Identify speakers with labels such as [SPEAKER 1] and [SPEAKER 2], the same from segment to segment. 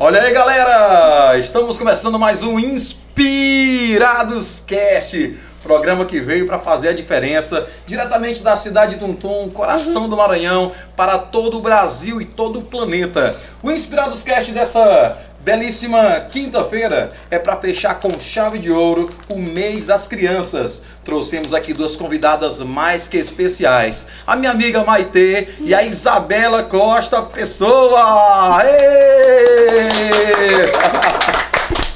[SPEAKER 1] Olha aí, galera! Estamos começando mais um Inspirados Cast, programa que veio para fazer a diferença diretamente da cidade de Tuntum, coração do Maranhão, para todo o Brasil e todo o planeta. O Inspirados Cast dessa belíssima quinta-feira é para fechar com chave de ouro o mês das crianças. Trouxemos aqui duas convidadas mais que especiais, a minha amiga Maitê e a Isabela Costa Pessoa. Ê!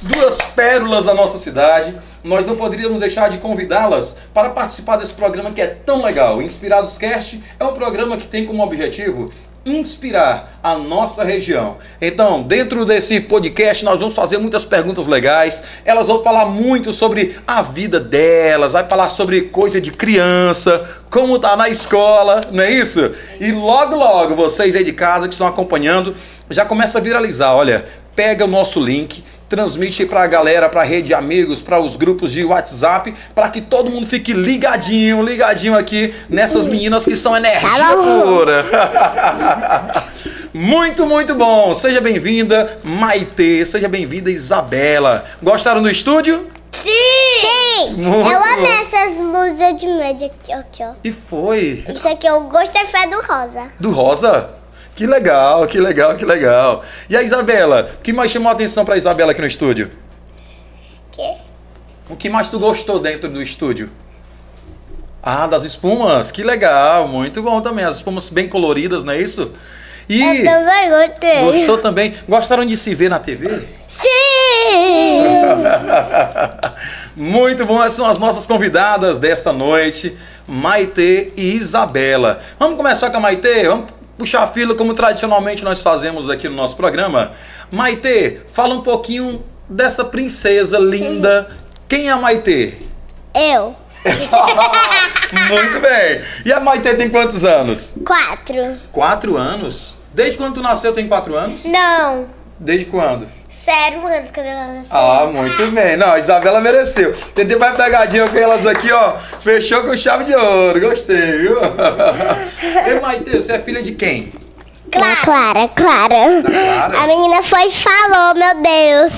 [SPEAKER 1] duas pérolas da nossa cidade. Nós não poderíamos deixar de convidá-las para participar desse programa que é tão legal. Inspirados Cast é um programa que tem como objetivo inspirar a nossa região. Então, dentro desse podcast, nós vamos fazer muitas perguntas legais. Elas vão falar muito sobre a vida delas, vai falar sobre coisa de criança, como tá na escola, não é isso? E logo, logo, vocês aí de casa que estão acompanhando, já começa a viralizar. Olha, pega o nosso link, transmite para a galera, para a rede de amigos, para os grupos de WhatsApp, para que todo mundo fique ligadinho, ligadinho aqui nessas meninas que são energia pura. Muito, muito bom. Seja bem-vinda, Maitê. Seja bem-vinda, Isabela. Gostaram do estúdio?
[SPEAKER 2] Sim! Sim!
[SPEAKER 1] Muito
[SPEAKER 2] Eu
[SPEAKER 1] bom.
[SPEAKER 2] amo essas luzes de média aqui, ó, aqui, ó.
[SPEAKER 1] E foi.
[SPEAKER 2] Isso aqui eu gosto é fé do rosa.
[SPEAKER 1] Do Rosa? Que legal, que legal, que legal. E a Isabela? O que mais chamou a atenção para Isabela aqui no estúdio?
[SPEAKER 2] Que?
[SPEAKER 1] O que mais tu gostou dentro do estúdio? Ah, das espumas. Que legal, muito bom também. As espumas bem coloridas, não é isso? E
[SPEAKER 2] Eu também gostei.
[SPEAKER 1] gostou também? Gostaram de se ver na TV?
[SPEAKER 2] Sim!
[SPEAKER 1] Muito bom, essas são as nossas convidadas desta noite, Maitê e Isabela. Vamos começar com a Maitê? Vamos puxar a fila como tradicionalmente nós fazemos aqui no nosso programa. Maitê, fala um pouquinho dessa princesa linda. Quem é a Maitê?
[SPEAKER 2] Eu.
[SPEAKER 1] Muito bem. E a Maitê tem quantos anos?
[SPEAKER 2] Quatro.
[SPEAKER 1] Quatro anos? Desde quando tu nasceu tem quatro anos?
[SPEAKER 2] Não.
[SPEAKER 1] Desde quando?
[SPEAKER 2] Sério, anos quando ela nasceu.
[SPEAKER 1] Ah, muito bem. Não, a Isabela mereceu. Tentei mais pegadinha com elas aqui, ó. Fechou com chave de ouro. Gostei, viu? E Maite, você é filha de quem?
[SPEAKER 2] Clara. Clara, Clara.
[SPEAKER 1] Ah, Clara?
[SPEAKER 2] A menina foi e falou, meu Deus.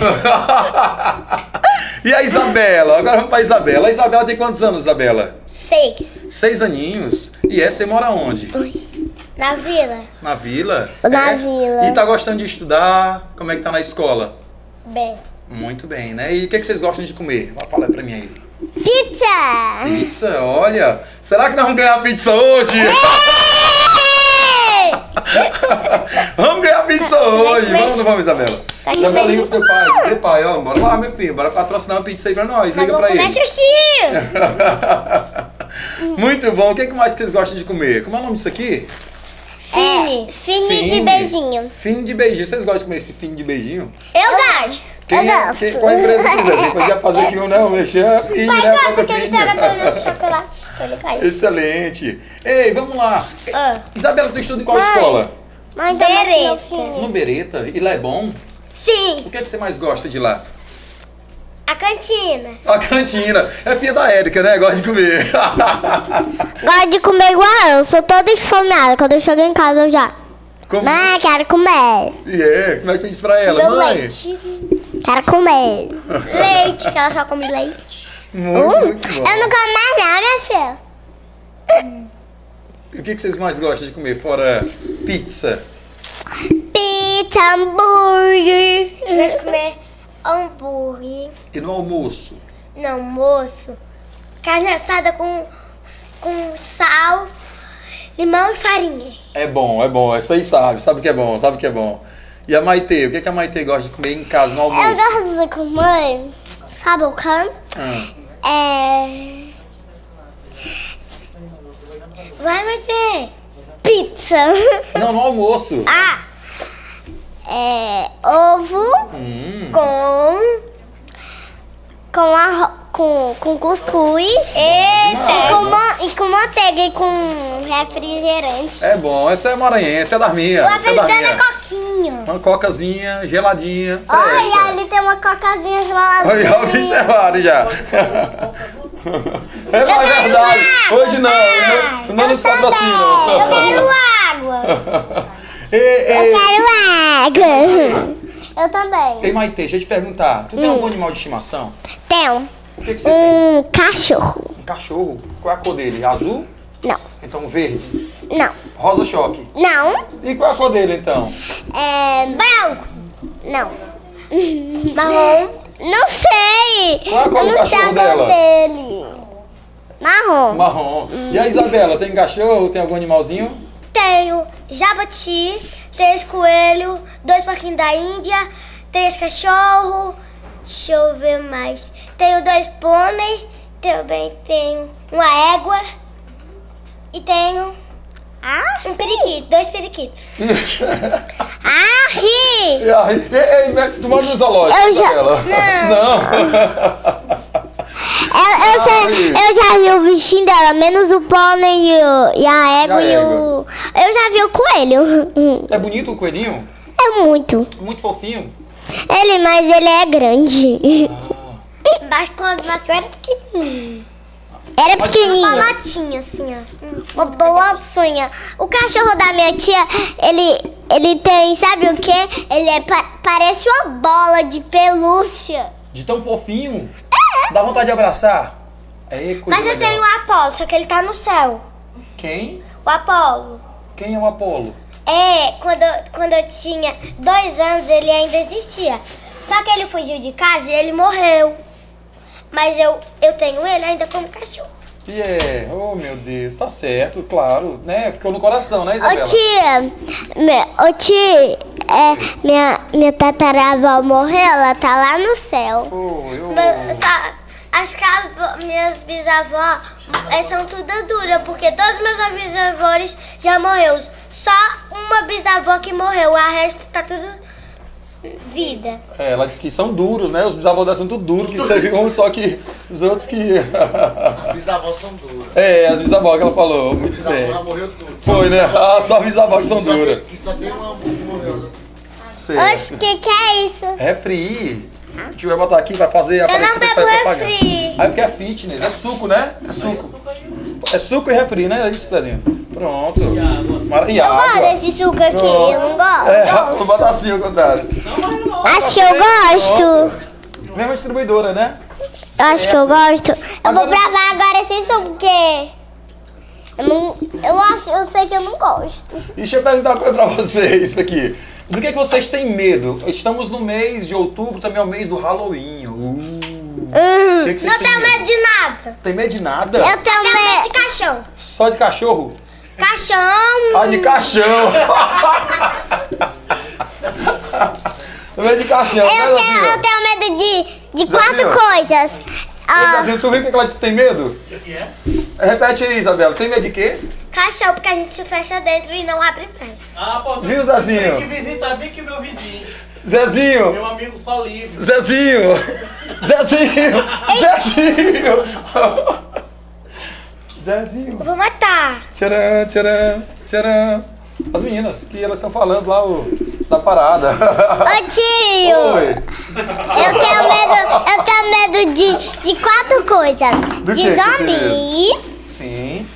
[SPEAKER 1] E a Isabela? Agora vamos pra Isabela. A Isabela tem quantos anos, Isabela?
[SPEAKER 2] Seis.
[SPEAKER 1] Seis aninhos. E essa você mora onde?
[SPEAKER 2] Na vila?
[SPEAKER 1] Na vila?
[SPEAKER 2] Na vila.
[SPEAKER 1] E tá gostando de estudar? Como é que tá na escola?
[SPEAKER 2] Bem.
[SPEAKER 1] Muito bem, né? E o que, que vocês gostam de comer? Fala pra mim aí.
[SPEAKER 2] Pizza!
[SPEAKER 1] Pizza, olha. Será que nós vamos ganhar pizza hoje? vamos ganhar pizza
[SPEAKER 2] Ah,
[SPEAKER 1] hoje.
[SPEAKER 2] mexe.
[SPEAKER 1] Vamos ou não vamos, Isabela?
[SPEAKER 2] Mexe,
[SPEAKER 1] Isabela,
[SPEAKER 2] mexe.
[SPEAKER 1] liga pro teu pai. Diz, "Ei, pai, ó, bora lá, meu filho. Bora patrocinar uma pizza aí pra nós. Liga pra ele. É.
[SPEAKER 2] sushi!
[SPEAKER 1] Muito bom. O que, que mais que vocês gostam de comer? Como é o nome disso aqui?
[SPEAKER 2] Fini. É, Fini de beijinho.
[SPEAKER 1] Fini de beijinho. Vocês gostam de comer esse fini de beijinho?
[SPEAKER 2] Eu gosto.
[SPEAKER 1] Quem, é?
[SPEAKER 2] eu gosto.
[SPEAKER 1] quem, qual a empresa que quiser? Você podia fazer aqui um, não? Mexer, fini,
[SPEAKER 2] Pai,
[SPEAKER 1] né?
[SPEAKER 2] gosta
[SPEAKER 1] Compra
[SPEAKER 2] que ele
[SPEAKER 1] fini.
[SPEAKER 2] pega todos os meus chocolates. Tô tá ligado.
[SPEAKER 1] Excelente. Ei, vamos lá.
[SPEAKER 2] Ah.
[SPEAKER 1] Isabela, tu estuda em qual
[SPEAKER 2] Mãe.
[SPEAKER 1] escola?
[SPEAKER 2] Mãe,
[SPEAKER 1] No Bereta. E lá é bom?
[SPEAKER 2] Sim,
[SPEAKER 1] O que, é que você mais gosta de lá?
[SPEAKER 2] a cantina.
[SPEAKER 1] A cantina. É filha da Érica, né? Gosta de comer.
[SPEAKER 2] Gosto de comer igual eu, sou toda esfomeada. Quando eu chego em casa eu já.
[SPEAKER 1] Como...
[SPEAKER 2] Mãe, quero comer.
[SPEAKER 1] E é, como é que tu diz pra ela? Mãe,
[SPEAKER 2] Quero comer. Leite, que ela só come leite.
[SPEAKER 1] muito, muito bom.
[SPEAKER 2] Uh, Eu não como mais não, minha filha.
[SPEAKER 1] E O que, que vocês mais gostam de comer? Fora pizza.
[SPEAKER 2] Pizza, hambúrguer. Eu gosto de comer hambúrguer.
[SPEAKER 1] E no almoço?
[SPEAKER 2] no almoço, carne assada com, com sal, limão e farinha.
[SPEAKER 1] É bom, é bom. Isso aí sabe. Sabe o que é bom, sabe o que é bom. E a Maite? O que, que a Maite gosta de comer em casa no
[SPEAKER 2] Eu
[SPEAKER 1] almoço?
[SPEAKER 2] gosto de comer sabucão,
[SPEAKER 1] Ah,
[SPEAKER 2] é... Vai, Maite! Pizza!
[SPEAKER 1] Não, no almoço.
[SPEAKER 2] ah! É... Ovo
[SPEAKER 1] Hum,
[SPEAKER 2] com... Com arroz... com, com cuscuz. E com, ma- e com manteiga e com refrigerante.
[SPEAKER 1] É bom, essa é maranhense, é da minha.
[SPEAKER 2] Tô
[SPEAKER 1] Essa é da minha.
[SPEAKER 2] apresentando a coquinha.
[SPEAKER 1] Uma cocazinha geladinha. presta.
[SPEAKER 2] Olha, ali tem uma cocazinha gelada.
[SPEAKER 1] Olha, já observaram já. É mais verdade. Hoje não, não, não nos
[SPEAKER 2] Eu quero
[SPEAKER 1] patrocinam.
[SPEAKER 2] água.
[SPEAKER 1] Ei, ei,
[SPEAKER 2] Eu quero água. Eu também.
[SPEAKER 1] ei, Maite, deixa eu te perguntar.
[SPEAKER 2] Hum.
[SPEAKER 1] Tu tem algum animal de estimação?
[SPEAKER 2] Tenho
[SPEAKER 1] O que, que você tem?
[SPEAKER 2] um cachorro.
[SPEAKER 1] Um cachorro. Qual é a cor dele? Azul?
[SPEAKER 2] Não,
[SPEAKER 1] Então verde.
[SPEAKER 2] não,
[SPEAKER 1] Rosa choque.
[SPEAKER 2] não.
[SPEAKER 1] E qual é a cor dele então?
[SPEAKER 2] É. Branco. Não. Marrom. Não sei.
[SPEAKER 1] Qual é a cor
[SPEAKER 2] Eu
[SPEAKER 1] do
[SPEAKER 2] não sei
[SPEAKER 1] cachorro
[SPEAKER 2] a cor
[SPEAKER 1] dela?
[SPEAKER 2] dele. Marrom.
[SPEAKER 1] Marrom. E a Isabela, tem cachorro? Tem algum animalzinho?
[SPEAKER 3] Tenho jaboti, três coelhos, dois porquinhos da Índia, três cachorro. Deixa eu ver mais. Tenho dois pônei, também tenho uma égua e tenho um periquito, dois periquitos.
[SPEAKER 2] Ah, ri!
[SPEAKER 1] E aí, ei, ei, tu mora no zoológico,
[SPEAKER 2] Eu já-
[SPEAKER 1] Isabela?
[SPEAKER 2] Eu, eu sei,
[SPEAKER 1] Ah,
[SPEAKER 2] eu já vi o bichinho dela, menos o pônei e, o- e a égua
[SPEAKER 1] E
[SPEAKER 2] e,
[SPEAKER 1] a
[SPEAKER 2] o. Eu já vi o coelho.
[SPEAKER 1] É bonito o coelhinho?
[SPEAKER 2] É muito.
[SPEAKER 1] Muito fofinho.
[SPEAKER 2] Ele, mas ele é grande.
[SPEAKER 3] Mas quando nasceu era pequenininho.
[SPEAKER 2] Era pequenininho.
[SPEAKER 1] é
[SPEAKER 3] Uma latinha assim, ó. Hum.
[SPEAKER 2] Uma bolsonha. O cachorro da minha tia, ele, ele tem, sabe o que? Ele é pa- parece uma bola de pelúcia.
[SPEAKER 1] De tão fofinho.
[SPEAKER 2] É.
[SPEAKER 1] Dá vontade de abraçar. É coisa
[SPEAKER 3] Mas eu
[SPEAKER 1] legal.
[SPEAKER 3] tenho o Apolo, só que ele tá no céu.
[SPEAKER 1] Quem?
[SPEAKER 3] O Apolo.
[SPEAKER 1] Quem é o Apolo?
[SPEAKER 3] É, quando, eu- quando eu tinha dois anos ele ainda existia. Só que ele fugiu de casa e ele morreu. Mas eu, eu tenho ele ainda como cachorro.
[SPEAKER 1] E é, oh meu Deus, tá certo, claro, né? Ficou no coração, né,
[SPEAKER 2] Ô
[SPEAKER 1] Isabela?
[SPEAKER 2] tia, me- ô tia, é, minha, minha tataravó morreu, ela tá lá no céu.
[SPEAKER 1] Foi, ô.
[SPEAKER 3] Meu- só- as casas, minhas bisavós eh, são todas duras, porque todos meus bisavós já morreu. Só uma bisavó que morreu, a resto tá tudo vida.
[SPEAKER 1] É, ela disse que são duros, né? Os bisavós dela são tudo duro, que teve um só que os outros que...
[SPEAKER 4] Bisavós são duras.
[SPEAKER 1] é, as bisavós que ela falou, muito
[SPEAKER 4] Bisavó lá
[SPEAKER 1] bem.
[SPEAKER 4] morreu tudo.
[SPEAKER 1] Foi, né? Ah, só bisavós que são
[SPEAKER 4] Só tem-
[SPEAKER 1] duras.
[SPEAKER 4] que só tem uma que morreu.
[SPEAKER 2] Oxe,
[SPEAKER 1] Certo.
[SPEAKER 2] que que é isso?
[SPEAKER 1] Refri. A gente vai botar aqui pra fazer a
[SPEAKER 3] não
[SPEAKER 1] parecida
[SPEAKER 3] bebo
[SPEAKER 1] faz propaganda.
[SPEAKER 3] refri.
[SPEAKER 1] Aí porque é fitness, é suco, né? É suco. É suco e refri, né? É isso, Cezinho. Pronto. Mara- E
[SPEAKER 2] Olha
[SPEAKER 1] água.
[SPEAKER 2] esse suco aqui,
[SPEAKER 1] Pronto.
[SPEAKER 2] eu não gosto.
[SPEAKER 1] É, vou botar assim ao contrário.
[SPEAKER 2] Acho que eu gosto.
[SPEAKER 1] Pronto. Mesma distribuidora, né?
[SPEAKER 2] Eu acho que eu gosto. Eu vou
[SPEAKER 1] Agora-
[SPEAKER 2] provar agora esse suco, porque... Eu, não, eu acho, eu sei que eu não gosto.
[SPEAKER 1] E deixa eu perguntar uma coisa pra vocês aqui. Do que, que vocês têm medo? Estamos no mês de outubro, também é o mês do Halloween.
[SPEAKER 2] Hum,
[SPEAKER 1] Uh. O que, que vocês
[SPEAKER 3] Não
[SPEAKER 1] têm
[SPEAKER 3] tenho medo
[SPEAKER 1] medo?
[SPEAKER 3] É de nada.
[SPEAKER 1] Tem medo de nada?
[SPEAKER 2] Eu
[SPEAKER 3] Tenho medo
[SPEAKER 2] também.
[SPEAKER 3] de caixão.
[SPEAKER 1] Só de cachorro?
[SPEAKER 3] Caixão.
[SPEAKER 1] Ah, de caixão! Medo de caixão, né,
[SPEAKER 2] Eu tenho, eu
[SPEAKER 1] Zazinho?
[SPEAKER 2] tenho medo de, de
[SPEAKER 1] Desafio.
[SPEAKER 2] quatro coisas.
[SPEAKER 1] Ô,
[SPEAKER 2] Ah,
[SPEAKER 1] Zazinho, tu viu o que que ela disse que é? tem medo? Repete aí, Isabela. Tem medo de quê?
[SPEAKER 3] Caixão, porque a gente se fecha dentro e não abre mais.
[SPEAKER 5] Ah, pô,
[SPEAKER 1] Viu,
[SPEAKER 5] meu-
[SPEAKER 1] Zezinho?
[SPEAKER 5] Que vizinho tá bem que meu vizinho.
[SPEAKER 1] Zezinho!
[SPEAKER 5] Meu amigo só livre.
[SPEAKER 1] Zezinho! Zezinho! Zezinho! Zezinho!
[SPEAKER 3] Vou matar.
[SPEAKER 1] Tcharam, tcharam, tcharam. As meninas que elas estão falando lá o, da parada.
[SPEAKER 2] ô tio,
[SPEAKER 1] Oi!
[SPEAKER 2] eu tenho medo, eu tenho medo de, de quatro coisas.
[SPEAKER 1] Do
[SPEAKER 2] de
[SPEAKER 1] quê que você tem
[SPEAKER 2] zumbi,
[SPEAKER 1] Sim.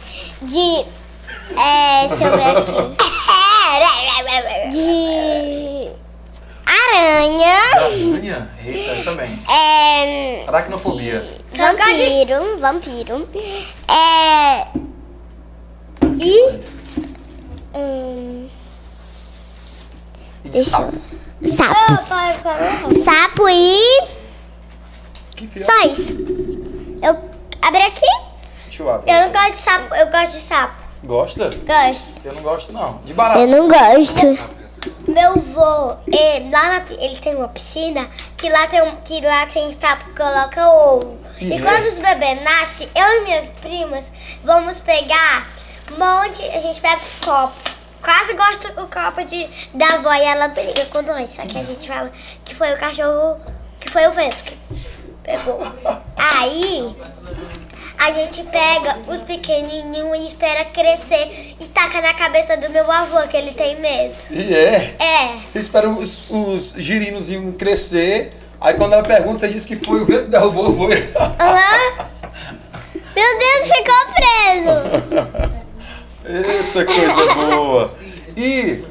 [SPEAKER 2] de... É, deixa eu ver aqui. De... Aranha,
[SPEAKER 1] Aranha? Eita, eu também.
[SPEAKER 2] é...
[SPEAKER 1] Aracnofobia.
[SPEAKER 2] Vampiro, vampiro. É... E... Hum,
[SPEAKER 1] E de sapo.
[SPEAKER 2] sapo. Sapo e...
[SPEAKER 1] Que fio.
[SPEAKER 2] Só isso. Eu abri aqui.
[SPEAKER 1] Deixa eu abrir.
[SPEAKER 3] Eu não gosto de sapo, eu gosto de sapo.
[SPEAKER 1] Gosta?
[SPEAKER 3] Gosto.
[SPEAKER 1] Eu não gosto, não. De barato.
[SPEAKER 2] Eu não gosto.
[SPEAKER 3] Meu vô, ele, lá na pi- ele tem uma piscina que lá tem, um- que lá tem sapo que coloca ovo. E
[SPEAKER 1] Ih,
[SPEAKER 3] quando
[SPEAKER 1] é.
[SPEAKER 3] os bebês nascem, eu e minhas primas vamos pegar um monte, a gente pega o copo. Quase gosto o copo de, da avó e ela briga com nós. Só que a gente fala que foi o cachorro, que foi o vento que pegou. Ah, Aí a gente pega os pequenininhos e espera crescer e taca na cabeça do meu avô que ele tem medo.
[SPEAKER 1] E é.
[SPEAKER 3] É,
[SPEAKER 1] Você espera os, os girinozinhos crescer. Aí quando ela pergunta, você diz que foi o vento que derrubou, foi.
[SPEAKER 3] Aham.
[SPEAKER 2] Meu Deus, ficou preso.
[SPEAKER 1] Eita coisa boa. E,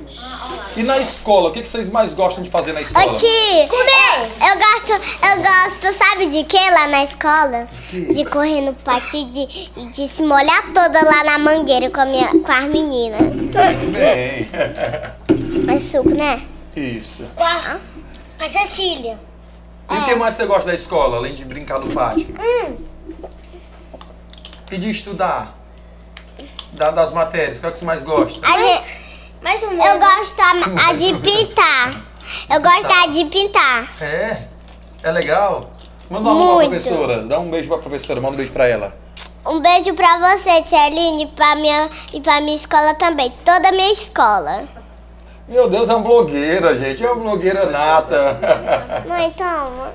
[SPEAKER 1] e na escola, o que que vocês mais gostam de fazer na escola?
[SPEAKER 2] Ô, Ti, eu, eu gosto, eu gosto, sabe de que lá na escola? De correr no pátio e de, e de se molhar toda lá na mangueira com, a minha, com as meninas.
[SPEAKER 1] Bem,
[SPEAKER 2] É suco, né?
[SPEAKER 1] isso.
[SPEAKER 3] com a, com a Cecília.
[SPEAKER 1] E o que mais você gosta da escola, além de brincar no pátio? E de estudar? Da- das matérias, qual é que você mais gosta?
[SPEAKER 2] A gente-
[SPEAKER 3] Mais um
[SPEAKER 2] eu gosto a, a de pintar. Eu gosto a de pintar.
[SPEAKER 1] É? É legal? Manda um alô pra
[SPEAKER 2] Muito.
[SPEAKER 1] professora. Dá um beijo pra professora, manda um beijo pra ela.
[SPEAKER 2] Um beijo pra você, Tcheline, e pra minha, e pra minha escola também. Toda a minha escola.
[SPEAKER 1] Meu Deus, é uma blogueira, gente. É uma blogueira nata.
[SPEAKER 2] Não, então...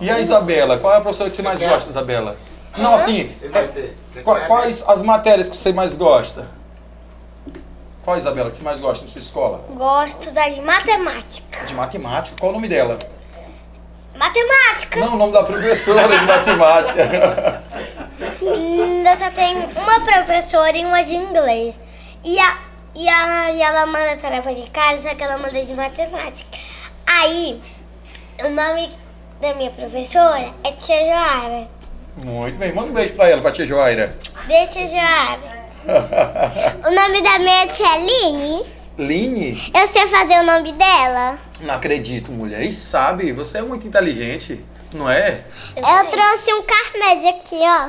[SPEAKER 1] e a Isabela? Qual é a professora que você mais gosta, Isabela? Não, assim,
[SPEAKER 4] Ele vai ter. Quer
[SPEAKER 1] qua-
[SPEAKER 4] que
[SPEAKER 1] quais as matérias que você mais gosta? Qual, Isabela, que você mais gosta na sua escola?
[SPEAKER 3] Gosto da de matemática.
[SPEAKER 1] De matemática. Qual o nome dela?
[SPEAKER 3] Matemática!
[SPEAKER 1] Não, o nome da professora de matemática.
[SPEAKER 3] Ainda só tem uma professora e uma de inglês. E, a, e, a, e ela manda tarefa de casa, só que ela manda de matemática. Aí, o nome da minha professora é Tia Joara.
[SPEAKER 1] Muito bem, manda um beijo pra ela, pra tia Joaira.
[SPEAKER 3] Beijo, Tia Joara.
[SPEAKER 2] O nome da minha é Tcheline.
[SPEAKER 1] Line?
[SPEAKER 2] Eu sei fazer o nome dela.
[SPEAKER 1] Não acredito, mulher. E sabe, você é muito inteligente, não é?
[SPEAKER 2] Eu trouxe um carmédio aqui, ó.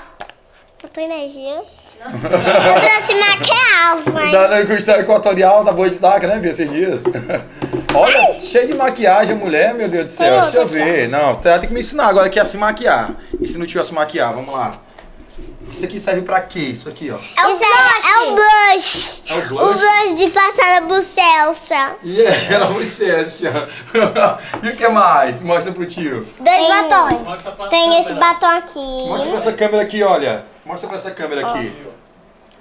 [SPEAKER 2] Faltou energia. Eu trouxe maquiagem.
[SPEAKER 1] Da Universidade Equatorial da Boa de Taca, né, Bia, esses dias? Olha, cheio de maquiagem, mulher, meu Deus do céu.
[SPEAKER 2] Tem
[SPEAKER 1] Deixa eu
[SPEAKER 2] outra
[SPEAKER 1] ver. Não, você tem que me ensinar agora que é a se maquiar. E se não tiver a se maquiar, vamos lá. Isso aqui serve pra quê? Isso aqui, ó.
[SPEAKER 2] É um blush. É um blush.
[SPEAKER 1] É o blush?
[SPEAKER 2] O blush de passar na bochecha.
[SPEAKER 1] E ela é muito sério, senhora. E o que mais? Mostra pro tio.
[SPEAKER 2] Dois
[SPEAKER 1] um.
[SPEAKER 2] batons.
[SPEAKER 5] Mostra pra
[SPEAKER 2] Tem
[SPEAKER 5] câmera.
[SPEAKER 2] esse batom aqui.
[SPEAKER 1] Mostra pra essa câmera aqui, olha. Mostra pra essa câmera aqui.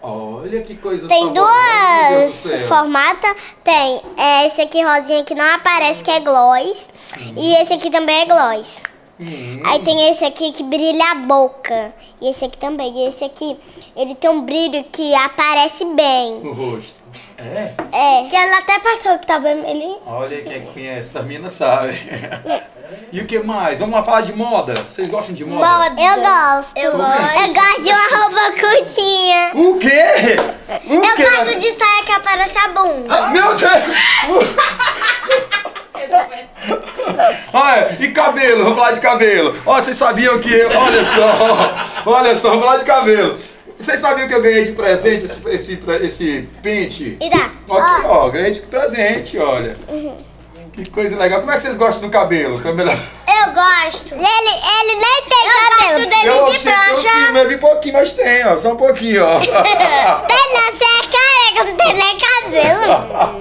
[SPEAKER 1] Olha que coisa
[SPEAKER 2] Tem
[SPEAKER 1] saborosa, meu Deus do
[SPEAKER 2] duas
[SPEAKER 1] céu.
[SPEAKER 2] formatas. Tem é, esse aqui rosinha que não aparece, que é gloss. E esse aqui também é gloss.
[SPEAKER 1] Hum,
[SPEAKER 2] Aí tem esse aqui que brilha a boca. E esse aqui também. E esse aqui, ele tem um brilho que aparece bem.
[SPEAKER 1] no rosto. É?
[SPEAKER 2] É.
[SPEAKER 3] Que ela até passou que tá vermelhinho.
[SPEAKER 1] Olha quem é que conhece, as minas sabem. E o que mais? Vamos lá falar de moda. Vocês gostam de moda?
[SPEAKER 2] Eu gosto.
[SPEAKER 3] Eu gosto.
[SPEAKER 2] Eu gosto de uma roupa curtinha.
[SPEAKER 1] O quê? O
[SPEAKER 3] Eu
[SPEAKER 1] quê?
[SPEAKER 3] gosto de saia que aparece a bunda.
[SPEAKER 1] Ah, Meu Deus! Olha, e cabelo, vamos falar de cabelo. Ó, vocês sabiam que eu. Olha só, olha só, vamos falar de cabelo. Vocês sabiam que eu ganhei de presente esse, esse, pre- esse pente?
[SPEAKER 3] E dá. Uhum.
[SPEAKER 1] Aqui, ó, ganhei de presente, olha. Que coisa legal. Como é que vocês gostam do cabelo? Cabelo.
[SPEAKER 3] Eu gosto.
[SPEAKER 2] Ele, ele nem tem cabelo.
[SPEAKER 3] dele
[SPEAKER 1] Eu
[SPEAKER 3] é de
[SPEAKER 1] sei, eu sei,
[SPEAKER 3] prancha.
[SPEAKER 1] mas bem pouquinho, mas tem, ó, só um pouquinho, ó.
[SPEAKER 3] Tá
[SPEAKER 2] Tem nascer é careca, não tem nem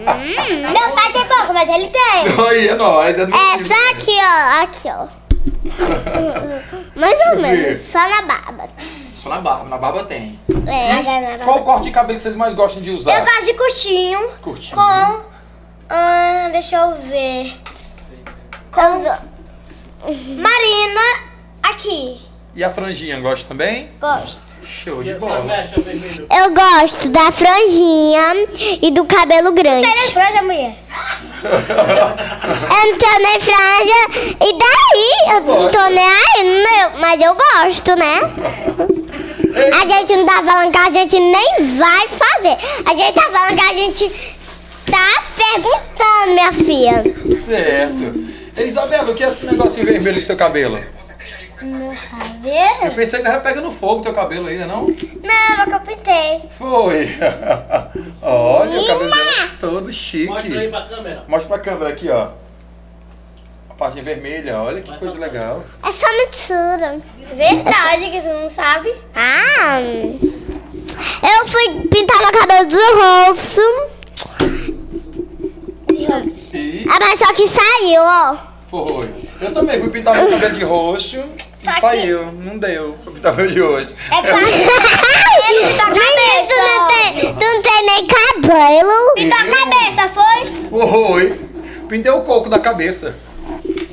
[SPEAKER 2] cabelo.
[SPEAKER 3] Meu pai tem pouco, mas ele tem.
[SPEAKER 1] Aí, é nóis, é
[SPEAKER 2] Hum, É
[SPEAKER 1] nóis.
[SPEAKER 2] só aqui, ó. Aqui, ó. Mais
[SPEAKER 1] Deixa
[SPEAKER 2] ou
[SPEAKER 1] eu ver.
[SPEAKER 2] menos. Só na barba.
[SPEAKER 1] Só na barba, na barba tem.
[SPEAKER 2] É.
[SPEAKER 1] Qual o corte de cabelo que vocês mais gostam de usar?
[SPEAKER 3] Eu gosto de coxinho.
[SPEAKER 1] Curtinho.
[SPEAKER 3] Com. ah, deixa eu ver. Com. Marina, aqui.
[SPEAKER 1] E a franjinha, gosta também?
[SPEAKER 3] Gosto.
[SPEAKER 1] Show de
[SPEAKER 5] Essa
[SPEAKER 1] bola.
[SPEAKER 5] mecha vermelha.
[SPEAKER 2] Eu gosto da franjinha e do cabelo grande.
[SPEAKER 3] Você franja, mulher?
[SPEAKER 2] Eu não tô nem franja. E daí? Eu não tô nem aí, não, eu- mas eu gosto, né?
[SPEAKER 1] É,
[SPEAKER 2] A gente não tá falando que a gente nem vai fazer. A gente tá falando que a gente tá perguntando, minha filha.
[SPEAKER 1] Certo. Ei, Isabela, o que é esse negocinho vermelho no seu cabelo?
[SPEAKER 3] Meu cabelo?
[SPEAKER 1] Eu pensei que tava pegando fogo teu cabelo aí, né não?
[SPEAKER 3] Não, mas que eu pintei.
[SPEAKER 1] Foi. Olha, o cabelo dela todo
[SPEAKER 5] Mostra aí
[SPEAKER 1] chique.
[SPEAKER 5] pra câmera.
[SPEAKER 1] Mostra pra câmera aqui, ó. A parte vermelha, olha que coisa legal.
[SPEAKER 2] É só mentira.
[SPEAKER 3] Verdade que você não sabe.
[SPEAKER 2] Ah, eu fui pintar meu cabelo de rosto.
[SPEAKER 1] E
[SPEAKER 2] Ah, mas só que saiu, ó.
[SPEAKER 1] foi. Eu também fui pintar meu cabelo de roxo.
[SPEAKER 3] Só que-
[SPEAKER 6] Saiu, não deu. Foi o Pitágoras de hoje.
[SPEAKER 3] É
[SPEAKER 2] tá
[SPEAKER 3] claro. Ele pintou a
[SPEAKER 2] Menino, tu não
[SPEAKER 3] cabeça.
[SPEAKER 2] tem, tu não tem nem cabelo.
[SPEAKER 3] Pintou a cabeça, foi?
[SPEAKER 1] Oi! Pintei o coco da cabeça.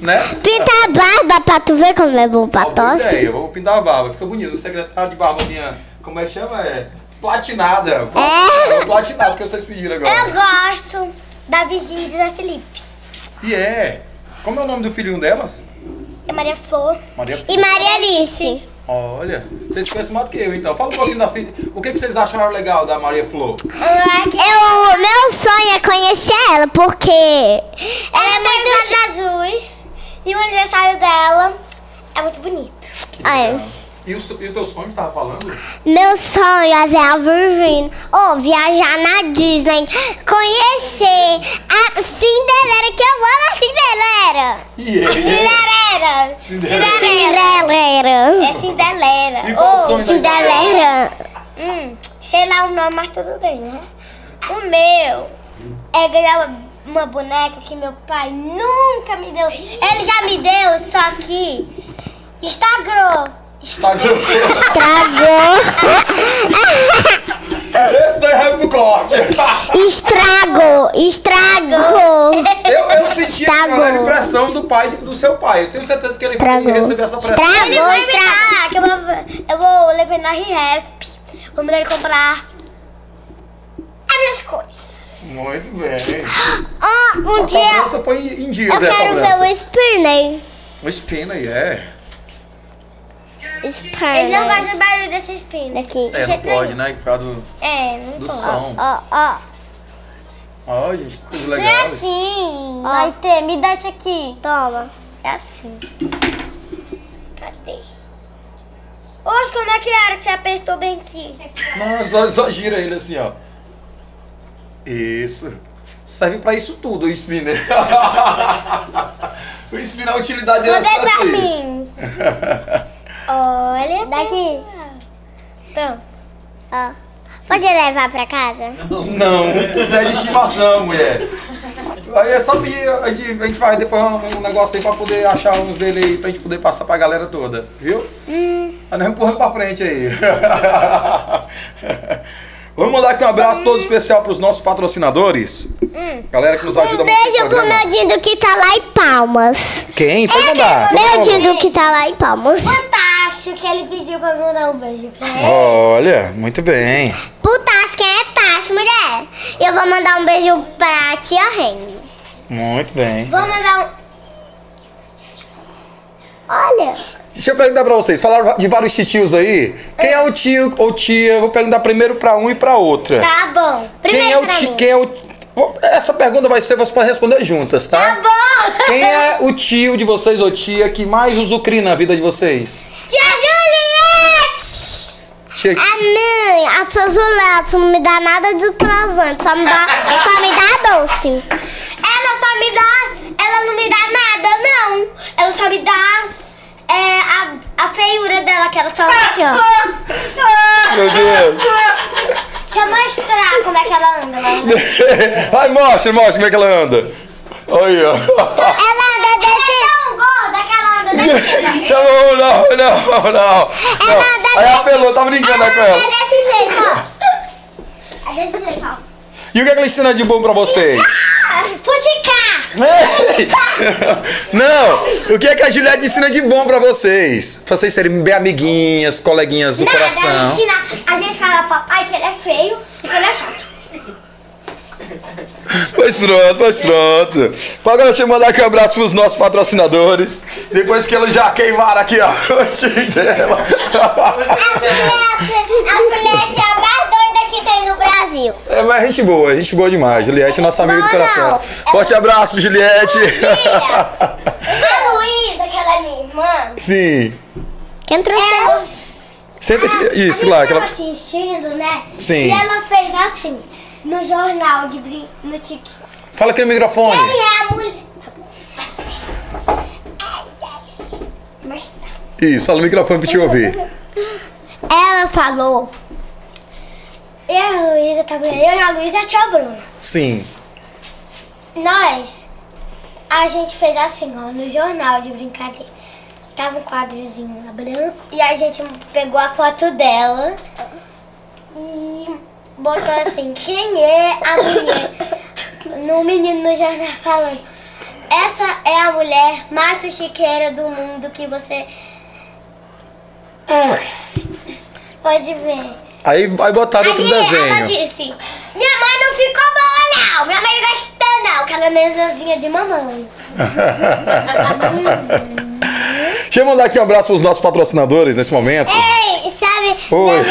[SPEAKER 1] Né?
[SPEAKER 2] Pinta a barba pra tu ver como é bom pra
[SPEAKER 1] Uma boa
[SPEAKER 2] tosse.
[SPEAKER 1] ideia, eu vou pintar a barba, fica bonito. O secretário de barba minha, como é que chama? É platinada. É platinada que vocês pediram
[SPEAKER 3] Eu
[SPEAKER 1] agora.
[SPEAKER 3] gosto da vizinha de Zé Felipe.
[SPEAKER 1] E é. Como é o nome do filhinho delas?
[SPEAKER 3] É Maria Flor.
[SPEAKER 1] Maria
[SPEAKER 2] E
[SPEAKER 1] Flor.
[SPEAKER 2] Maria Alice?
[SPEAKER 1] Olha, vocês conhecem mais do que eu então. Fala um pouquinho da filha. O que, que vocês acharam legal da Maria Flor?
[SPEAKER 3] Ah, que-
[SPEAKER 2] Eu, É meu sonho é conhecer ela, porque ela é muito...
[SPEAKER 3] Ela tem os olhos azuis. E o aniversário dela é muito bonito.
[SPEAKER 2] Ai,
[SPEAKER 1] E o, so- e o teu sonho que tava falando?
[SPEAKER 2] meu sonho é ver a Virgin, ou viajar na Disney, conhecer a Cinderela, que eu amo a Cinderela.
[SPEAKER 1] E é. ele?
[SPEAKER 3] Cinderela.
[SPEAKER 1] Cinderela.
[SPEAKER 2] Cinderela.
[SPEAKER 3] É Cinderela.
[SPEAKER 1] E qual o sonho da Isabela?
[SPEAKER 2] Cinderela.
[SPEAKER 3] Hum, sei lá o nome, mas tudo bem, né? O meu é ganhar uma, uma boneca que meu pai nunca me deu. Ele já me deu, só que Instagram.
[SPEAKER 1] Instagram.
[SPEAKER 2] Estragou.
[SPEAKER 1] Esse daí é vai pro corte.
[SPEAKER 2] Estragou. Estragou.
[SPEAKER 1] Eu, eu senti uma
[SPEAKER 2] Estragou.
[SPEAKER 1] leve pressão do pai, do seu pai. Eu tenho certeza que ele vai
[SPEAKER 2] Estragou.
[SPEAKER 1] receber essa pressão.
[SPEAKER 3] Ele
[SPEAKER 2] Estragou.
[SPEAKER 3] vai me
[SPEAKER 2] Estragou.
[SPEAKER 3] dar, que eu vou, eu vou levar na ReHap. Vou mandar ele comprar as minhas coisas.
[SPEAKER 1] Muito bem.
[SPEAKER 2] Ah, um
[SPEAKER 1] A
[SPEAKER 2] dia
[SPEAKER 1] cobrança foi em dias,
[SPEAKER 2] eu
[SPEAKER 1] é, a
[SPEAKER 2] quero
[SPEAKER 1] cobrança.
[SPEAKER 2] ver o Spirney.
[SPEAKER 1] O Spina aí, é.
[SPEAKER 3] Eles não
[SPEAKER 2] Spirney.
[SPEAKER 3] gostam do barulho desse espinho.
[SPEAKER 2] Aqui.
[SPEAKER 1] É, não pode, né? Por causa do,
[SPEAKER 3] É, não
[SPEAKER 1] do
[SPEAKER 3] pode.
[SPEAKER 1] som.
[SPEAKER 2] Ó, ó.
[SPEAKER 1] Ó, gente, que coisa
[SPEAKER 3] Não é
[SPEAKER 1] legal.
[SPEAKER 3] assim. Vai ter, me dá isso aqui.
[SPEAKER 2] Toma.
[SPEAKER 3] É assim. Cadê? Hoje, como é que era que você apertou bem aqui?
[SPEAKER 1] Não, só, só gira ele assim, ó. Isso. Serve pra isso tudo, o Spina. o Spina, a utilidade dele é
[SPEAKER 3] Cadê
[SPEAKER 1] só
[SPEAKER 3] pra
[SPEAKER 1] assim.
[SPEAKER 3] mim? Olha.
[SPEAKER 2] Daqui.
[SPEAKER 3] Então.
[SPEAKER 2] Ó. Pode levar pra casa?
[SPEAKER 1] Não, isso daí é de estimação, mulher. Aí é só pedir, a gente, a gente faz depois um, um negócio aí pra poder achar uns dele aí, pra gente poder passar pra galera toda, viu?
[SPEAKER 2] Hum.
[SPEAKER 1] Aí nós empurrando pra frente aí. Vamos mandar aqui um abraço
[SPEAKER 2] Hum.
[SPEAKER 1] todo especial pros nossos patrocinadores. Galera que nos ajuda
[SPEAKER 2] Um
[SPEAKER 1] muito no
[SPEAKER 2] beijo pro
[SPEAKER 1] programa.
[SPEAKER 2] meu Dindo que tá lá em Palmas.
[SPEAKER 1] Quem?
[SPEAKER 2] É,
[SPEAKER 1] Pode mandar. por
[SPEAKER 2] Meu
[SPEAKER 1] favor.
[SPEAKER 2] Dindo que tá lá em Palmas.
[SPEAKER 3] Fantástico que ele pediu pra mandar um beijo pra ele.
[SPEAKER 1] Olha, muito bem.
[SPEAKER 2] Pro Tacho, quem é Tacho, mulher? Eu vou mandar um beijo pra tia Henry.
[SPEAKER 1] Muito bem.
[SPEAKER 3] Vou mandar um.
[SPEAKER 2] Olha.
[SPEAKER 1] Deixa eu perguntar pra vocês. Falaram de vários titios aí. Quem é o tio ou tia? Eu vou perguntar primeiro pra um e pra outra.
[SPEAKER 3] Tá bom.
[SPEAKER 1] Quem é
[SPEAKER 2] Primeiro
[SPEAKER 1] o ti,
[SPEAKER 2] pra um. mim.
[SPEAKER 1] quem é o Vou- Essa pergunta vai ser vocês podem responder juntas, tá? Tá bom. Quem é o tio de vocês ou tia que mais usucri na vida de vocês?
[SPEAKER 2] Tia Juliette!
[SPEAKER 1] Tia,
[SPEAKER 2] A mãe, a sua Juliette não me dá nada de presente, só me dá, só me dá doce.
[SPEAKER 3] Ela só me dá. Ela não me dá nada, não.
[SPEAKER 2] É,
[SPEAKER 3] Ela só me dá. é, a, a feiura dela, que ela só anda aqui, ó.
[SPEAKER 1] meu Deus.
[SPEAKER 3] Deixa eu mostrar como é que ela anda. Né?
[SPEAKER 1] Ai, mostra, mostra como é que ela anda. Olha aí, ó.
[SPEAKER 2] Ela anda desse,
[SPEAKER 3] é Tão gorda que ela anda daqui.
[SPEAKER 1] Tá bom, não, não, não. não. oh, Aí apelou, tá brincando né, com ela.
[SPEAKER 3] É desse jeito, ó. É desse jeito, ó.
[SPEAKER 1] E o que, é que ela ensina de bom pra vocês?
[SPEAKER 2] Ah,
[SPEAKER 3] Puxicar.
[SPEAKER 1] Ei! Não! O que é que a Juliette ensina de bom pra vocês? Pra vocês serem bem amiguinhas, coleguinhas do
[SPEAKER 3] Nada, a
[SPEAKER 1] coração.
[SPEAKER 3] gente, na- a gente fala papai que ele é feio e que ele é chato.
[SPEAKER 1] Pois pronto, pois pronto. Agora deixa eu mandar aqui um abraço pros nossos patrocinadores. Depois que eles já queimaram aqui, ó, o time dela. É.
[SPEAKER 2] a Juliette é a mais doida que tem no Brasil.
[SPEAKER 1] É, mas gente boa, gente boa demais. Juliette é nossa amiga do
[SPEAKER 2] Não,
[SPEAKER 1] coração.
[SPEAKER 2] não.
[SPEAKER 1] Forte
[SPEAKER 3] é
[SPEAKER 1] abraço, Juliette.
[SPEAKER 3] A Luísa, que ela é minha irmã,
[SPEAKER 1] Sim.
[SPEAKER 2] Quem trouxe ela?
[SPEAKER 1] Senta aqui.
[SPEAKER 3] a
[SPEAKER 1] Isso
[SPEAKER 3] minha
[SPEAKER 1] lá,
[SPEAKER 3] irmã
[SPEAKER 1] aquela.
[SPEAKER 3] tava assistindo, né?
[SPEAKER 1] Sim.
[SPEAKER 3] E ela fez assim, no jornal, de brin... no tique.
[SPEAKER 1] Fala aqui no microfone.
[SPEAKER 3] Quem é a mulher... Tá bom. Ai, ai, ai. Mas tá.
[SPEAKER 1] Isso, fala no microfone pra te ouvir.
[SPEAKER 3] Ela falou... E a Luísa tava... Eu e a Luísa e a tia Bruna.
[SPEAKER 1] Sim.
[SPEAKER 3] Nós, a gente fez assim, ó, no jornal de brincadeira. Tava um quadrozinho lá branco. E a gente pegou a foto dela e botou assim, quem é a mulher? No menino no jornal falando. Essa é a mulher mais chiqueira do mundo que você pode ver.
[SPEAKER 1] Aí vai botar outro
[SPEAKER 3] Aí ela
[SPEAKER 1] desenho.
[SPEAKER 3] disse, minha mãe não ficou boa não, minha mãe não gostou não, que ela é menorzinha de mamãe.
[SPEAKER 1] Deixa eu mandar aqui um abraço para os nossos patrocinadores nesse momento.
[SPEAKER 2] Ei, sabe,
[SPEAKER 1] Oi.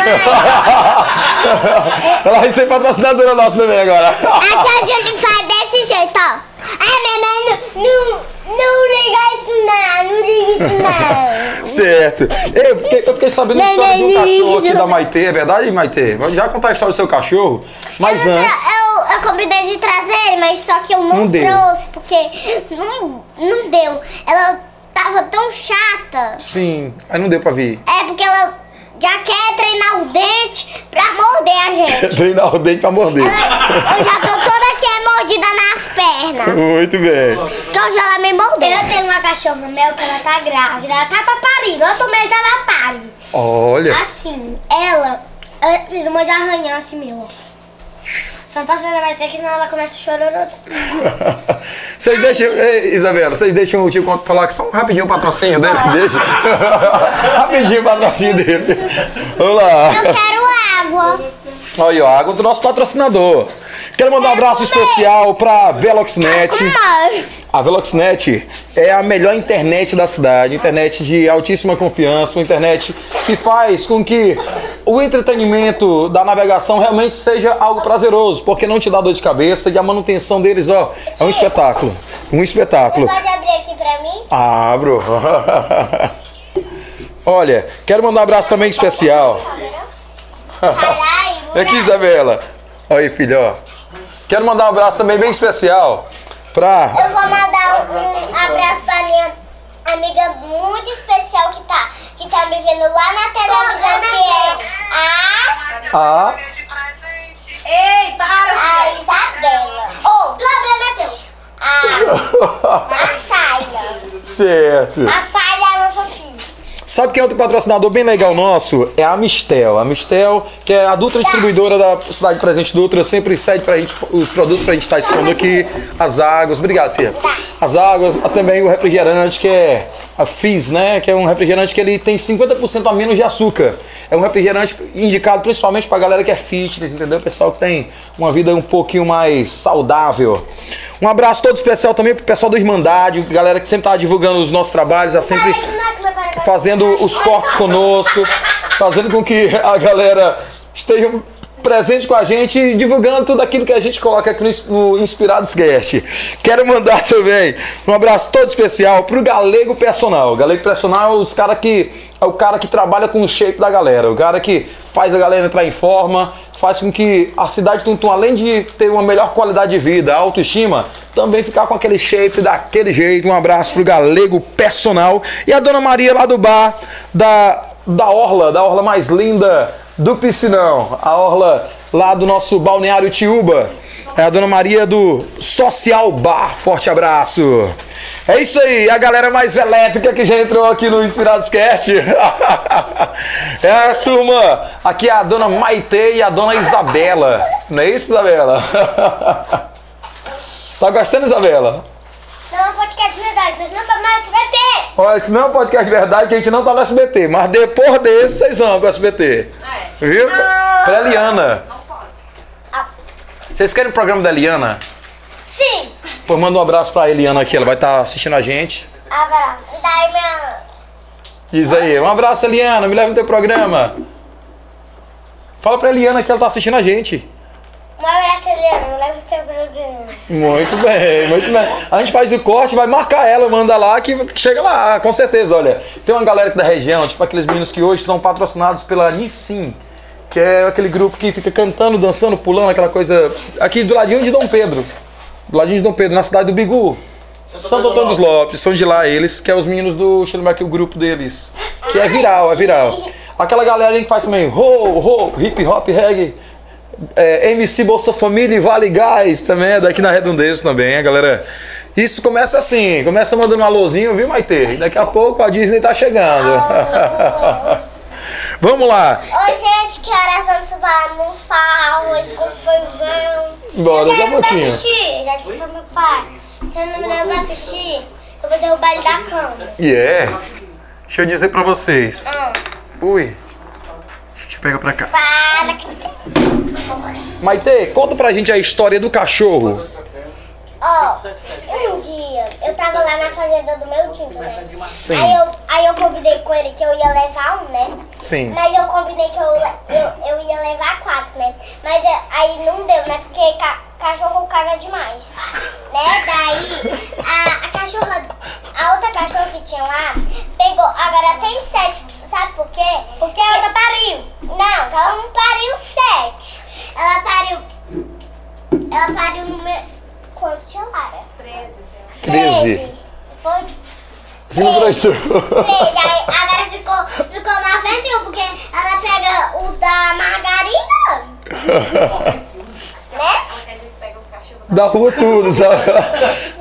[SPEAKER 1] Ela vai ser patrocinadora nossa também agora.
[SPEAKER 2] a tia Júlia faz desse jeito, ó. Ai, minha mãe não, não, não liga isso não, não liga isso não.
[SPEAKER 1] certo. Ei, eu fiquei, eu fiquei sabendo a história do cachorro aqui da Maitê, é verdade, Maitê? Vou já contar a história do seu cachorro, mas
[SPEAKER 2] Eu,
[SPEAKER 1] antes.
[SPEAKER 2] tra- eu, eu combinei de trazer ele, mas só que eu não,
[SPEAKER 1] Não deu.
[SPEAKER 2] trouxe, porque não, não deu. Ela tava tão chata.
[SPEAKER 1] Sim, aí não deu pra vir.
[SPEAKER 2] É porque ela já quer treinar o dente pra morder a gente.
[SPEAKER 1] Treinar o dente pra morder.
[SPEAKER 2] Ela- eu já tô toda aqui é mordida nas pernas.
[SPEAKER 1] Muito bem.
[SPEAKER 2] Então já ela me mordeu.
[SPEAKER 3] Eu tenho uma cachorra mel que ela tá grávida, ela tá pra parir, outro mês ela pare.
[SPEAKER 1] Olha.
[SPEAKER 3] Assim, ela, ela fez um monte de arranhão assim, meu. ó. Só não posso fazer mais até que senão ela começa a chorar.
[SPEAKER 1] Vocês deixam, Ei, Isabela, vocês deixam o tio Conto falar que só um rapidinho o patrocínio dele? Deixa. rapidinho o patrocínio dele. Vamos lá.
[SPEAKER 2] Eu quero água.
[SPEAKER 1] Olha, ó, a água do nosso patrocinador. Quero mandar um abraço especial pra Veloxnet. A Veloxnet é a melhor internet da cidade, internet de altíssima confiança, uma internet que faz com que o entretenimento da navegação realmente seja algo prazeroso, porque não te dá dor de cabeça e a manutenção deles, ó, é um espetáculo. Um espetáculo.
[SPEAKER 2] Pode abrir aqui pra mim?
[SPEAKER 1] Abro. Olha, quero mandar um abraço também especial.
[SPEAKER 2] Caralho.
[SPEAKER 1] É aqui, Isabela. Aí, filho, ó. Quero mandar um abraço também bem especial pra.
[SPEAKER 2] Eu vou mandar um abraço pra minha amiga muito especial que tá, que tá me vendo lá na televisão, que é a,
[SPEAKER 1] A.
[SPEAKER 2] a tá, Isabela. Ou, problema é Deus. A, a Saia.
[SPEAKER 1] Certo.
[SPEAKER 2] A Saia é a nossa filha.
[SPEAKER 1] Sabe quem é outro patrocinador bem legal nosso? É a Mistel. A Mistel, que é a Dutra distribuidora da Cidade Presente Dutra, sempre cede pra gente os produtos pra gente estar expondo aqui. As águas. Obrigado, filha. As águas, ah, também o refrigerante, que é a Fizz, né? Que é um refrigerante que ele tem 50% a menos de açúcar. É um refrigerante indicado principalmente pra galera que é fitness, entendeu? Pessoal que tem uma vida um pouquinho mais saudável. Um abraço todo especial também pro pessoal do Irmandade, galera que sempre tá divulgando os nossos trabalhos, tá sempre
[SPEAKER 2] é
[SPEAKER 1] fazendo os cortes conosco, fazendo com que a galera esteja presente com a gente e divulgando tudo aquilo que a gente coloca aqui no Ins- no Inspirados Guest. Quero mandar também um abraço todo especial pro Galego Personal. Galego Personal é os cara que é o cara que trabalha com o shape da galera, o cara que faz a galera entrar em forma, faz com que a cidade de Tuntum, além de ter uma melhor qualidade de vida, a autoestima, também ficar com aquele shape daquele jeito. Um abraço pro Galego Personal e a Dona Maria lá do bar da, da Orla, da Orla mais linda do Piscinão, a Orla lá do nosso balneário Tiúba. É a Dona Maria do Social Bar. Forte abraço. É isso aí, a galera mais elétrica que já entrou aqui no Inspirados Cast. é a turma, aqui é a dona Maite e a dona Isabela. Não é isso, Isabela? Tá gostando, Isabela?
[SPEAKER 2] Não, podcast de verdade, nós não vamos mais SBT.
[SPEAKER 1] Olha, isso não é um podcast de verdade que a gente não tá no SBT, mas depois desse vocês vão pro SBT. Viu? Pra Eliana. Vocês querem o programa da Eliana?
[SPEAKER 2] Sim.
[SPEAKER 1] Pô, manda um abraço pra Eliana aqui, ela vai estar assistindo a gente.
[SPEAKER 2] Abraço. Ah, Daí, minha...
[SPEAKER 1] Diz aí, um abraço, Eliana, me leva no teu programa. Fala pra Eliana que ela tá assistindo a gente.
[SPEAKER 2] Uma abraço, Eliana, leva o seu programa.
[SPEAKER 1] Muito bem, muito bem. A gente faz o corte, vai marcar ela, manda lá que chega lá, com certeza. Olha, tem uma galera aqui da região, tipo aqueles meninos que hoje são patrocinados pela Nissin, que é aquele grupo que fica cantando, dançando, pulando, aquela coisa. Aqui do ladinho de Dom Pedro. Do ladinho de Dom Pedro, na cidade do Bigu. Santo Antônio dos Lopes, são de lá eles, que é os meninos do Chile que é o grupo deles. Que é viral, é viral. Aquela galerinha que faz também ho, ho, hip hop, reggae. É, MC Bolsa Família e Vale Gás também é daqui na Redondeza também, a galera Isso começa assim, começa mandando um alôzinho, viu, Maite? Daqui a pouco a Disney tá chegando. Vamos lá.
[SPEAKER 2] Oi, gente, que horas antes vai almoçar hoje com feijão?
[SPEAKER 1] Bora, daqui a pouquinho.
[SPEAKER 2] assistir, já disse pro meu pai. Se eu não me der pra assistir, eu vou derrubar ele da cama.
[SPEAKER 1] E é. Deixa eu dizer pra vocês. Ui. Deixa eu te pegar pra cá.
[SPEAKER 2] Para que você...
[SPEAKER 1] Maite, conta pra gente a história do cachorro.
[SPEAKER 2] Ó, um dia eu tava lá na fazenda do meu tio, né?
[SPEAKER 1] Sim.
[SPEAKER 2] Aí eu, aí eu combinei com ele que eu ia levar um, né?
[SPEAKER 1] Sim.
[SPEAKER 2] Mas eu combinei que eu, eu, eu ia levar quatro, né? Mas eu- aí não deu, né? Porque ca, cachorro caga demais. Né? Daí a, a cachorra, a outra cachorra que tinha lá, pegou. Agora tem sete, sabe por quê? Porque a outra pariu. Não, ela não pariu sete. Ela pariu. Ela pariu no meu. Quanto tinha Lara?
[SPEAKER 1] Treze.
[SPEAKER 2] Foi?
[SPEAKER 1] Sim, professor.
[SPEAKER 2] Três, aí agora ficou, ficou 91, porque ela pega o da margarina, né?
[SPEAKER 1] da rua tudo, sabe?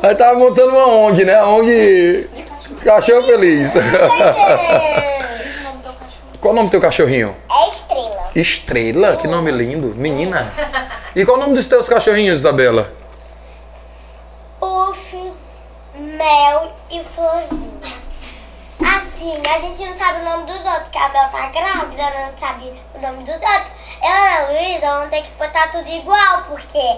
[SPEAKER 1] Aí tava montando uma ONG, né? A ONG Cachorro Feliz.
[SPEAKER 2] É
[SPEAKER 1] Qual o nome do teu cachorrinho?
[SPEAKER 2] estrela.
[SPEAKER 1] Estrela? Que nome lindo. Menina. E qual o nome dos teus cachorrinhos, Isabela?
[SPEAKER 2] Puff, mel e florzinha. Assim, a gente não sabe o nome dos outros, porque a Mel tá grávida, ela não sabe o nome dos outros. Eu e a Luísa vão ter que botar tudo igual, porque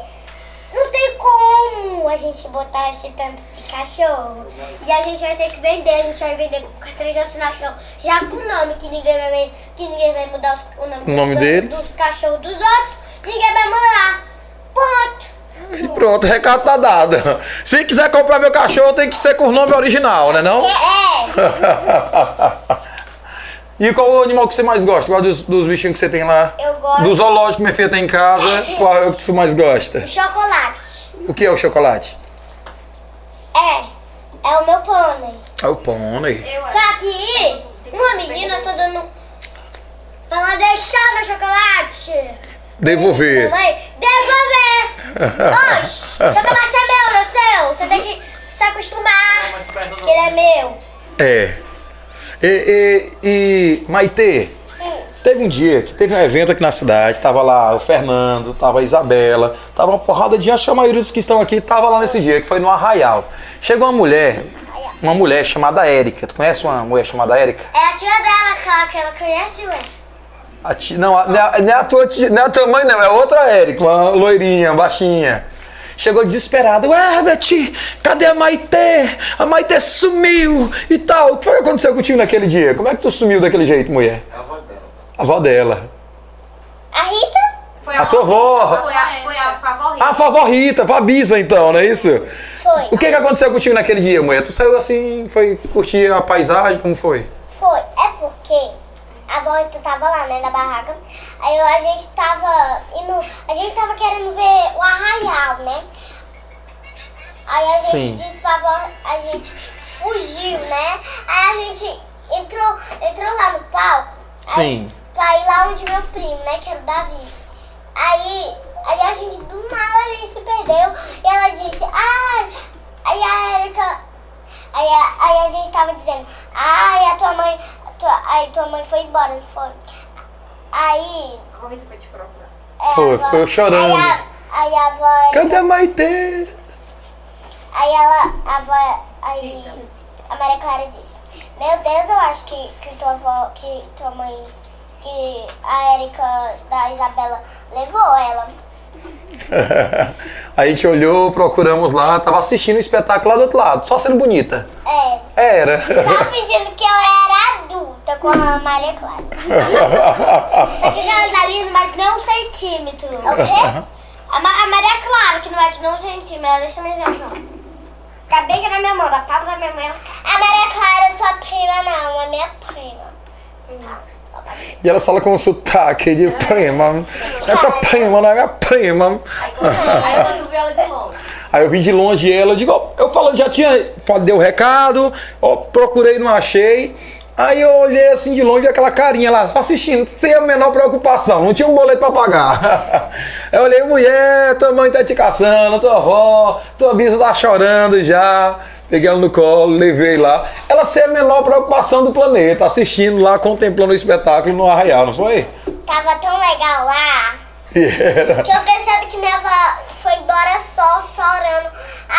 [SPEAKER 2] não tem como a gente botar esse tanto de cachorro. E a gente vai ter que vender, a gente vai vender com cartão de assinato, não. já com o nome, que ninguém vai, que ninguém vai mudar os- o nome,
[SPEAKER 1] O nome
[SPEAKER 2] dos,
[SPEAKER 1] deles?
[SPEAKER 2] dos cachorros dos outros, ninguém vai mudar. Ponto.
[SPEAKER 1] E pronto, o recado tá dado. Se quiser comprar meu cachorro, tem que ser com o nome original, né não?
[SPEAKER 2] É.
[SPEAKER 1] E qual o animal que você mais gosta? Qual dos, dos bichinhos que você tem lá?
[SPEAKER 2] Eu gosto.
[SPEAKER 1] Do zoológico que minha filha tem em casa, qual é o que tu mais gosta?
[SPEAKER 2] Chocolate.
[SPEAKER 1] O que é o chocolate?
[SPEAKER 2] É, é o meu pônei.
[SPEAKER 1] É o pônei.
[SPEAKER 2] Só que uma menina tá dando. Pra ela deixar meu chocolate.
[SPEAKER 1] Devolver.
[SPEAKER 2] Mamãe, devolver! Oxe, chocolate é meu, não é seu. Você tem que se acostumar que ele é meu.
[SPEAKER 1] É. E, e, e Maitê, teve um dia que teve um evento aqui na cidade, tava lá o Fernando, tava a Isabela, tava uma porrada de, acho que a maioria dos que estão aqui tava lá nesse dia, que foi no Arraial. Chegou uma mulher, uma mulher chamada Érica. Tu conhece uma mulher chamada Érica?
[SPEAKER 2] É a tia dela, claro, que ela conhece, ué.
[SPEAKER 1] A ti- não, a- não é- não é a tua, ti- não é a tua mãe, não, é outra Érica, uma loirinha, baixinha. Chegou desesperada. Ué, Beti, cadê a Maitê? A Maitê sumiu e tal. O que foi que aconteceu contigo naquele dia? Como é que tu sumiu daquele jeito, mulher?
[SPEAKER 4] A avó dela.
[SPEAKER 1] A avó dela.
[SPEAKER 2] A Rita?
[SPEAKER 7] Foi
[SPEAKER 1] A tua avó. Ah,
[SPEAKER 7] Foi a, foi a favorita.
[SPEAKER 1] A vovó Rita, Fabisa, então, não é isso?
[SPEAKER 2] Foi.
[SPEAKER 1] O que, que aconteceu contigo naquele dia, mulher? Tu saiu assim, foi curtir a paisagem, como foi?
[SPEAKER 2] Foi, é porque a volta tava lá, né, na barraca. Aí eu- a gente tava indo, a gente tava querendo ver o arraial, né? Aí a gente
[SPEAKER 1] Sim.
[SPEAKER 2] disse pra avó, a gente fugiu, né? Aí a gente entrou, entrou lá no palco.
[SPEAKER 1] Sim.
[SPEAKER 2] Aí, pra ir lá onde meu primo, né, que era o Davi. Aí, aí a gente, do nada, a gente se perdeu. E ela disse, ai, aí a Erika, Aí a, aí a gente tava dizendo, ai, a tua mãe. a tua- aí tua mãe foi embora, não foi? Aí.
[SPEAKER 7] A favorita foi te procurar.
[SPEAKER 2] é,
[SPEAKER 1] Foi,
[SPEAKER 2] a avó-
[SPEAKER 1] ficou chorando.
[SPEAKER 2] Aí a, aí a avó.
[SPEAKER 1] Cadê a Maitê?
[SPEAKER 2] Aí ela. A avó. Aí a Maria Clara disse, meu Deus, eu acho que, que tua avó. Que tua mãe. Que a Erika da Isabela levou ela.
[SPEAKER 1] a gente olhou, procuramos lá, tava assistindo o espetáculo lá do outro lado, só sendo bonita.
[SPEAKER 2] É.
[SPEAKER 1] Era.
[SPEAKER 2] Só fingindo que eu era adulta com a Maria Clara. Só que ela tá linda, mas nem um centímetro. O quê? A, Ma- a Maria Clara, que não é de nem um centímetro, ela deixa mais não. Tá bem que na minha mão, da palma da minha mãe. A Maria Clara é tua prima, não, é minha prima.
[SPEAKER 1] E ela fala com um sotaque de prima. É tua prima, não é minha prima.
[SPEAKER 7] Aí quando viu ela de longe.
[SPEAKER 1] Aí eu vim de longe ela, eu digo, ó, eu falando, já tinha, fa- deu o recado, ó, procurei, não achei. Aí eu olhei assim de longe, aquela carinha lá, só assistindo, sem a menor preocupação, não tinha um boleto pra pagar. Aí eu olhei, mulher, tua mãe tá te caçando, tua avó, tua bisa tá chorando já. Peguei ela no colo, levei lá. Ela sem a menor preocupação do planeta, assistindo lá, contemplando o espetáculo no arraial, não foi?
[SPEAKER 2] Tava tão legal lá.
[SPEAKER 1] E era.
[SPEAKER 2] Que eu pensando que minha avó foi embora só chorando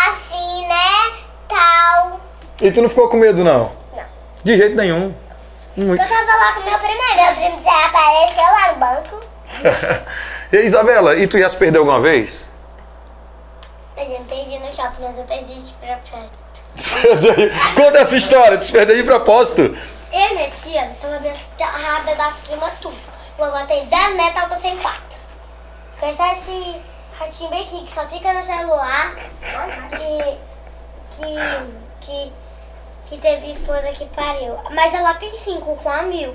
[SPEAKER 2] assim, né? Tal.
[SPEAKER 1] E tu não ficou com medo, não? Não. De jeito nenhum. Muito.
[SPEAKER 2] Eu tava lá com meu primo, aí meu primo desapareceu lá no banco.
[SPEAKER 1] e Isabela, e tu já se perdeu alguma vez?
[SPEAKER 2] Mas eu me perdi no shopping, mas eu perdi de propósito.
[SPEAKER 1] Se perdeu aí. Conta essa história, tu se perdeu de propósito.
[SPEAKER 2] Eu e minha tia tava me rápida das primas tudo. Minha avó tem 10 netas, ela tem 4. Conhece esse ratinho bem aqui que só fica no celular. Que. que. que. que teve esposa que pariu. Mas ela tem 5 com a mil.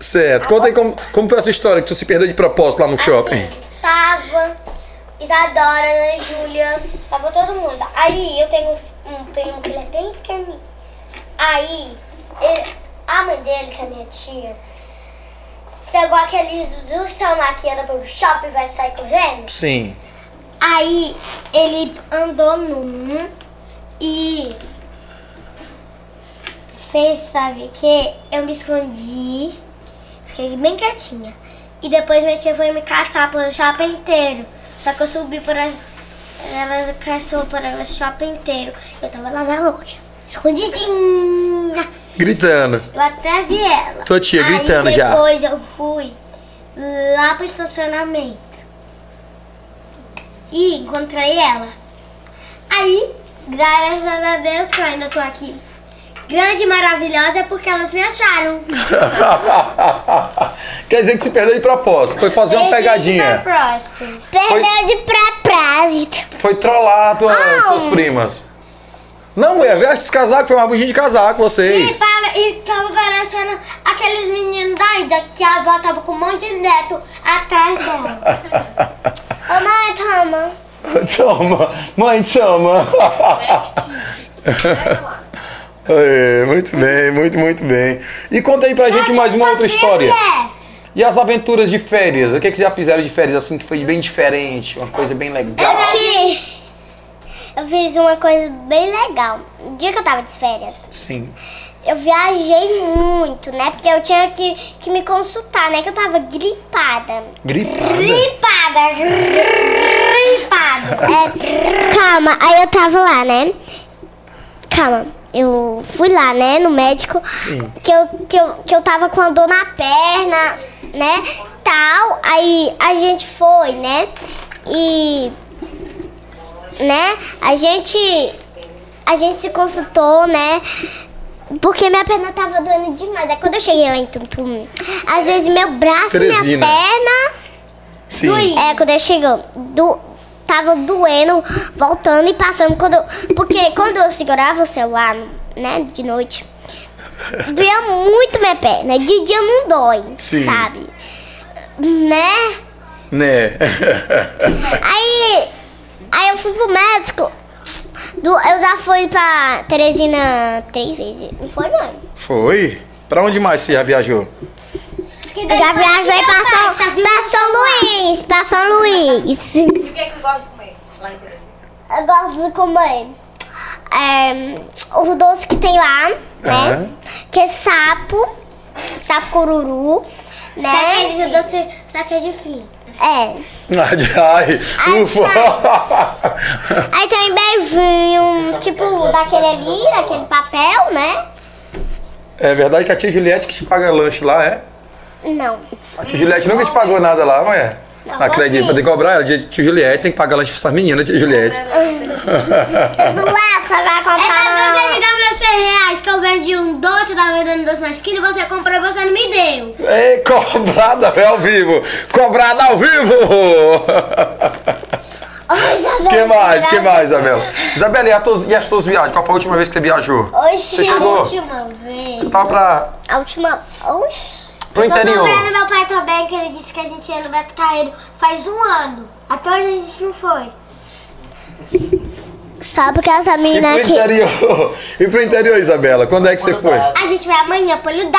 [SPEAKER 1] Certo, conta aí como, como foi essa história que tu se perdeu de propósito lá no shopping.
[SPEAKER 2] Assim, tava Isadora, Ana Júlia, tava todo mundo. Aí eu tenho um um primo que ele é bem pequenininho. Aí ele- a mãe dele, que é minha tia, pegou aqueles ursos lá que anda pelo shopping e vai sair correndo.
[SPEAKER 1] Sim.
[SPEAKER 2] Aí ele andou num e fez, sabe o que? Eu me escondi, fiquei bem quietinha. E depois minha tia foi me caçar pelo shopping inteiro. Só que eu subi por as- ela caçou por ela o shopping inteiro. Eu tava lá na loja, escondidinha.
[SPEAKER 1] Gritando.
[SPEAKER 2] Eu até vi ela.
[SPEAKER 1] Tua tia gritando
[SPEAKER 2] Aí
[SPEAKER 1] já.
[SPEAKER 2] Depois eu fui lá pro estacionamento. E encontrei ela. Aí, graças a Deus que eu ainda tô aqui. Grande e maravilhosa é porque elas me acharam.
[SPEAKER 1] Quer dizer que se perdeu de propósito, foi fazer uma pegadinha.
[SPEAKER 2] Próximo.
[SPEAKER 1] Foi-
[SPEAKER 2] de propósito.
[SPEAKER 1] Foi trollar tua, tuas primas. Não, mulher, veste esse casaco, foi uma buginha de casaco,
[SPEAKER 2] E,
[SPEAKER 1] vocês.
[SPEAKER 2] para, e tava parecendo aqueles meninos da Índia que a avó tava com um monte de neto atrás dela. Ô mãe, toma.
[SPEAKER 1] Toma, mãe, toma. É, muito bem, muito, muito bem. E conta aí pra gente mais uma outra história. E as aventuras de férias? O que, que vocês já fizeram de férias assim que foi bem diferente? Uma coisa bem legal.
[SPEAKER 2] Eu fiz uma coisa bem legal. No dia que eu tava de férias,
[SPEAKER 1] Sim.
[SPEAKER 2] eu viajei muito, né? Porque eu tinha que, que me consultar, né? Que eu tava gripada.
[SPEAKER 1] Gripada.
[SPEAKER 2] Gripada! Gripada! É, calma, aí eu tava lá, né? Calma, eu fui lá, né, no médico.
[SPEAKER 1] Sim.
[SPEAKER 2] Que eu, que, eu, que eu tava com a dor na perna, né? Tal. Aí a gente foi, né? E. Né? A gente. A gente se consultou, né? Porque minha perna tava doendo demais. Aí quando eu cheguei lá em Tuntum, às vezes meu braço e
[SPEAKER 1] Teresina.
[SPEAKER 2] minha perna.
[SPEAKER 1] Sim.
[SPEAKER 2] É, quando eu chego, do, tava doendo, voltando e passando. Quando eu- porque quando eu segurava o celular, né, de noite, doía muito minha perna. De dia não dói,
[SPEAKER 1] Sim.
[SPEAKER 2] sabe? Né?
[SPEAKER 1] Né?
[SPEAKER 2] Aí, aí eu fui pro médico. Do- eu já fui pra Teresina três vezes. Não foi, mãe?
[SPEAKER 1] Foi? Pra onde mais você já viajou?
[SPEAKER 2] Eu já viajei pra São, pra São Luís, pra São Luís.
[SPEAKER 7] é? E o que é que tu gosta de comer lá em Teresina?
[SPEAKER 2] Eu gosto de comer é, os doces que tem lá, né?
[SPEAKER 1] Aham.
[SPEAKER 2] Que é sapo, sapo cururu, né?
[SPEAKER 8] É,
[SPEAKER 2] Saqueiro de doce, saqueiro de fim. É.
[SPEAKER 1] Ai,
[SPEAKER 2] Ai, tá.
[SPEAKER 1] ufa.
[SPEAKER 2] Aí tem beijinho, tipo daquele ali, daquele papel, né?
[SPEAKER 1] É verdade que a tia Juliette que te paga lanche lá, é?
[SPEAKER 2] Não.
[SPEAKER 1] A tia Juliette nunca te pagou nada lá, não é?
[SPEAKER 2] Não,
[SPEAKER 1] Acredita,
[SPEAKER 2] assim.
[SPEAKER 1] pra ter que cobrar ela. Tia tia Juliette tem que pagar lanche pra essas meninas, tia Juliette.
[SPEAKER 2] Tudo lá, é, você vai
[SPEAKER 7] É
[SPEAKER 2] comprar.
[SPEAKER 8] Tá, Você me dá meus 100 reais que eu vendi um doce, eu tava vendendo doce na esquina e você comprou e você não me deu.
[SPEAKER 1] Ei, cobrada ao vivo! Cobrada ao vivo!
[SPEAKER 2] Isabela,
[SPEAKER 7] né?
[SPEAKER 1] que mais?
[SPEAKER 2] você
[SPEAKER 1] que
[SPEAKER 2] vai-
[SPEAKER 1] mais, Isabela? Isabela, e as, tuas, e as tuas viagens? Qual foi a última vez que você viajou?
[SPEAKER 2] Oxi,
[SPEAKER 1] Você
[SPEAKER 2] a
[SPEAKER 1] chegou?
[SPEAKER 2] última vez.
[SPEAKER 1] Você tava pra,
[SPEAKER 2] A última. Oxi.
[SPEAKER 1] pro interior.
[SPEAKER 8] Comprando meu pai também, que ele disse que a gente ia no Beto Carreiro faz um ano. Até hoje a gente não foi.
[SPEAKER 2] só porque essa
[SPEAKER 1] E
[SPEAKER 2] menina
[SPEAKER 1] pro
[SPEAKER 2] aqui.
[SPEAKER 1] interior, e pro interior, Isabela, quando é que você foi?
[SPEAKER 3] A gente vai amanhã pro olho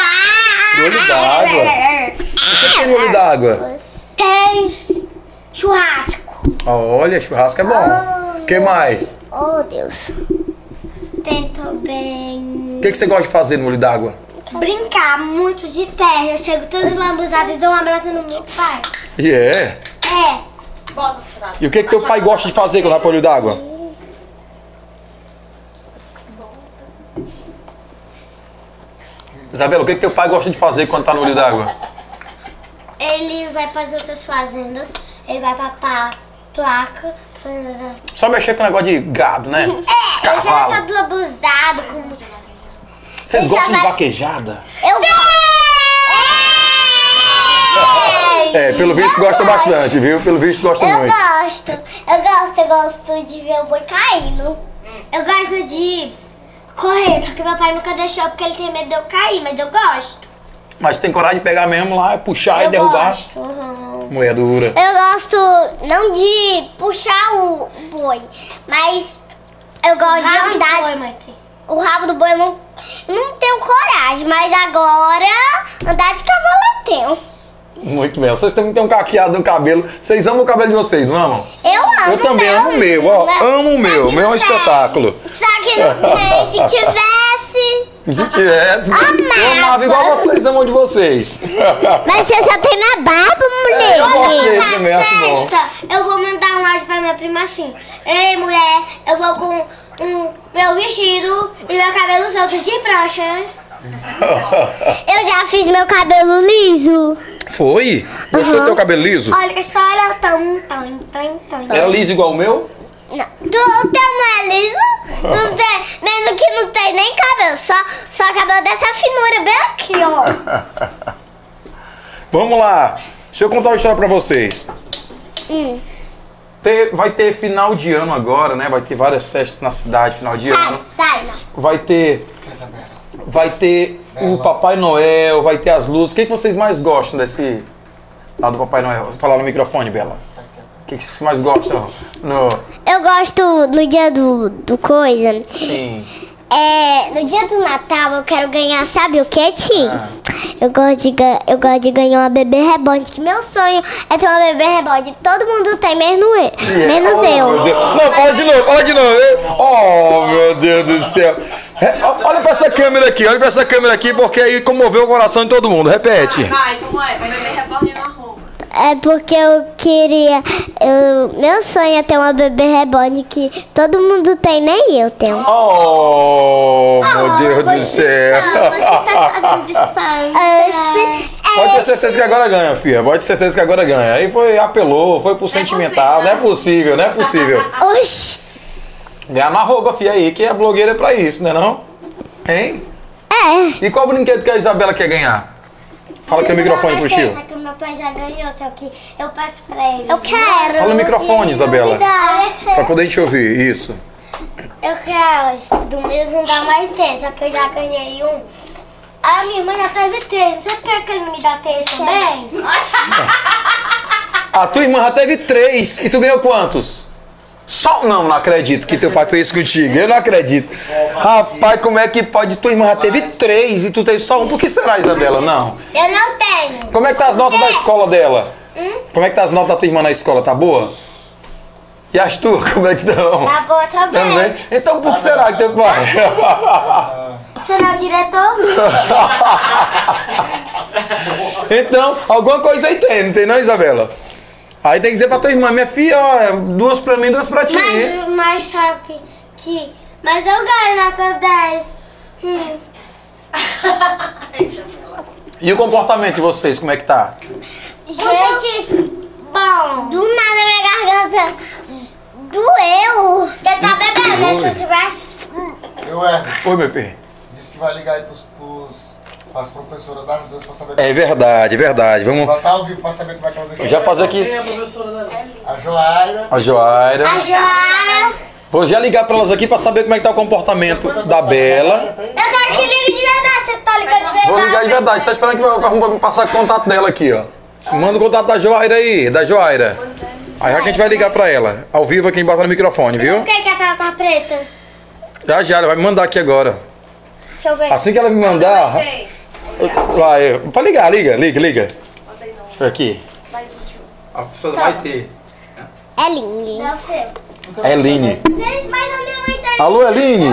[SPEAKER 1] Olho
[SPEAKER 3] É,
[SPEAKER 1] d'água.
[SPEAKER 3] d'água.
[SPEAKER 1] O que que tem no olho
[SPEAKER 2] Ah, é.
[SPEAKER 1] d'água?
[SPEAKER 3] Tem churrasco.
[SPEAKER 1] Olha, churrasco é
[SPEAKER 2] Ah.
[SPEAKER 1] bom. O que mais?
[SPEAKER 2] Oh, Deus.
[SPEAKER 3] Tem também
[SPEAKER 1] O que, que você gosta de fazer no olho d'água?
[SPEAKER 3] brincar muito de terra. Eu chego toda lambuzada e dou um abraço no meu pai.
[SPEAKER 1] E é.
[SPEAKER 3] É,
[SPEAKER 9] Bota no churrasco.
[SPEAKER 1] E o que que teu pai gosta de fazer quando vai pro olho d'água? Isabela, o que que teu pai gosta de fazer quando tá no olho d'água?
[SPEAKER 3] ele vai para as outras fazendas, ele vai pra pá- placa.
[SPEAKER 1] Só mexer com o negócio de gado, né?
[SPEAKER 3] Ele já tá
[SPEAKER 1] Cavalo.
[SPEAKER 3] lambuzado com
[SPEAKER 1] Vocês
[SPEAKER 3] Ele já
[SPEAKER 1] gostam de
[SPEAKER 3] vai-
[SPEAKER 1] vaquejada?
[SPEAKER 3] Eu gosto.
[SPEAKER 1] É, pelo visto gosta bastante, viu? Pelo visto gosta
[SPEAKER 3] Eu
[SPEAKER 1] muito.
[SPEAKER 3] gosto. Eu gosto, eu gosto de ver o boi caindo. Eu gosto de correr, só que meu pai nunca deixou porque ele tem medo de eu cair, mas eu gosto.
[SPEAKER 1] Mas tem coragem de pegar mesmo lá, puxar
[SPEAKER 3] eu
[SPEAKER 1] e derrubar.
[SPEAKER 3] gosto. uhum.
[SPEAKER 1] Mulher dura.
[SPEAKER 3] Eu gosto não de puxar o boi, mas eu gosto de andar.
[SPEAKER 2] O rabo do boi eu não, não tenho coragem, mas agora andar de cavalo eu tenho.
[SPEAKER 1] Muito bem. Vocês também têm um caqueado no cabelo. Vocês amam o cabelo de vocês, não amam?
[SPEAKER 2] Eu amo
[SPEAKER 1] Eu também
[SPEAKER 2] meu,
[SPEAKER 1] amo o meu, ó.
[SPEAKER 2] Ah, né?
[SPEAKER 1] Amo o
[SPEAKER 2] Só
[SPEAKER 1] meu. O
[SPEAKER 2] que
[SPEAKER 1] meu é
[SPEAKER 2] não
[SPEAKER 1] um
[SPEAKER 2] tem.
[SPEAKER 1] espetáculo.
[SPEAKER 2] Só que não tem. Se tivesse.
[SPEAKER 1] Se tivesse, eu
[SPEAKER 2] Amava.
[SPEAKER 1] amava igual vocês amam de vocês.
[SPEAKER 2] Mas você só tem na barba,
[SPEAKER 1] É, eu gosto
[SPEAKER 2] mulher.
[SPEAKER 1] desse também, acho bom.
[SPEAKER 3] festa, Tá eu vou mandar um áudio pra minha prima assim. Ei, mulher, eu vou com um, meu vestido e meu cabelo solto de brocha.
[SPEAKER 2] Eu já fiz meu cabelo liso.
[SPEAKER 1] Foi? Gostou do teu cabelo liso?
[SPEAKER 3] Olha só, olha o tom, tom, tom, tom.
[SPEAKER 1] Era É liso igual o meu?
[SPEAKER 2] Não. Tu, o teu não é liso? Tu não tem, mesmo que não tem nem cabelo, só, só cabelo dessa finura bem aqui, ó.
[SPEAKER 1] Vamos lá. Deixa eu contar uma história pra vocês.
[SPEAKER 2] Hum,
[SPEAKER 1] Ter- vai ter final de ano agora, né? Vai ter várias festas na cidade, final de ano.
[SPEAKER 2] Sai, não.
[SPEAKER 1] Vai ter. Vai ter o Papai Noel, vai ter as luzes. O que, que vocês mais gostam desse. Lá do Papai Noel? Falar no microfone, Bela. O que, que vocês mais gostam? No.
[SPEAKER 2] Eu gosto no dia do, do coisa.
[SPEAKER 1] Sim.
[SPEAKER 2] É, no dia do Natal eu quero ganhar, sabe o que, Ti?
[SPEAKER 1] Ah.
[SPEAKER 2] Eu, gosto de, ga- eu gosto de ganhar uma bebê reborn, que meu sonho é ter uma bebê reborn. Todo mundo tem, menos eu.
[SPEAKER 1] é
[SPEAKER 2] Menos
[SPEAKER 1] Meu
[SPEAKER 2] eu.
[SPEAKER 1] Deus. Não, fala de novo, fala de novo. hein? Oh, meu Deus do céu. Re- o- Olha pra essa câmera aqui, olha pra essa câmera aqui, porque aí comoveu o coração de todo mundo. Repete.
[SPEAKER 9] Vai, como é? Vai beber reborn na roupa.
[SPEAKER 2] É porque eu queria. eu- meu sonho é ter uma bebê reborn que todo mundo tem, nem eu tenho.
[SPEAKER 1] Oh, meu Deus do céu.
[SPEAKER 3] tá Ah,
[SPEAKER 2] Oxi.
[SPEAKER 1] Pode ter certeza que agora ganha, filha. Pode ter certeza que agora ganha. Aí foi, apelou, foi pro sentimental. Não é possível, não é possível.
[SPEAKER 2] Oxi.
[SPEAKER 1] Ganhar na rouba, filha, aí, que a blogueira é pra isso, né não? Hein? É. E qual brinquedo que a Isabela quer ganhar? Fala que é o microfone pro Chico.
[SPEAKER 3] Só que meu pai já ganhou, só que eu peço pra ele.
[SPEAKER 2] Eu quero.
[SPEAKER 1] Fala no microfone, Isabela.
[SPEAKER 3] Eu
[SPEAKER 1] Pra poder te ouvir, isso.
[SPEAKER 3] quero do mesmo da Maitê, só que eu já ganhei um. A minha irmã já teve três. Você quer que ele me dá três também?
[SPEAKER 1] A tua irmã já teve três e tu ganhou quantos? Só não, não acredito que teu pai fez isso contigo. Eu não acredito. Rapaz, como é que pode? Tua irmã já teve três e tu teve só um. Por que será, Isabela? Não.
[SPEAKER 3] Eu não tenho.
[SPEAKER 1] Como é que tá as notas da escola dela? Como é que tá as notas da tua irmã na escola? Tá boa? E as tuas, como é que estão?
[SPEAKER 3] Tá boa também.
[SPEAKER 1] Também? Então por que será que teu pai?
[SPEAKER 3] Você não é o diretor?
[SPEAKER 1] então, alguma coisa aí tem, não tem não, Isabela? Aí tem que dizer pra tua irmã, minha filha, ó, duas pra mim, duas pra ti.
[SPEAKER 3] Mas, mas sabe que. Mas eu ganho nota 10. Hum.
[SPEAKER 1] E o comportamento de vocês, como é que tá?
[SPEAKER 3] Gente, bom.
[SPEAKER 2] Do nada minha garganta doeu.
[SPEAKER 3] Eu tava bebendo, mas se eu tivesse.
[SPEAKER 4] Eu é.
[SPEAKER 1] Oi, meu filho.
[SPEAKER 4] Disse que vai ligar aí pros, pros, pras professoras das duas pra saber.
[SPEAKER 1] É verdade, é verdade. Vamos
[SPEAKER 4] Vai estar ao vivo pra saber como é que elas
[SPEAKER 1] já fazer aqui.
[SPEAKER 5] Quem é a professora da Luz?
[SPEAKER 4] A Joaira.
[SPEAKER 1] A Joaira.
[SPEAKER 3] A Joara.
[SPEAKER 1] Vou já ligar pra elas aqui pra saber como é que tá o comportamento da Bela.
[SPEAKER 3] Eu quero que ligue de verdade, você tá ligando de verdade.
[SPEAKER 1] Vou ligar de verdade. Você tá esperando que eu- eu vou passar o contato dela aqui, ó. Manda o contato da Joaira aí, da Joaira. Aí já que a gente vai ligar pra ela. Ao vivo aqui embaixo no microfone, viu?
[SPEAKER 8] Por que, que ela tá preta?
[SPEAKER 1] Já já, ela vai me mandar aqui agora.
[SPEAKER 8] Deixa eu ver.
[SPEAKER 1] Assim que ela me mandar. Vai, eu- pode ligar, liga, liga, liga. Deixa eu ver aqui.
[SPEAKER 6] A pessoa vai ter.
[SPEAKER 2] É lindo.
[SPEAKER 8] É o seu.
[SPEAKER 1] Eline.
[SPEAKER 8] Mas a minha mãe tá
[SPEAKER 1] Alô, Eline!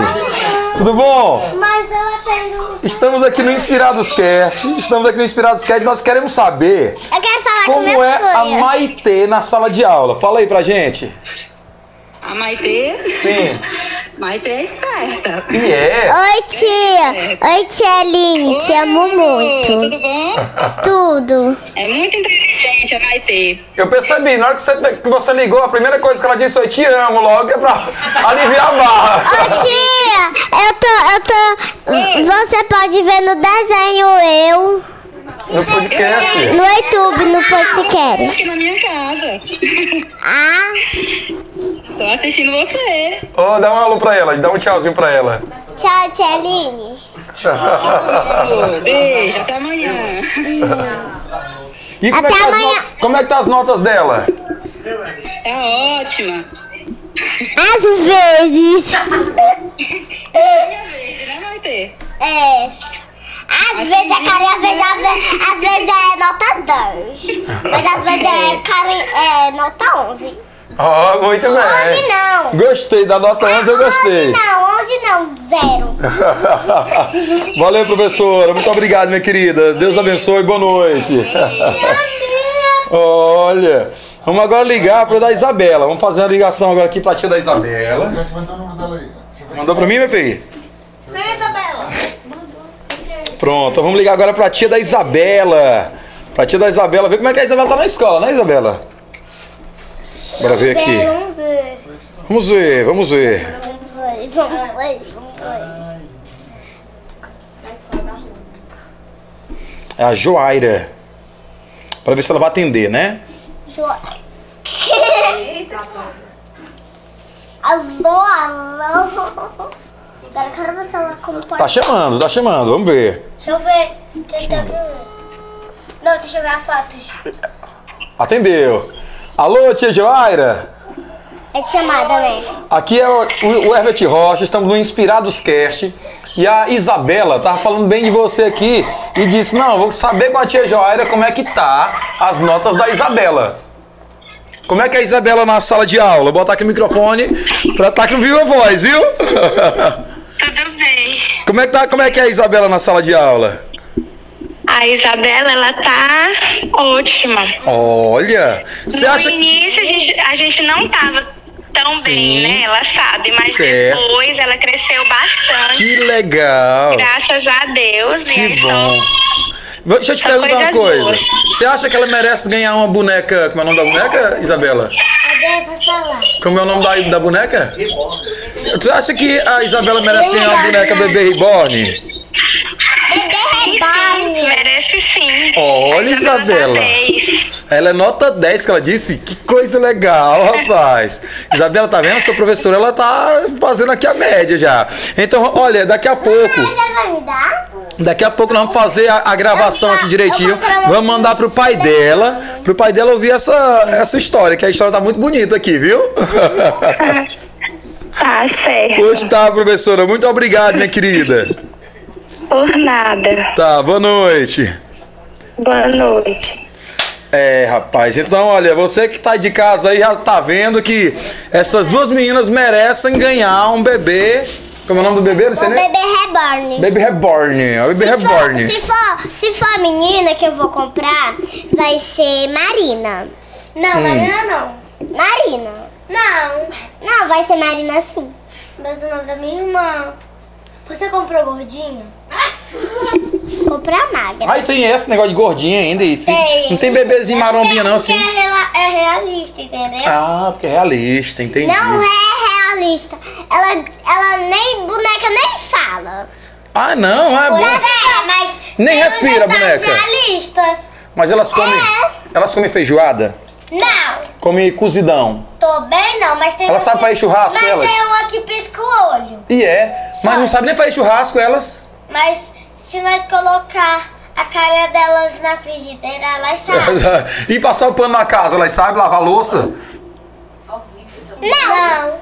[SPEAKER 1] Tudo bom?
[SPEAKER 8] Mas ela tem um.
[SPEAKER 1] Estamos aqui no Inspirados Cast. Estamos aqui no Inspirados Cast. Nós queremos saber
[SPEAKER 2] Eu quero falar com
[SPEAKER 1] como
[SPEAKER 2] minha
[SPEAKER 1] é a
[SPEAKER 2] sonha.
[SPEAKER 1] Maitê na sala de aula. Fala aí pra gente.
[SPEAKER 10] A Maitê,
[SPEAKER 1] Sim.
[SPEAKER 10] Maitê é esperta.
[SPEAKER 1] E é?
[SPEAKER 2] Oi, tia. Oi, tia Aline. Te amo muito.
[SPEAKER 10] Tudo bom?
[SPEAKER 2] Tudo.
[SPEAKER 10] É muito inteligente a Maitê.
[SPEAKER 1] Eu percebi, na hora que você, que você ligou, a primeira coisa que ela disse foi te amo logo, que é pra aliviar a barra.
[SPEAKER 2] Ô, tia. Eu tô, eu tô... Você pode ver no desenho eu.
[SPEAKER 1] No podcast.
[SPEAKER 2] No YouTube, no podcast.
[SPEAKER 10] Aqui na minha casa.
[SPEAKER 2] Ah,
[SPEAKER 10] Tô assistindo você.
[SPEAKER 1] Ô, dá um alô pra ela, dá um tchauzinho pra ela.
[SPEAKER 2] tchau, tia Aline.
[SPEAKER 10] Beijo, até amanhã.
[SPEAKER 1] E como é, que
[SPEAKER 2] Até
[SPEAKER 1] tá as
[SPEAKER 2] amanhã.
[SPEAKER 1] no- como é que tá as notas dela?
[SPEAKER 10] Tá ótima.
[SPEAKER 2] Às vezes.
[SPEAKER 10] Beijo, né, Maitê?
[SPEAKER 2] É. Às vezes é carinha, às vezes, às vezes- às vezes é nota 10. Mas às vezes é carinha, é nota 11.
[SPEAKER 1] Ó, muito bem.
[SPEAKER 2] 11 não.
[SPEAKER 1] Gostei da nota 11, É. eu gostei.
[SPEAKER 2] 11 não, 11 não, zero.
[SPEAKER 1] Valeu, professora. Muito obrigado, minha querida. Deus abençoe. Boa noite. Olha, vamos agora ligar para da Isabela. Vamos fazer a ligação agora aqui para a tia da Isabela.
[SPEAKER 4] Já te mandou o número dela aí. Deixa eu ver.
[SPEAKER 1] Mandou para mim, minha filha?
[SPEAKER 7] Senta, Bela.
[SPEAKER 1] Pronto, vamos ligar agora para a tia da Isabela. Para a tia da Isabela, ver como é que a Isabela tá na escola, né, Isabela? Bora ver aqui.
[SPEAKER 8] Vamos ver.
[SPEAKER 1] Vamos ver, vamos ver.
[SPEAKER 8] Vamos ver. Vamos ver. Vamos ver.
[SPEAKER 1] É a Joaira. Para ver se ela vai atender, né?
[SPEAKER 8] Alô, alô. Agora eu quero ver se ela
[SPEAKER 1] Tá
[SPEAKER 8] comporta.
[SPEAKER 1] chamando, tá chamando. Vamos ver.
[SPEAKER 8] Deixa eu ver. Tentando ver. Não, deixa eu ver a foto.
[SPEAKER 1] Atendeu. Alô, tia Joaira?
[SPEAKER 2] É chamada, né?
[SPEAKER 1] Aqui é o, o Herbert Rocha, estamos no Inspirados Cast. E a Isabela tava falando bem de você aqui e disse: Não, vou saber com a tia Joaira como é que tá as notas da Isabela. Como é que é a Isabela na sala de aula? Vou botar aqui o microfone pra estar aqui no Viva Voz, viu?
[SPEAKER 10] Tudo bem.
[SPEAKER 1] Como é, que tá, como é que é a Isabela na sala de aula?
[SPEAKER 10] A Isabela, ela tá ótima.
[SPEAKER 1] Olha! Você acha.
[SPEAKER 10] No início a gente, a gente não tava tão
[SPEAKER 1] Sim.
[SPEAKER 10] bem, né? Ela sabe, mas
[SPEAKER 1] Certo.
[SPEAKER 10] depois ela cresceu bastante.
[SPEAKER 1] Que legal!
[SPEAKER 10] Graças a Deus. e aí
[SPEAKER 1] Que
[SPEAKER 10] só-
[SPEAKER 1] bom. Vou- Deixa eu te
[SPEAKER 10] só
[SPEAKER 1] perguntar uma
[SPEAKER 10] coisas
[SPEAKER 1] coisa.
[SPEAKER 10] boas.
[SPEAKER 1] Você acha que ela merece ganhar uma boneca? Como é o nome da boneca, Isabela?
[SPEAKER 8] Cadê? Vai falar.
[SPEAKER 1] Como é o nome da, da boneca? Você acha que a Isabela merece ganhar uma boneca bebê reborn?
[SPEAKER 10] Sim, sim, merece sim. é
[SPEAKER 1] Olha, Isabela.
[SPEAKER 10] parabéns.
[SPEAKER 1] Ela é nota 10 que ela disse. Que coisa legal, rapaz. Isabela, tá vendo? A tua professora, ela tá fazendo aqui a média já. Então, olha, daqui a pouco.
[SPEAKER 8] Você vai me dar?
[SPEAKER 1] Daqui a pouco nós vamos fazer a, a gravação aqui direitinho. Vamos mandar pro pai dela, pro pai dela ouvir essa, essa história, que a história tá muito bonita aqui, viu?
[SPEAKER 10] Tá certo.
[SPEAKER 1] Pois tá, professora. Muito obrigado, minha querida.
[SPEAKER 10] Por nada.
[SPEAKER 1] Tá, boa noite.
[SPEAKER 10] Boa noite.
[SPEAKER 1] É, rapaz, então olha, você que tá de casa aí já tá vendo que essas duas meninas merecem ganhar um bebê. Como é o nome do bebê? Não sei
[SPEAKER 2] O
[SPEAKER 1] nem.
[SPEAKER 2] bebê reborn.
[SPEAKER 1] Bebê reborn. É o bebê reborn.
[SPEAKER 2] Se for, se for a menina que eu vou comprar, vai ser Marina.
[SPEAKER 1] Hum.
[SPEAKER 8] Não, Marina não.
[SPEAKER 2] Marina.
[SPEAKER 8] Não.
[SPEAKER 2] Não, vai ser Marina sim.
[SPEAKER 8] Mas o nome da minha irmã. Você comprou gordinha?
[SPEAKER 2] Comprar magra.
[SPEAKER 1] Aí tem esse negócio de gordinha ainda e fica-
[SPEAKER 8] Sei.
[SPEAKER 1] Não tem bebezinho marombinha, não,
[SPEAKER 8] Porque
[SPEAKER 1] assim.
[SPEAKER 8] é, rela- é realista, entendeu?
[SPEAKER 1] Ah, porque é realista, entendi.
[SPEAKER 2] Não é realista. Ela, ela nem. Boneca nem fala.
[SPEAKER 1] Ah, não, é
[SPEAKER 8] Mas
[SPEAKER 1] bom.
[SPEAKER 8] é, mas.
[SPEAKER 1] Nem
[SPEAKER 8] tem os
[SPEAKER 1] respira,
[SPEAKER 8] detalhes
[SPEAKER 1] boneca.
[SPEAKER 2] é
[SPEAKER 8] realistas.
[SPEAKER 1] Mas elas comem. Elas comem feijoada,
[SPEAKER 8] Não,
[SPEAKER 1] comem cozidão.
[SPEAKER 8] tô bem não, mas tem.
[SPEAKER 1] Ela
[SPEAKER 2] um
[SPEAKER 8] uma
[SPEAKER 1] sabe
[SPEAKER 8] que-
[SPEAKER 1] fazer churrasco,
[SPEAKER 8] Mas
[SPEAKER 1] elas?
[SPEAKER 8] tem uma que pisca o olho.
[SPEAKER 1] E é. Mas não sabe nem fazer churrasco, elas.
[SPEAKER 8] Mas se nós colocar a cara delas na frigideira, elas sabem.
[SPEAKER 1] e passar o pano na casa, elas sabem lavar a louça.
[SPEAKER 2] Não.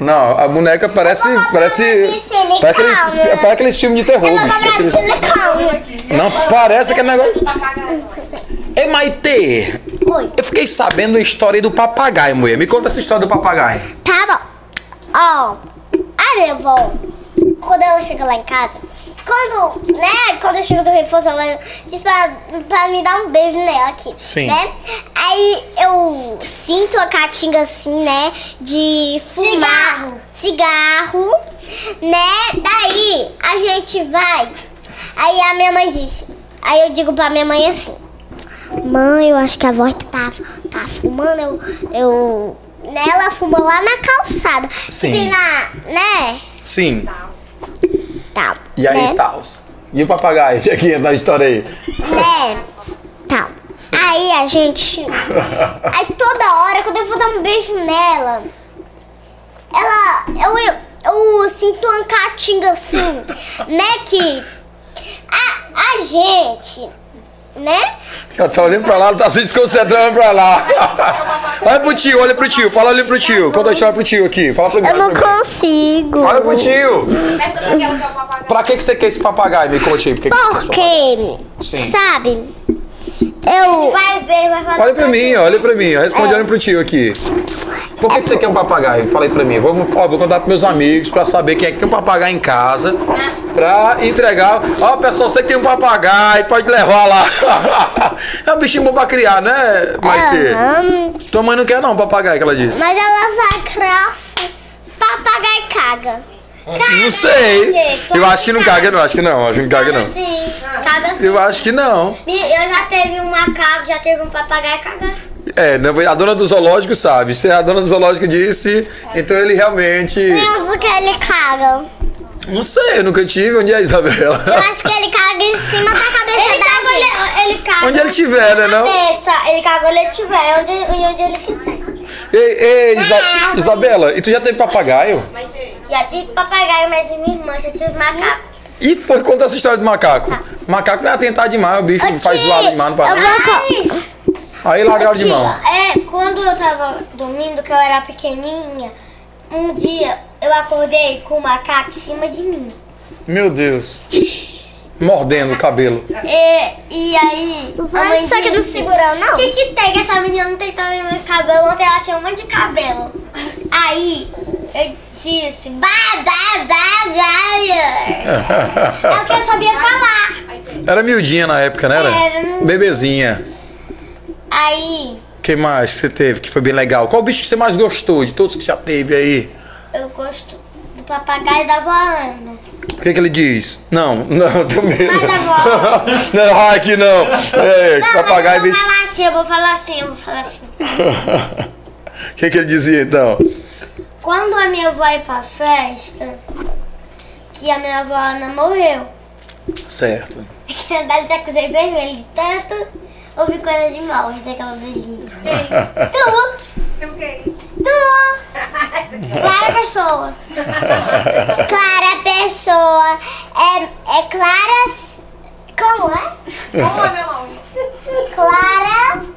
[SPEAKER 1] Não, a boneca parece. Parece.
[SPEAKER 2] silicone.
[SPEAKER 1] Parece aqueles, é, parece aqueles filmes de
[SPEAKER 2] é,
[SPEAKER 1] terror, bicho.
[SPEAKER 2] né? Papai de
[SPEAKER 1] Aqueles-
[SPEAKER 2] silicone.
[SPEAKER 1] não, parece aquele
[SPEAKER 2] é
[SPEAKER 1] negócio.
[SPEAKER 11] Pra cagar
[SPEAKER 1] Ei, Maitê,
[SPEAKER 2] Oi.
[SPEAKER 1] eu fiquei sabendo a história do papagaio, mulher. Me conta essa história do papagaio.
[SPEAKER 2] Tá bom. Ó, a minha avó, quando ela chega lá em casa, quando, né, quando eu chego do reforço, ela diz pra, pra me dar um beijo nela aqui.
[SPEAKER 1] Sim.
[SPEAKER 2] Né? Aí eu sinto a caatinga assim, né, de fumar. Cigarro. Né? Daí a gente vai. Aí a minha mãe disse. Aí eu digo pra minha mãe assim. Mãe, eu acho que a avó tá, tá fumando. Eu, eu. né, Ela fuma lá na calçada.
[SPEAKER 1] Sim.
[SPEAKER 2] Tem lá, né?
[SPEAKER 1] Sim.
[SPEAKER 2] Tal.
[SPEAKER 1] E aí, tá.
[SPEAKER 2] né?
[SPEAKER 1] tal. E o papagaio? E aqui na história aí?
[SPEAKER 2] Né? Tal. Aí a gente. aí toda hora, quando eu vou dar um beijo nela, ela. Eu, eu, eu sinto uma caatinga assim, né? Que. A, a gente. Né?
[SPEAKER 1] Ela tá olhando pra lá, ela tá se desconcentrando pra lá.
[SPEAKER 11] é
[SPEAKER 1] Olha pro tio, olha pro tio. Fala ali pro tio. Conta a história pro tio aqui. Fala pra mim.
[SPEAKER 2] Eu não
[SPEAKER 1] olha pra mim.
[SPEAKER 2] consigo.
[SPEAKER 1] Olha pro tio.
[SPEAKER 11] perto daquela que é o papagaio.
[SPEAKER 1] Pra que, que você quer esse papagaio? Me conte aí. Por que que você quer esse papagaio?
[SPEAKER 2] Porque,
[SPEAKER 1] Sim.
[SPEAKER 2] sabe? Eu. Vai ver, vai falar.
[SPEAKER 1] Olha pra mim, olha pra mim.
[SPEAKER 2] É.
[SPEAKER 1] Responde olhando pro tio aqui. Por que, que você quer um papagaio? Fala aí pra mim. Vou, ó, vou contar pros meus amigos pra saber quem é que tem um papagaio em casa. Pra entregar. Ó, pessoal, você que tem um papagaio, pode levar lá. É um bichinho bom pra criar, né, Maite? Tua mãe não quer não, um papagaio, que ela disse.
[SPEAKER 2] Mas ela vai cresce, papagaio caga.
[SPEAKER 1] Não sei.
[SPEAKER 2] Caga,
[SPEAKER 1] Eu acho que não caga, não. Acho que não. Acho que não caga, não.
[SPEAKER 2] Sim, caga sim.
[SPEAKER 1] Ah. Eu acho que não.
[SPEAKER 2] Me- Eu já teve um macaco, já teve um papagaio cagar.
[SPEAKER 1] É, não, a dona do zoológico sabe. Se a dona do zoológico disse, então ele realmente.
[SPEAKER 2] Onde que ele caga?
[SPEAKER 1] Não sei, eu nunca tive. Onde é a Isabela?
[SPEAKER 2] Eu acho que ele caga em cima da cabeça da gente. ele caga
[SPEAKER 1] Onde ele tiver, né? Não?
[SPEAKER 2] cabeça, ele caga onde ele tiver, onde, onde ele quiser.
[SPEAKER 1] Ei, ei, Isa- Isabela, e tu já teve papagaio?
[SPEAKER 2] Já tive papagaio, mas minha irmã já tive macaco.
[SPEAKER 1] E foi contar essa história do macaco. Macaco não é atentado demais, o bicho faz zoado demais, não faz nada. Aí largaram de mão.
[SPEAKER 2] É, quando eu tava dormindo, que eu era pequenininha, um dia eu acordei com um macaco em cima de mim.
[SPEAKER 1] Meu Deus. Mordendo o cabelo.
[SPEAKER 2] É, e aí. a mãe só que não segurou, não. O que, que tem que essa menina não tem também meus cabelos? Ontem ela tinha um monte de cabelo. Aí eu disse, badadagaia. É o que eu sabia falar.
[SPEAKER 1] Era miudinha na época, né? Era.
[SPEAKER 2] Era.
[SPEAKER 1] Bebezinha.
[SPEAKER 2] Aí
[SPEAKER 1] que mais que você teve que foi bem legal? Qual bicho que você mais gostou de todos que já teve aí?
[SPEAKER 2] eu gosto do papagaio da vó Ana.
[SPEAKER 1] O que, que ele diz? Não, não, eu tenho medo.
[SPEAKER 2] Vai dar
[SPEAKER 1] não, aqui não. É, papagaio
[SPEAKER 2] Ah, eu vou
[SPEAKER 1] bicho.
[SPEAKER 2] falar assim, eu vou falar assim, eu vou falar assim.
[SPEAKER 1] O que, que ele dizia então?
[SPEAKER 2] Quando a minha avó ia pra festa, que a minha avó Ana morreu,
[SPEAKER 1] Certo.
[SPEAKER 2] que na verdade até cruzei vermelho de tanto, houve coisa de morte aquela velhinha. tu,
[SPEAKER 11] Eu quero.
[SPEAKER 2] tu, Clara Pessoa. Clara Pessoa, é, é Clara... Como é?
[SPEAKER 11] Vamos lá, meu longe.
[SPEAKER 2] Clara.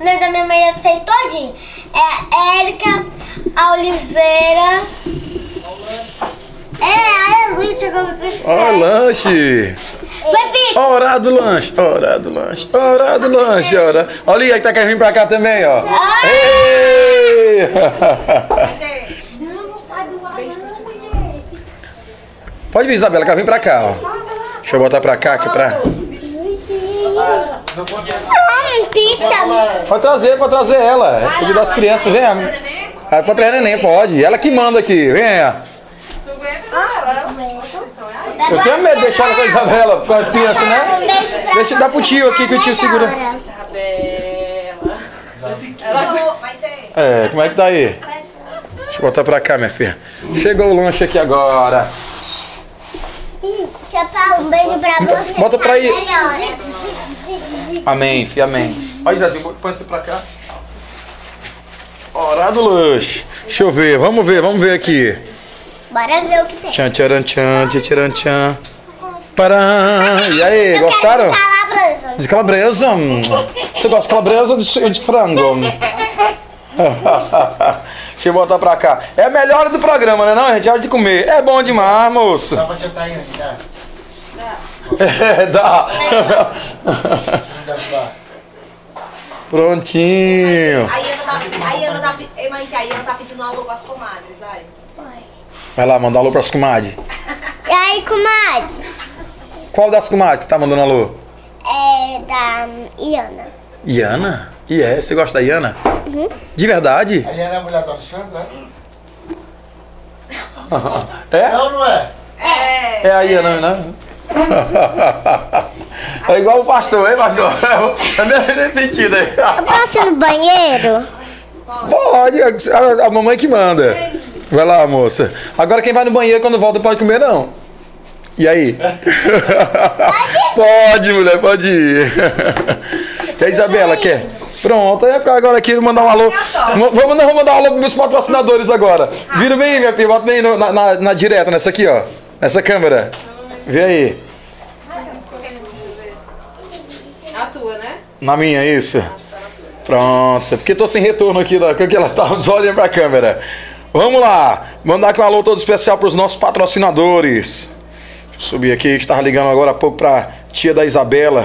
[SPEAKER 2] O nome da minha mãe eu sei todinho. É Érica a Oliveira. É, a Luísa que eu me fiz.
[SPEAKER 1] Ó,
[SPEAKER 11] É.
[SPEAKER 1] lanche!
[SPEAKER 2] Foi
[SPEAKER 1] Ó, horário do lanche! Ó, horário do lanche! Ó, horário do lanche! ó, Hora... Olha aí que tá querendo vir pra cá também, ó! Ei!
[SPEAKER 11] Não, não sai do ar, não, mulher.
[SPEAKER 1] Pode vir, Isabela, quer vir pra cá, ó. Deixa eu botar pra cá aqui pra.
[SPEAKER 2] Hum,
[SPEAKER 4] Ah,
[SPEAKER 2] pizza.
[SPEAKER 4] é,
[SPEAKER 1] Pode trazer, pode trazer ela. É comida das crianças, vem.
[SPEAKER 11] né?
[SPEAKER 1] Ah, pode trazer neném, pode. Ela que manda aqui, vem.
[SPEAKER 11] Tu aguenta, Isabela?
[SPEAKER 1] Eu tenho medo de deixar ela com a Isabela, com as crianças,
[SPEAKER 2] Um
[SPEAKER 1] né?
[SPEAKER 2] beijo pra
[SPEAKER 1] Deixa eu dar pro tio aqui que o tio segura.
[SPEAKER 11] Isabela. Vai ter.
[SPEAKER 1] É, como é que tá aí? Deixa eu botar pra cá, minha filha. Chegou o lanche aqui agora.
[SPEAKER 2] Deixa eu falar um beijo pra você. né?
[SPEAKER 1] Bota pra aí.
[SPEAKER 2] Melhor.
[SPEAKER 1] Amém, filho, amém. Olha, Zezinho, põe isso pra cá. Hora do lanche. Deixa eu ver, vamos ver, vamos ver aqui.
[SPEAKER 2] Bora ver o que tem.
[SPEAKER 1] Tchan, tcharam, tchan, tchan, tcharam, tchan. Pará. E aí, gostaram?
[SPEAKER 2] Eu quero falar pra você.
[SPEAKER 1] De calabresa? hum. Você gosta de calabresa ou de, ou de frango? hum? Deixa eu botar pra cá. É a melhor hora do programa, né não, gente? Hora de comer. É bom demais, moço.
[SPEAKER 4] Dá pra adiantar ainda, não dá?
[SPEAKER 1] É, dá.
[SPEAKER 4] Não dá pra.
[SPEAKER 1] Prontinho.
[SPEAKER 7] Aí Ana tá, aí Ana tá, ei, mãe, que aí Ana tá pedindo alô pras comadres, vai.
[SPEAKER 1] Vai lá, mandar alô pras comadres.
[SPEAKER 8] E aí, comadre?
[SPEAKER 1] Qual das comadres que tá mandando alô?
[SPEAKER 8] É da Iana.
[SPEAKER 1] Iana? E é? Você gosta da Iana? De verdade?
[SPEAKER 4] Aí era a mulher do Alexandre, né?
[SPEAKER 1] É?
[SPEAKER 4] Não, não é?
[SPEAKER 7] É,
[SPEAKER 1] É a Iana, né? É igual o pastor, hein, pastor? É mesmo nesse sentido aí.
[SPEAKER 8] Eu posso ir no banheiro?
[SPEAKER 1] Pode, a, a mamãe que manda. Vai lá, moça. Agora quem vai no banheiro quando volta não pode comer, não. E aí? pode, mulher, pode ir. E a Isabela quer? Pronto, aí vai ficar agora aqui, mandar um alô. Vamos, vamos não, vou mandar um alô pros meus patrocinadores agora. Vira bem aí, minha filha, bota bem aí no- na, na, na direta, nessa aqui, ó. Nessa câmera. Vê aí.
[SPEAKER 7] a tua, né?
[SPEAKER 1] Na minha, isso. Pronto. Porque tô sem retorno aqui, da, que elas estavam só olhando pra câmera. Vamos lá. Mandar com um alô todo especial pros nossos patrocinadores. Deixa eu subir aqui, que estava ligando agora há pouco pra tia da Isabela.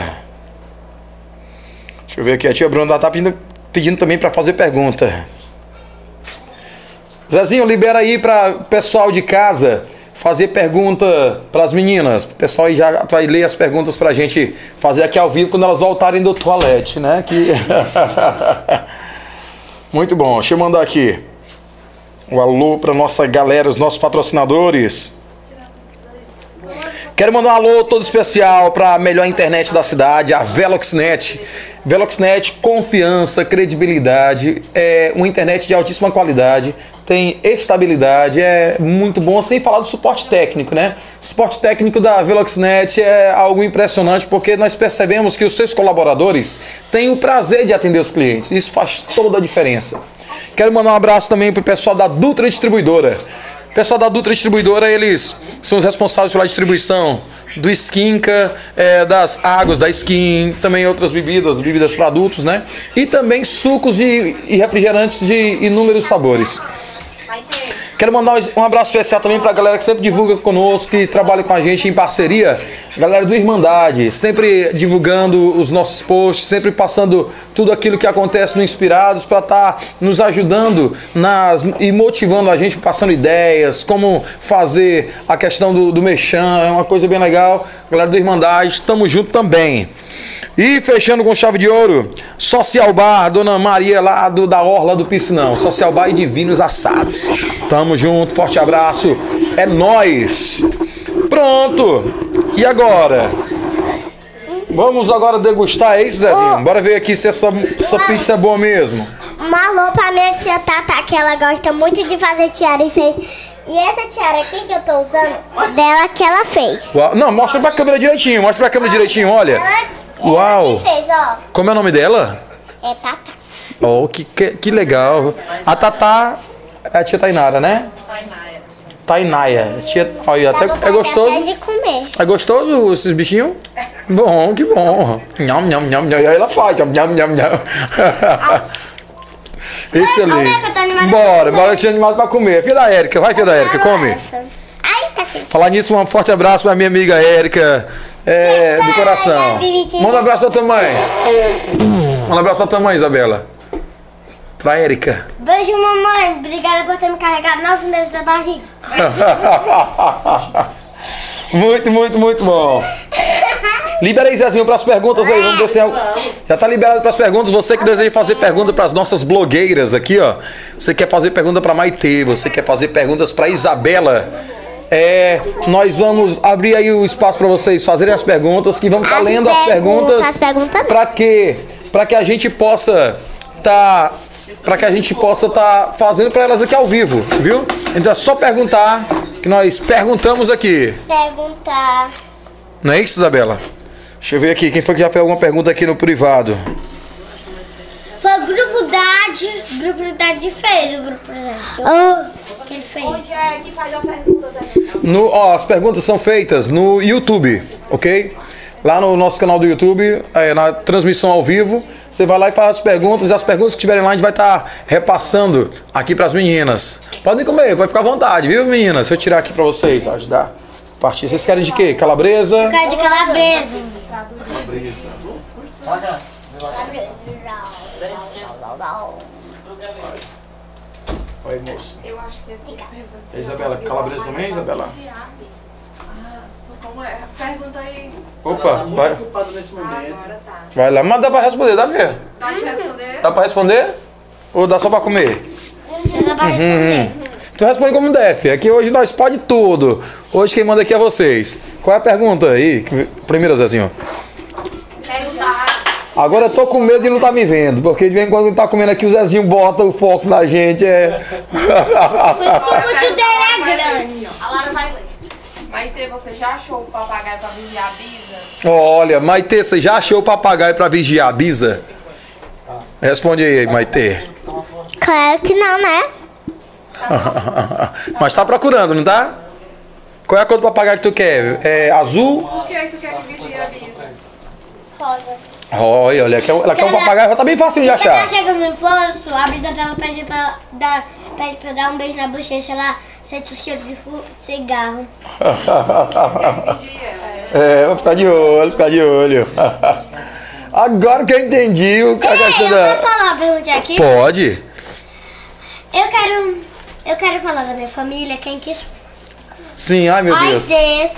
[SPEAKER 1] Deixa eu ver aqui. A tia Bruna tá pedindo, pedindo também pra fazer pergunta. Zezinho, libera aí para pessoal de casa fazer pergunta para as meninas. O pessoal aí já vai ler as perguntas para a gente fazer aqui ao vivo quando elas voltarem do toalete, né? Que... Muito bom. Deixa eu mandar aqui um alô para nossa galera, os nossos patrocinadores. Quero mandar um alô todo especial para a melhor internet da cidade, a Veloxnet. Veloxnet, confiança, credibilidade, é uma internet de altíssima qualidade, tem estabilidade, é muito bom, sem falar do suporte técnico, né? O suporte técnico da Veloxnet é algo impressionante porque nós percebemos que os seus colaboradores têm o prazer de atender os clientes. Isso faz toda a diferença. Quero mandar um abraço também para o pessoal da Dutra Distribuidora. O pessoal da Dutra Distribuidora, eles são os responsáveis pela distribuição do Skinca, eh, das águas da Skin, também outras bebidas, bebidas para adultos, né? E também sucos e, e refrigerantes de inúmeros sabores. Quero mandar um abraço especial também pra galera que sempre divulga conosco, que trabalha com a gente em parceria. Galera do Irmandade, sempre divulgando os nossos posts, sempre passando tudo aquilo que acontece no Inspirados pra estar nos ajudando nas, e motivando a gente, passando ideias, como fazer a questão do, do mexão, é uma coisa bem legal. Galera do Irmandade, estamos junto também. E fechando com chave de ouro, Social Bar, Dona Maria lá do, da Orla do Piscinão. Social Bar e Divinos Assados. Tamo junto, forte abraço. É nós. Pronto. E agora? Vamos agora degustar, é isso, Zezinho? Bora ver aqui se essa, essa pizza é boa mesmo.
[SPEAKER 8] Um alô pra minha tia Tata, que ela gosta muito de fazer tiara e fez. E essa tiara aqui que eu tô usando, dela que ela fez.
[SPEAKER 1] Uau. Não, mostra pra câmera direitinho, mostra pra câmera direitinho, olha.
[SPEAKER 8] Ela, ela
[SPEAKER 1] Uau.
[SPEAKER 8] que fez, ó.
[SPEAKER 1] Como é o nome dela?
[SPEAKER 8] É Tata.
[SPEAKER 1] Oh, que, que, que legal. A Tatá é a tia Tainara, né? Tainaya. Tainaya. Tia, olha,
[SPEAKER 8] Dá
[SPEAKER 1] até, é
[SPEAKER 8] vontade
[SPEAKER 1] gostoso.
[SPEAKER 8] até de comer.
[SPEAKER 1] É gostoso esses bichinhos? Bom, que bom. Nham, nham, nham, nham. E aí ela faz. Nham, nham, nham, nham. Excelente.
[SPEAKER 8] é que eu tô animada
[SPEAKER 1] Bora,
[SPEAKER 8] pra comer.
[SPEAKER 1] bora que eu tinha animado pra comer. Filha da Érica, vai, filha da Érica, come.
[SPEAKER 8] Abraço. Ai, tá quente.
[SPEAKER 1] Falar nisso, um forte abraço pra minha amiga Érica. é, do coração. Manda um abraço pra tua mãe. Manda um abraço pra tua mãe, Isabela. Pra Érica.
[SPEAKER 3] Beijo, mamãe. Obrigada por ter me carregado nove meses da barriga.
[SPEAKER 1] Muito, muito, muito bom. Libera aí, Zezinho, para as perguntas aí. Vamos ver se tem algo. Já tá liberado para as perguntas. Você que deseja fazer pergunta para as nossas blogueiras aqui, ó. Você quer fazer pergunta para Maitê, você quer fazer perguntas para Isabela. É, nós vamos abrir aí o espaço para vocês fazerem as perguntas, que vamos estar
[SPEAKER 8] As
[SPEAKER 1] lendo as
[SPEAKER 8] perguntas,
[SPEAKER 1] perguntas.
[SPEAKER 8] as perguntas mesmo.
[SPEAKER 1] Para que para que a gente possa tá para que a gente possa tá fazendo para elas aqui ao vivo, viu? Então é só perguntar que nós perguntamos aqui.
[SPEAKER 8] Pergunta.
[SPEAKER 1] Não é isso, Isabela? Deixa eu ver aqui, quem foi que já fez alguma pergunta aqui no privado?
[SPEAKER 3] Foi o grupo Dade, grupo Dade fez, o grupo Dade. Que ele fez.
[SPEAKER 7] Onde é que faz a pergunta, Zé?
[SPEAKER 1] No, ó, as perguntas são feitas no YouTube, ok? lá no nosso canal do YouTube, é, na transmissão ao vivo. Você vai lá e faz as perguntas, e as perguntas que tiverem lá a gente vai estar repassando aqui para as meninas. Podem comer, pode ficar à vontade, viu, meninas? Deixa eu tirar aqui para vocês, pra ajudar. a Partir. Vocês querem de quê? Calabresa?
[SPEAKER 3] Ficar de calabresa.
[SPEAKER 1] Oi, moço. Eu acho que é Isabela, calabresa também, Isabela?
[SPEAKER 7] Como é? Pergunta aí.
[SPEAKER 1] Opa,
[SPEAKER 5] Muito
[SPEAKER 1] vai,
[SPEAKER 5] ocupada nesse momento.
[SPEAKER 7] Agora tá.
[SPEAKER 1] vai lá. Mas dá pra responder, dá pra ver?
[SPEAKER 7] Dá pra responder?
[SPEAKER 1] Dá pra responder? Ou dá só pra comer? Uhum. Tu responde como def. Aqui hoje nós pode tudo. Hoje quem manda aqui é vocês. Qual é a pergunta aí? Primeiro, Zezinho. Agora eu tô com medo de não estar me vendo, porque de vez em quando ele tá comendo aqui, o Zezinho bota o foco na gente. É...
[SPEAKER 3] O dele é grande.
[SPEAKER 7] Maite, você já achou o papagaio pra vigiar a Bisa?
[SPEAKER 1] Olha, Maitê, você já achou o papagaio pra vigiar a Bisa? Responde aí, Maitê.
[SPEAKER 8] Claro que não, né?
[SPEAKER 1] Mas tá procurando, não tá? Qual é a cor do papagaio que tu quer? É azul?
[SPEAKER 7] Por que tu quer que vigie a Bisa?
[SPEAKER 1] Olha, ela quer, ela quer um papagaio, tá bem fácil de
[SPEAKER 3] Quando ela
[SPEAKER 1] achar.
[SPEAKER 3] chega no fosso, a brisa dela pede pra, dar, pede pra dar um beijo na bochecha, ela sente o cheiro de fu- cigarro.
[SPEAKER 7] Vigia ela.
[SPEAKER 1] É, vou ficar de olho, ficar de olho. Agora que eu entendi o que a
[SPEAKER 3] Ei, eu
[SPEAKER 1] questão
[SPEAKER 3] quero
[SPEAKER 1] da...
[SPEAKER 3] falar uma perguntinha aqui.
[SPEAKER 1] Pode?
[SPEAKER 3] Eu quero, eu quero falar da minha família, quem quis...
[SPEAKER 1] Sim, ai meu
[SPEAKER 3] Ai,
[SPEAKER 1] Deus.
[SPEAKER 3] Zé,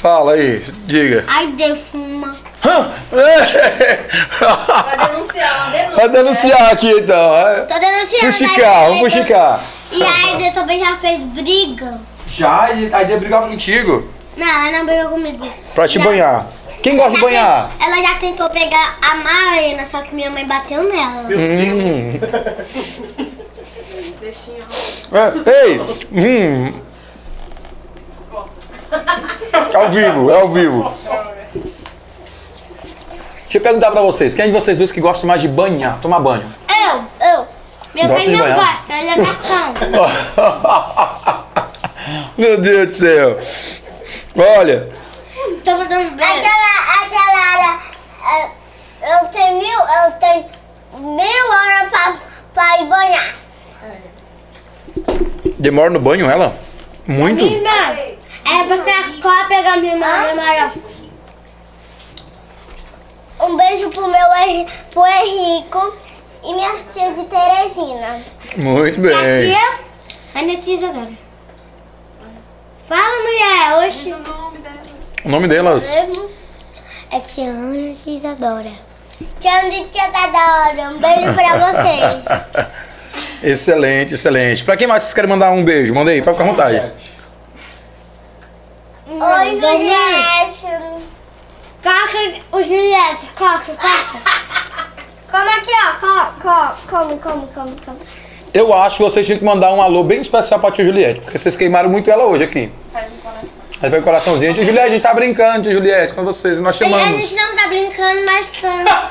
[SPEAKER 1] Fala aí, diga.
[SPEAKER 3] ai, Zé fuma.
[SPEAKER 1] Hã?
[SPEAKER 7] Vai denunciar, Tá ela denuncia.
[SPEAKER 1] Vai denunciar aqui então. é.
[SPEAKER 3] Tô denunciando.
[SPEAKER 1] Fuxicar,
[SPEAKER 3] ai,
[SPEAKER 1] vamos
[SPEAKER 3] Zé,
[SPEAKER 1] fuxicar.
[SPEAKER 3] tô- E a Aide também já fez briga.
[SPEAKER 1] Já, e a ideia brigava contigo.
[SPEAKER 3] Não, ela não brigou comigo.
[SPEAKER 1] Pra te
[SPEAKER 3] Já- Tá
[SPEAKER 1] banhar. Quem gosta de banhar?
[SPEAKER 3] Ela já tentou pegar a Marina, só que minha mãe bateu nela.
[SPEAKER 7] Deixinha.
[SPEAKER 1] É, Ei! Hum. Ao vivo, é ao vivo. Deixa eu perguntar pra vocês, quem é de vocês dois que gosta mais de banhar, tomar banho?
[SPEAKER 3] Eu, eu. Minha
[SPEAKER 1] Gosta de
[SPEAKER 3] mãe não
[SPEAKER 1] banhar?
[SPEAKER 3] gosta, ela é gatão.
[SPEAKER 1] Meu Deus do céu. Olha,
[SPEAKER 3] Tô botando
[SPEAKER 8] tá
[SPEAKER 3] beijo.
[SPEAKER 8] Aquela, aquela hora, é, eu tenho mil, eu tenho mil horas pra, pra ir banhar.
[SPEAKER 1] demora no banho ela? Muito?
[SPEAKER 3] Irmã, é pra ficar cola pegar minha irmã, demora.
[SPEAKER 8] Um beijo pro meu Hen- pro Henrico e minha tia de Teresina.
[SPEAKER 1] Muito
[SPEAKER 3] E a
[SPEAKER 1] bem.
[SPEAKER 3] tia? A minha tia agora. Fala, mulher, hoje.
[SPEAKER 7] Diz o nome dela.
[SPEAKER 1] O nome delas?
[SPEAKER 3] É tia Ana e tia Isadora.
[SPEAKER 8] Tia de tia tá da hora. Um beijo pra vocês.
[SPEAKER 1] Excelente, excelente. Pra quem mais vocês querem mandar um beijo? Manda aí, pode ficar à vontade.
[SPEAKER 8] Oi, Juliette.
[SPEAKER 3] Coca, o Juliette, coca, coca.
[SPEAKER 8] Como aqui, ó. Co- co- Come, come, come, come.
[SPEAKER 1] Eu acho que vocês tinham que mandar um alô bem especial pra tia Juliette, porque vocês queimaram muito ela hoje aqui.
[SPEAKER 7] Faz um coração.
[SPEAKER 1] Aí foi um coraçãozinho. Tia Juliette, a gente tá brincando, tia Juliette, com vocês, nós
[SPEAKER 3] A
[SPEAKER 1] chamamos.
[SPEAKER 3] gente não tá brincando, mas tá.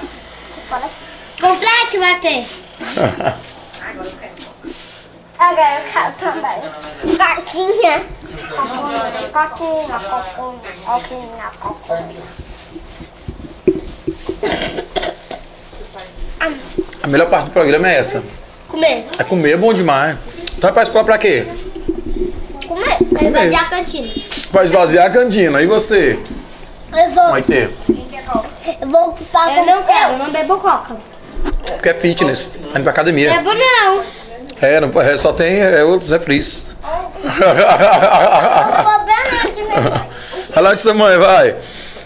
[SPEAKER 3] Complete, Matheus.
[SPEAKER 8] Agora eu quero também. Coquinha. Coquinha, coquinha, coquinha, coquinha.
[SPEAKER 1] A melhor parte do programa é essa.
[SPEAKER 3] Comer.
[SPEAKER 1] É comer é bom demais. Tu vai pra escola pra quê?
[SPEAKER 3] Comer.
[SPEAKER 1] Comer.
[SPEAKER 3] Vai a cantina.
[SPEAKER 1] Pra esvaziar a cantina. E você?
[SPEAKER 8] Eu vou,
[SPEAKER 1] Vai ter.
[SPEAKER 8] eu vou pra
[SPEAKER 3] Eu não quero,
[SPEAKER 8] comer.
[SPEAKER 3] eu não bebo coca.
[SPEAKER 1] Porque é fitness. A gente pra academia.
[SPEAKER 3] Bebo não.
[SPEAKER 1] É, não, é, só tem é, o Zé Fris.
[SPEAKER 8] Eu vou
[SPEAKER 3] é
[SPEAKER 8] pra de meu pai.
[SPEAKER 1] Vai lá com sua mãe, vai.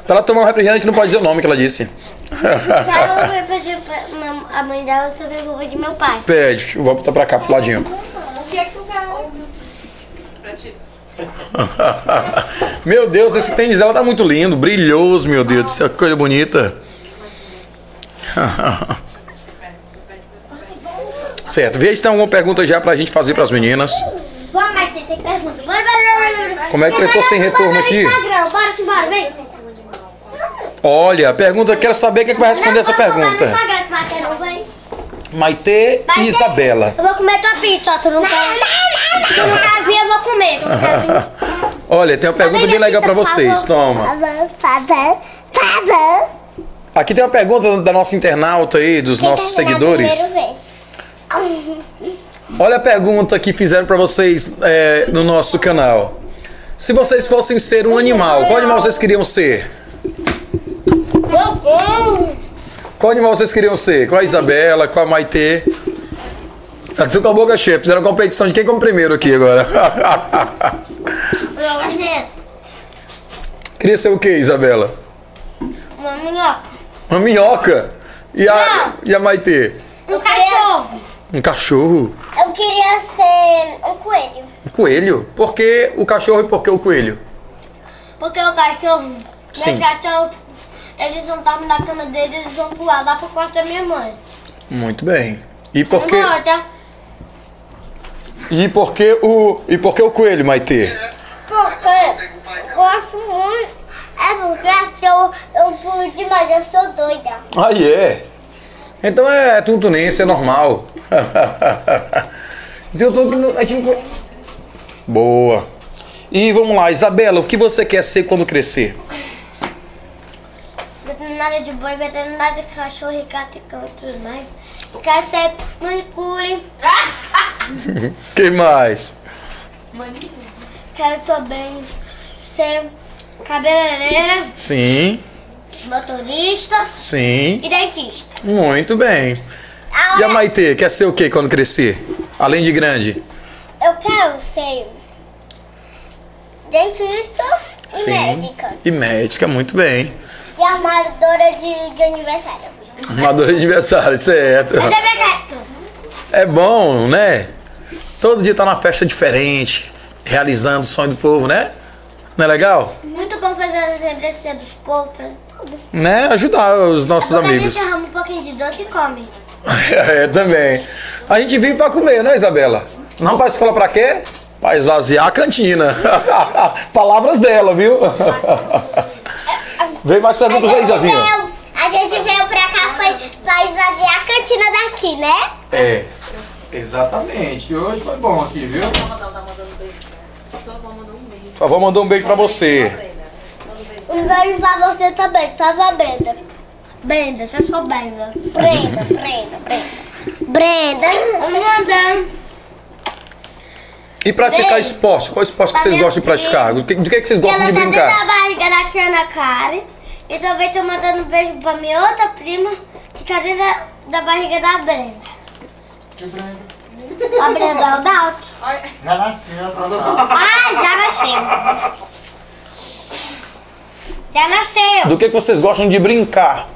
[SPEAKER 1] Pra ela tomar um refrigerante, não pode dizer o nome que ela disse.
[SPEAKER 3] Sabe, eu vou pedir pra minha- a mãe dela sobre a culpa de meu pai.
[SPEAKER 1] Pede, vou botar pra cá, pro ladinho.
[SPEAKER 7] O que é que tu quer? Pra ti.
[SPEAKER 1] Meu Deus, esse tênis dela tá muito lindo, brilhoso, meu Deus do céu, que coisa bonita. certo, veja se tem alguma pergunta já pra gente fazer pras meninas.
[SPEAKER 3] Vamos, Matheus, tem Ah, pergunta. Bora, bora, bora, bora.
[SPEAKER 1] Como é que eu tô sem retorno aqui?
[SPEAKER 3] Instagram, bora, simbora, vem.
[SPEAKER 1] Olha, a pergunta, quero saber quem é que vai responder essa pergunta. Maitê e Isabela.
[SPEAKER 3] Eu vou comer tua pizza, ó, tu não quer. Tu não quer vir, eu vou comer. Tu não quer vir.
[SPEAKER 1] Olha, tem uma pergunta bem legal pra vocês. Toma.
[SPEAKER 8] Pavan, pavan, pavan.
[SPEAKER 1] Aqui tem uma pergunta da nossa internauta aí, dos nossos
[SPEAKER 7] tá
[SPEAKER 1] seguidores. Olha a pergunta que fizeram pra vocês é, no nosso canal. Se vocês fossem ser um animal, qual animal vocês queriam ser? Qual animal vocês queriam ser? Qual a Isabela? Qual a Maitê? Ah, Tu com a boca cheia. Fizeram competição de quem come primeiro aqui agora. Queria ser o que, Isabela?
[SPEAKER 3] Uma minhoca.
[SPEAKER 1] Uma minhoca? E a, e a Maitê?
[SPEAKER 3] Um cachorro.
[SPEAKER 1] Um cachorro?
[SPEAKER 8] Eu queria ser um coelho.
[SPEAKER 1] Um coelho? Por que o cachorro e por que o coelho?
[SPEAKER 3] Porque o cachorro,
[SPEAKER 1] Sim.
[SPEAKER 3] meus cachorros, eles não dormem na cama deles, eles vão pular lá pro quarto da minha mãe.
[SPEAKER 1] Muito bem. E por que,
[SPEAKER 3] Uma tá? outra.
[SPEAKER 1] e por que, o, e por que o coelho, Maitê?
[SPEAKER 8] Porque eu gosto muito. É porque eu, eu pulo demais, eu sou doida.
[SPEAKER 1] Ah, é? Então é tuntunense, é normal. Então, eu tô- a gente não co- Boa. E vamos lá, Isabela, o que você quer ser quando crescer?
[SPEAKER 3] Veterinária de boi, veterinária de cachorro, e gato e cão e tudo mais. Quero ser manicure.
[SPEAKER 1] Que mais?
[SPEAKER 3] Quero também ser cabeleireira,
[SPEAKER 1] Sim,
[SPEAKER 3] motorista
[SPEAKER 1] sim.
[SPEAKER 3] e dentista.
[SPEAKER 1] Muito bem. E a Maitê, quer ser o que quando crescer? Além de grande?
[SPEAKER 8] Eu quero ser dentista e médica.
[SPEAKER 1] E médica, muito bem.
[SPEAKER 8] E armadora de, de aniversário.
[SPEAKER 1] Armadura de aniversário, certo.
[SPEAKER 8] Aniversário.
[SPEAKER 1] É bom, né? Todo dia tá na festa diferente, realizando o sonho do povo, né? Não é legal?
[SPEAKER 3] Muito bom fazer as lembranças dos povos, fazer tudo.
[SPEAKER 1] Né? Ajudar os nossos
[SPEAKER 3] Porque
[SPEAKER 1] amigos.
[SPEAKER 3] a gente arruma um pouquinho de doce e come.
[SPEAKER 1] é, também. A gente vive pra comer, né, Isabela? Não pra escola pra quê? Pra esvaziar a cantina. Palavras dela, viu? Vem mais perguntas aí, Isavinha.
[SPEAKER 8] veio, a gente veio pra cá foi, pra esvaziar a cantina daqui, né?
[SPEAKER 1] É.
[SPEAKER 6] Exatamente. Hoje foi bom aqui, viu?
[SPEAKER 1] Só um vou mandar um beijo pra você.
[SPEAKER 8] Um beijo pra você também, tá sua Brenda.
[SPEAKER 3] Brenda, se eu sou Brenda.
[SPEAKER 8] Brenda, Brenda, Brenda. Brenda,
[SPEAKER 3] Amanda,
[SPEAKER 1] E praticar esporte? Qual esporte que vocês gostam de praticar? Do que, do que que vocês gostam
[SPEAKER 3] ela
[SPEAKER 1] de
[SPEAKER 3] tá dentro da
[SPEAKER 1] brincar?
[SPEAKER 3] barriga da tia Ana Karen. E também tô mandando um beijo pra minha outra prima, que tá dentro da, da barriga da Brenda. A Brenda Aldalto.
[SPEAKER 4] Já nasceu, tá?
[SPEAKER 3] Ah, já nasceu. Já nasceu.
[SPEAKER 1] Do que que vocês gostam de brincar?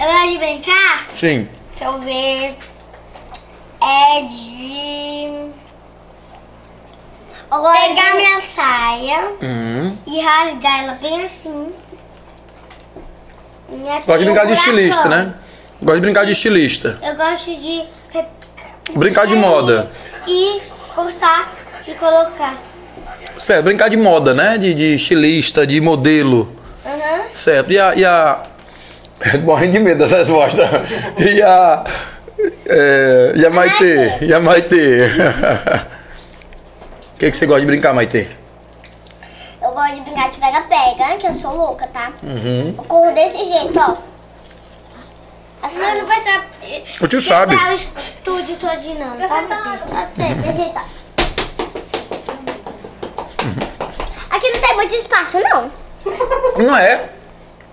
[SPEAKER 3] Eu gosto de brincar?
[SPEAKER 1] Sim.
[SPEAKER 3] Deixa eu ver. É de. Pegar minha saia
[SPEAKER 1] Hum.
[SPEAKER 3] e rasgar ela bem assim. E aqui
[SPEAKER 1] Gosta de
[SPEAKER 3] um
[SPEAKER 1] brincar de
[SPEAKER 3] buracão.
[SPEAKER 1] estilista, né? Gosta de brincar de estilista.
[SPEAKER 3] Eu gosto de.
[SPEAKER 1] Brincar de moda.
[SPEAKER 3] E cortar e colocar.
[SPEAKER 1] Certo, brincar de moda, né? De, de estilista, de modelo.
[SPEAKER 3] Aham.
[SPEAKER 1] Certo. E a. E a... Morrendo de medo dessa resposta. E a. é, e a Maitê? E a Maitê? O que, que você gosta de brincar, Maitê?
[SPEAKER 8] eu gosto de brincar de pega-pega, que eu sou louca, tá? Uhum. Eu corro desse jeito, ó. Assim.
[SPEAKER 3] Não, não vai ser.
[SPEAKER 1] O tio sabe.
[SPEAKER 3] Quebrar o estúdio todinho, não.
[SPEAKER 8] Você
[SPEAKER 3] Sabe
[SPEAKER 8] tá lá,
[SPEAKER 3] disso.
[SPEAKER 8] só tem, desse jeito, ó. Aqui não tem muito espaço, não.
[SPEAKER 1] Não é?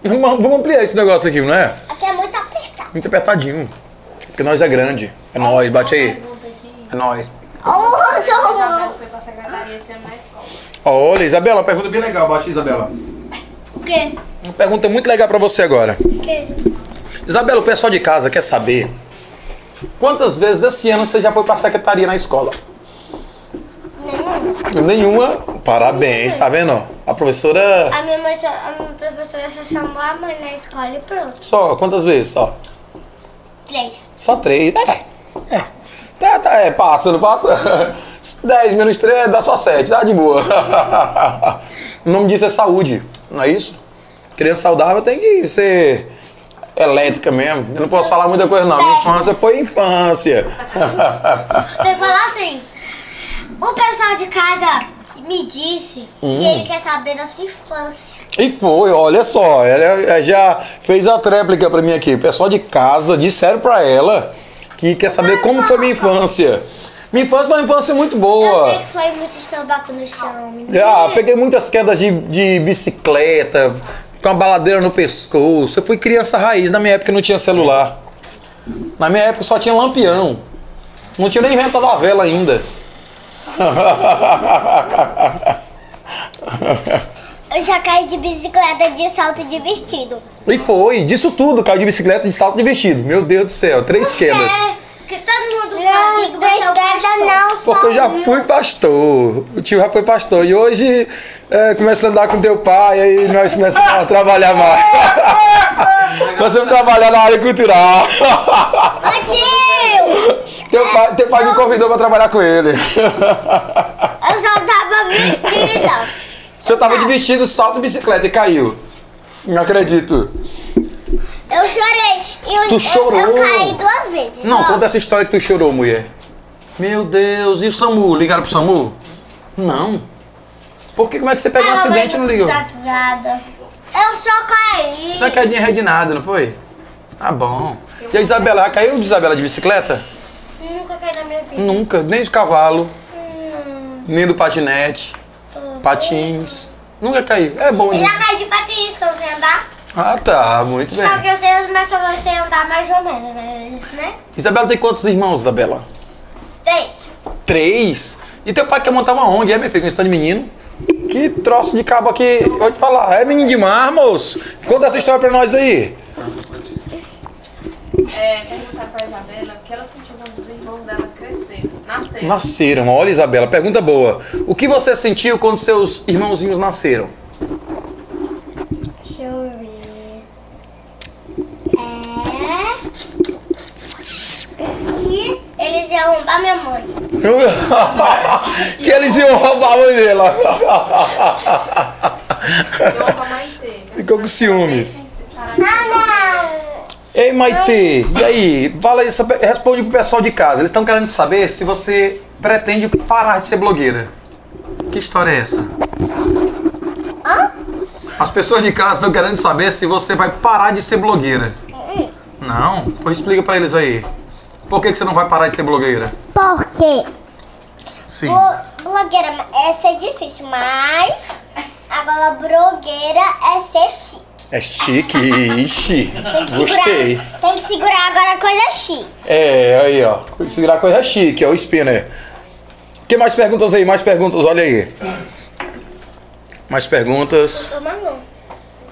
[SPEAKER 1] Vamos vamos ampliar esse negócio aqui, não é?
[SPEAKER 8] Aqui é muito apertado.
[SPEAKER 1] Muito apertadinho. Porque nós é grande. É nós, bate aí. É nós.
[SPEAKER 8] Oh, sou...
[SPEAKER 7] Isabela foi pra secretaria esse ano na escola.
[SPEAKER 1] Olha, Isabela, uma pergunta bem legal, bate, Isabela.
[SPEAKER 3] O quê?
[SPEAKER 1] Uma pergunta muito legal pra você agora.
[SPEAKER 3] O quê?
[SPEAKER 1] Isabela, o pessoal de casa quer saber quantas vezes esse ano você já foi pra secretaria na escola? Nenhuma. Nenhuma? Parabéns, tá vendo? A professora.
[SPEAKER 3] A minha, mãe só- a minha professora só chamou a mãe na escola e pronto.
[SPEAKER 1] Só quantas vezes? Só,
[SPEAKER 3] Três.
[SPEAKER 1] só três. É. é. Tá, tá, é, passa, não passa? Dez menos três é, dá só sete, dá de boa. O nome disso é saúde, não é isso? Criança saudável tem que ser elétrica mesmo. Eu não posso falar muita coisa, não. Minha infância foi infância.
[SPEAKER 3] Você falou assim, o pessoal de casa me disse
[SPEAKER 1] Hum.
[SPEAKER 3] que ele quer saber da sua infância.
[SPEAKER 1] E foi, olha só, ela eh, já fez a tréplica pra mim aqui. O pessoal de casa disseram pra ela que quer saber como foi minha infância. Minha infância foi uma infância muito
[SPEAKER 3] Eu
[SPEAKER 1] boa.
[SPEAKER 3] sei que foi muito estambaco no chão.
[SPEAKER 1] Ah, peguei muitas quedas de, de bicicleta, com a baladeira no pescoço. Eu fui criança raiz. Na minha época não tinha celular. Na minha época só tinha lampião. Não tinha nem inventado a vela ainda.
[SPEAKER 3] Eu já caí de bicicleta de salto de vestido.
[SPEAKER 1] E foi, disso tudo, caiu de bicicleta de salto de vestido. Meu Deus do céu, três quedas.
[SPEAKER 3] É, Que todo mundo fala que você é o pastor.
[SPEAKER 1] Porque eu já fui pastor. O tio já foi pastor. E hoje é, começa a andar com teu pai, aí nós começamos a trabalhar mais. nós vamos trabalhar na área cultural.
[SPEAKER 3] Ô tio!
[SPEAKER 1] Teu pai, teu pai me convidou pra trabalhar com ele.
[SPEAKER 3] Eu só tava vestida.
[SPEAKER 1] Você tava de vestido, salto e bicicleta e caiu. Não acredito.
[SPEAKER 3] Eu chorei. Eu,
[SPEAKER 1] Tu
[SPEAKER 3] eu-
[SPEAKER 1] chorou?
[SPEAKER 3] Eu, caí duas vezes.
[SPEAKER 1] Não,
[SPEAKER 3] Ó,
[SPEAKER 1] conta essa história que tu chorou, mulher. Meu Deus, e o SAMU? Ligaram pro SAMU? Não. Por que como é que você pegou um
[SPEAKER 3] tava
[SPEAKER 1] acidente e não
[SPEAKER 3] muito
[SPEAKER 1] ligou? é
[SPEAKER 3] saturada. Eu só caí.
[SPEAKER 1] Só quedinha redinada, não foi? Tá bom. E a Isabela, já caiu de Isabela de bicicleta?
[SPEAKER 3] Nunca caí na minha vida.
[SPEAKER 1] Nunca, nem de cavalo, nem do patinete, patins. Nunca caiu. É bom,
[SPEAKER 3] Eu
[SPEAKER 1] né?
[SPEAKER 3] já caí de patins que eu não sei andar.
[SPEAKER 1] Ah, tá, muito
[SPEAKER 3] Só que
[SPEAKER 1] bem.
[SPEAKER 3] eu sei, mas só que eu sei andar mais ou menos, né?
[SPEAKER 1] Isabela tem quantos irmãos, Isabela?
[SPEAKER 3] Três.
[SPEAKER 1] Três. E teu pai quer montar uma ONG, é, meu filho? Um stand de menino. Que troço de cabo aqui, vou te falar. É menino demais, moço. Conta essa história pra nós aí.
[SPEAKER 7] É, perguntar pra Isabela que ela sentiu quando os irmãos dela crescer, nascer.
[SPEAKER 1] Nasceram, olha, Isabela, pergunta boa. O que você sentiu quando seus irmãozinhos nasceram?
[SPEAKER 3] Deixa eu ver. É. Que eles iam roubar minha mãe.
[SPEAKER 1] que eles iam roubar a mãe dela.
[SPEAKER 7] Eu amo a Maitê.
[SPEAKER 1] Ficou com ciúmes.
[SPEAKER 3] Ah, não!
[SPEAKER 1] Ei, Maite, e aí? Fala isso, responde pro pessoal de casa. Eles estão querendo saber se você pretende parar de ser blogueira. Que história é essa? As pessoas de casa estão querendo saber se você vai parar de ser blogueira.
[SPEAKER 3] Hum,
[SPEAKER 1] Não? Pois explica pra eles aí. Por que, que você não vai parar de ser blogueira?
[SPEAKER 3] Por quê?
[SPEAKER 1] Sim.
[SPEAKER 3] blogueira é ser difícil, mas. Agora, blogueira é ser chique.
[SPEAKER 1] É chique, ixi.
[SPEAKER 3] Tem que segurar. Tem que segurar agora a coisa chique.
[SPEAKER 1] É, aí, ó. Segurar coisa chique, ó, o spinner. Que mais perguntas aí? Mais perguntas, olha aí. Mais perguntas.
[SPEAKER 3] Toma não.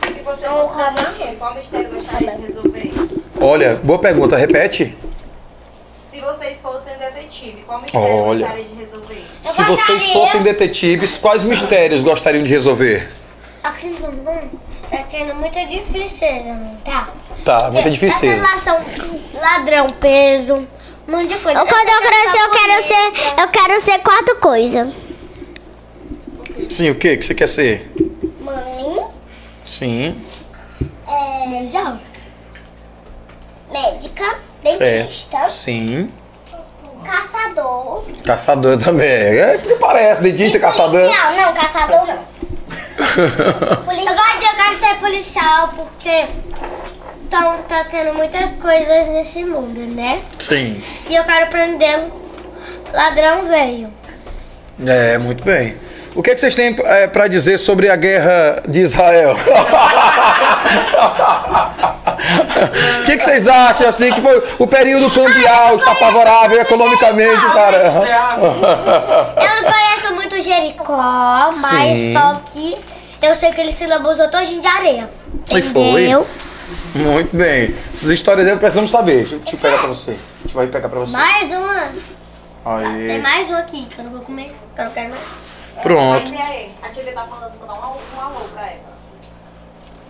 [SPEAKER 7] Se é você fosse um qual mistério gostaria de resolver?
[SPEAKER 1] Olha, boa pergunta, repete.
[SPEAKER 7] Se vocês fossem detetive, qual mistério
[SPEAKER 1] Olha.
[SPEAKER 7] gostaria de resolver?
[SPEAKER 1] Se vocês fossem detetives, quais mistérios gostariam de resolver?
[SPEAKER 3] Aqui no mundo tá tendo muita dificuldade, não tá?
[SPEAKER 1] Tá, muita dificuldade.
[SPEAKER 3] Essas lá são ladrão, peso, um monte de coisa.
[SPEAKER 2] Quando eu crescer, eu quero ser. Eu quero ser quatro coisas.
[SPEAKER 1] Sim, o que que você quer ser?
[SPEAKER 3] Maninho,
[SPEAKER 1] Sim,
[SPEAKER 3] é... Melhor. Médica, dentista,
[SPEAKER 1] Sim.
[SPEAKER 3] caçador.
[SPEAKER 1] Caçador também. É porque parece, dentista,
[SPEAKER 3] e
[SPEAKER 1] caçador.
[SPEAKER 3] Policial, não, caçador não. Policial. Agora eu quero ser policial porque tão, tá tendo muitas coisas nesse mundo, né?
[SPEAKER 1] Sim.
[SPEAKER 3] E eu quero prender um ladrão velho.
[SPEAKER 1] É, muito bem. O que, é que vocês têm é, para dizer sobre a guerra de Israel? O que, que vocês acham assim que foi o período cambial que está favorável economicamente para?
[SPEAKER 3] Eu não conheço muito Jericó, mas
[SPEAKER 1] Sim.
[SPEAKER 3] só que eu sei que ele se lambuzou todinho de areia.
[SPEAKER 1] E foi.
[SPEAKER 3] Entendeu?
[SPEAKER 1] Muito bem. As histórias dele precisamos saber. Deixa eu te pegar para você. Deixa eu pegar para você.
[SPEAKER 3] Mais uma. Tem
[SPEAKER 1] Aí.
[SPEAKER 3] mais um aqui que eu não vou comer, que eu não quero mais.
[SPEAKER 1] Pronto.
[SPEAKER 7] A tia tá falando pra dar um, alô- um alô pra ela.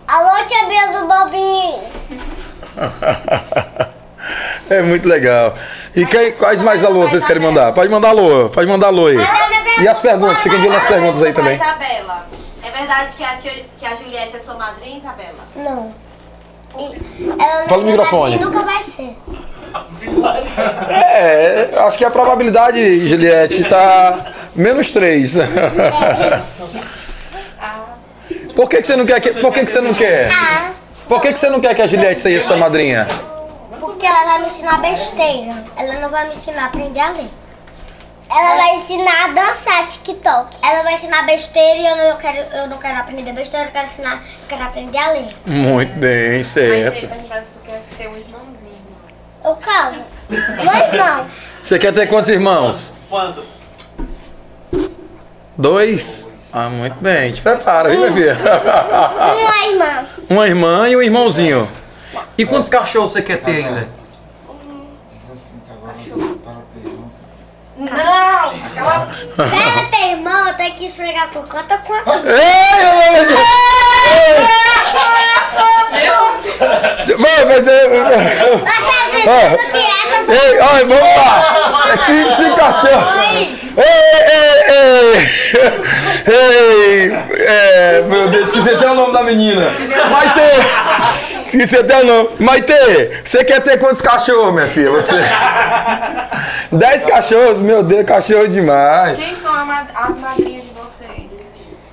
[SPEAKER 3] Alô, tia Bia do Bobinho.
[SPEAKER 1] É muito legal. E quem- quais mais alô vocês querem mandar? Pode mandar alô. Pode mandar alô aí. E as perguntas. Fiquem de olho nas perguntas aí também.
[SPEAKER 7] Isabela, é verdade que a, tia, que a Juliette é sua madrinha, Isabela?
[SPEAKER 3] Não. Ela
[SPEAKER 1] Fala no
[SPEAKER 3] nunca-
[SPEAKER 1] microfone.
[SPEAKER 3] Nunca vai ser.
[SPEAKER 1] É, acho que a probabilidade, Juliette, tá Menos três. Por que, que você não quer que. Por que, que você não quer?
[SPEAKER 3] Ah,
[SPEAKER 1] Por que, que você não quer que a Juliette seja sua madrinha?
[SPEAKER 3] Porque ela vai me ensinar besteira. Ela não vai me ensinar a aprender a ler.
[SPEAKER 8] Ela vai ensinar a dançar TikTok.
[SPEAKER 3] Ela vai ensinar besteira e eu não, eu quero, eu não quero aprender besteira, eu quero ensinar, eu quero aprender a ler.
[SPEAKER 1] Muito bem,
[SPEAKER 7] Maite,
[SPEAKER 1] certo.
[SPEAKER 7] perguntaram se tu quer ter um irmãozinho.
[SPEAKER 8] Ô, calma. Oi, irmão.
[SPEAKER 1] Você quer ter quantos irmãos?
[SPEAKER 5] Quantos?
[SPEAKER 1] Dois? Ah, muito bem. Te prepara, viu, meu filho?
[SPEAKER 8] Uma irmã.
[SPEAKER 1] Uma irmã e um irmãozinho. E quantos cachorros você quer ter ainda?
[SPEAKER 4] Diz assim que agora para ter um.
[SPEAKER 7] Não! Aquela
[SPEAKER 3] Pra ter irmão, eu tenho que esfregar por conta com a
[SPEAKER 1] Ei, Elaine!
[SPEAKER 8] Você pensando que é. essa
[SPEAKER 1] Ei! Vai, vai, vai, vai.
[SPEAKER 8] foi
[SPEAKER 1] É. Ei, ai, vamos lá! É cinco, cinco cachorros! Ei, ei, ei! Ei! É, meu Deus, esqueci até o nome da menina! Maite! Esqueci até o nome! Maite! Você quer ter quantos cachorros, minha filha? Você? Dez cachorros? Meu Deus, cachorro demais!
[SPEAKER 7] Quem são a ma- as madrinhas de vocês?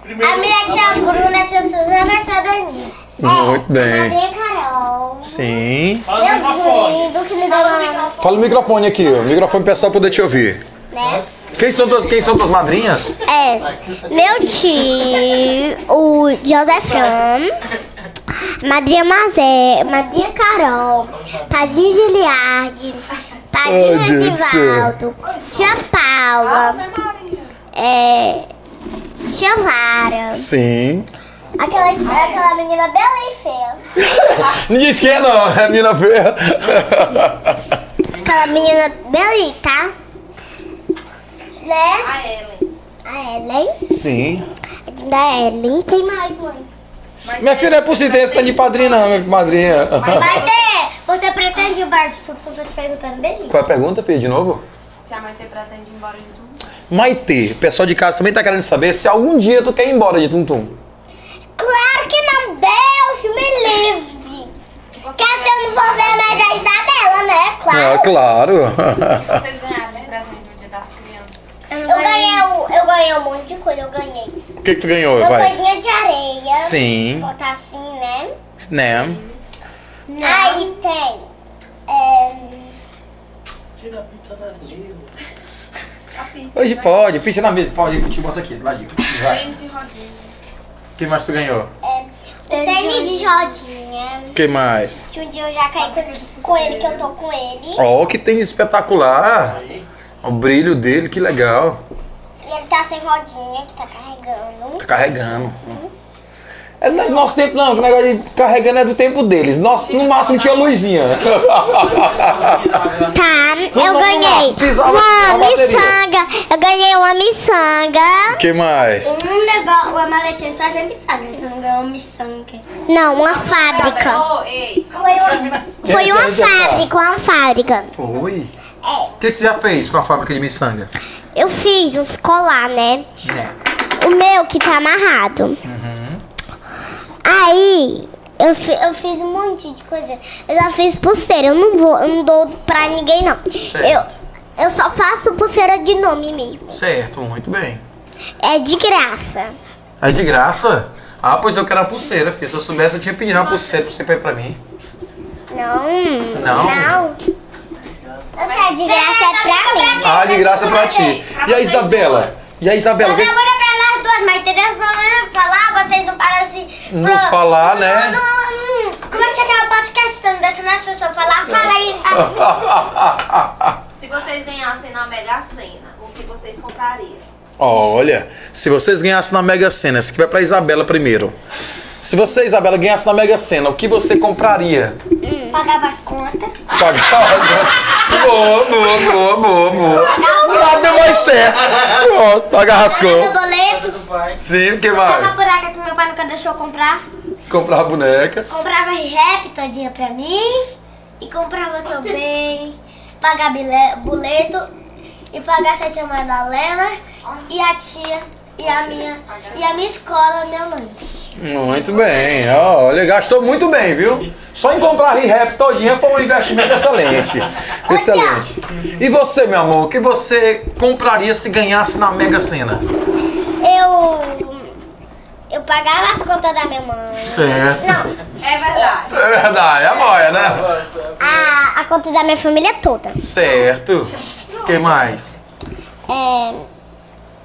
[SPEAKER 5] Primeiro.
[SPEAKER 2] Ah,
[SPEAKER 8] a minha tia Bruna, a tia Suzana e a tia Denise.
[SPEAKER 3] É,
[SPEAKER 1] Muito
[SPEAKER 8] A
[SPEAKER 1] bem!
[SPEAKER 8] minha Carol.
[SPEAKER 1] Sim!
[SPEAKER 5] Fala no microfone.
[SPEAKER 8] Lindo, que lindo. Né?
[SPEAKER 1] Fala o microfone aqui, ó. o microfone pessoal poder te ouvir. Quem são tuas, quem são tuas madrinhas?
[SPEAKER 2] É, meu tio, o José Fran, Madrinha Mazé, Madrinha Carol, Padinho Giliardi, Padinho
[SPEAKER 1] Ai, gente do céu.
[SPEAKER 2] Edivaldo, Tia Paula,
[SPEAKER 7] Ave Maria.
[SPEAKER 2] é, Tia Lara,
[SPEAKER 1] Sim.
[SPEAKER 8] Aquela, aquela menina bela e feia.
[SPEAKER 1] Ninguém disse quem é, não. É a mina feia.
[SPEAKER 2] aquela menina bela, tá?
[SPEAKER 8] Né?
[SPEAKER 7] A Ellen.
[SPEAKER 8] A Ellen.
[SPEAKER 1] Sim.
[SPEAKER 2] Da Ellen, quem mais?
[SPEAKER 1] Minha filha não é por coincidência, tá de padrinha, não, minha madrinha.
[SPEAKER 3] Vai ter! Você pretende, Bart? Tô, tô te perguntando, beleza?
[SPEAKER 1] Qual é a pergunta, filha, de novo?
[SPEAKER 7] Se a Maite pretende ir embora de tudo.
[SPEAKER 1] Maite, o pessoal de casa também tá querendo saber se algum dia tu quer ir embora de Tuntum.
[SPEAKER 8] Claro que não, Deus me livre. Que assim eu não vou ver mais a Isabela, né?
[SPEAKER 1] Ah,
[SPEAKER 8] Claro.
[SPEAKER 1] claro.
[SPEAKER 7] Vocês ganharam de presente do dia das crianças.
[SPEAKER 8] Eu ganhei, o- eu ganhei um monte de coisa, eu ganhei.
[SPEAKER 1] o que que tu ganhou,
[SPEAKER 8] Uma
[SPEAKER 1] vai?
[SPEAKER 8] coisinha de areia.
[SPEAKER 1] Sim.
[SPEAKER 8] Botar assim, né?
[SPEAKER 1] Né?
[SPEAKER 8] Aí tem. É,
[SPEAKER 5] Tira a pinta da língua.
[SPEAKER 1] Hoje pode, pizza na mesa, pode, te bota aqui, do ladinho. Vai.
[SPEAKER 7] Tênis de rodinha.
[SPEAKER 1] Quem mais tu ganhou?
[SPEAKER 8] o tênis de rodinha.
[SPEAKER 1] Quem mais?
[SPEAKER 8] Que um dia eu já caí com, com ele, que eu tô com ele.
[SPEAKER 1] Ó, que tênis espetacular. O brilho dele, que legal.
[SPEAKER 8] E ele tá sem rodinha, que tá carregando.
[SPEAKER 1] Tá carregando. É, não é do nosso tempo não, que o negócio de carregando é do tempo deles. Nosso, no máximo tinha luzinha.
[SPEAKER 2] Tá, eu
[SPEAKER 1] vamos lá,
[SPEAKER 2] ganhei
[SPEAKER 1] pisar na- na
[SPEAKER 2] uma
[SPEAKER 1] bateria.
[SPEAKER 2] miçanga, eu ganhei uma miçanga,
[SPEAKER 1] que mais?
[SPEAKER 3] Um negócio, uma maletinha de fazer miçanga. Você não ganhou miçanga.
[SPEAKER 2] não, uma fábrica,
[SPEAKER 7] Tá Ô, ei.
[SPEAKER 2] foi uma
[SPEAKER 1] tá.
[SPEAKER 2] fábrica, É. uma fábrica.
[SPEAKER 1] Foi? O que, que você já fez com a fábrica de miçanga?
[SPEAKER 2] Eu fiz uns colar, né? O meu que tá amarrado. Aí eu, fi- eu fiz um monte de coisa. Eu já fiz pulseira. Eu não vou, eu não dou pra ninguém, não. Eu, eu só faço pulseira de nome mesmo.
[SPEAKER 1] Certo, muito bem.
[SPEAKER 2] É de graça.
[SPEAKER 1] É de graça? Ah, pois eu quero a pulseira, filho. Se eu soubesse, eu tinha pedido uma pulseira pra você pegar pra mim.
[SPEAKER 2] Não.
[SPEAKER 1] Não?
[SPEAKER 2] Não.
[SPEAKER 8] Você é de graça, é
[SPEAKER 2] Tá
[SPEAKER 8] pra mim.
[SPEAKER 1] Ah, de graça pra ti. E a Isabela? E a Isabela?
[SPEAKER 3] Agora
[SPEAKER 1] Que...
[SPEAKER 3] pra nós duas, mas entendeu? Falando pra lá, vocês não param assim.
[SPEAKER 1] Nos falar, né?
[SPEAKER 3] Não, hum, como é que aquela podcast também dessa nas pessoas falar? Fala aí. Ah,
[SPEAKER 7] Se vocês ganhassem na Mega Sena, o que vocês comprariam?
[SPEAKER 1] Olha, se vocês ganhassem na Mega Sena, esse aqui vai pra Isabela primeiro. Se você, Isabela, ganhasse na Mega Sena, o que você compraria?
[SPEAKER 3] Pagava as contas.
[SPEAKER 1] Pagar. Boa, boa, boa, boa, boa. Nada mais certo. Pronto, pagar
[SPEAKER 3] Pagava
[SPEAKER 1] rascou.
[SPEAKER 3] boleto.
[SPEAKER 1] Sim, o que
[SPEAKER 3] Pagava a
[SPEAKER 1] mais?
[SPEAKER 3] buraca que meu pai nunca deixou eu comprar.
[SPEAKER 1] Comprar a boneca.
[SPEAKER 3] Comprava rap todinha pra mim. E comprava também. Pagar bile- boleto. E pagar a tia Madalena. E a tia. E a minha. E a minha escola, meu lanche.
[SPEAKER 1] Muito bem, ó, olha, gastou muito bem, viu? Só em comprar a ReHap todinha foi um investimento excelente. Excelente. E você, meu amor, o que você compraria se ganhasse na Mega Sena?
[SPEAKER 3] Eu. Eu pagava as contas da minha mãe.
[SPEAKER 1] Certo.
[SPEAKER 7] É verdade.
[SPEAKER 1] É verdade, é boia, né?
[SPEAKER 3] A, a conta da minha família toda.
[SPEAKER 1] Certo. O que mais?
[SPEAKER 3] É.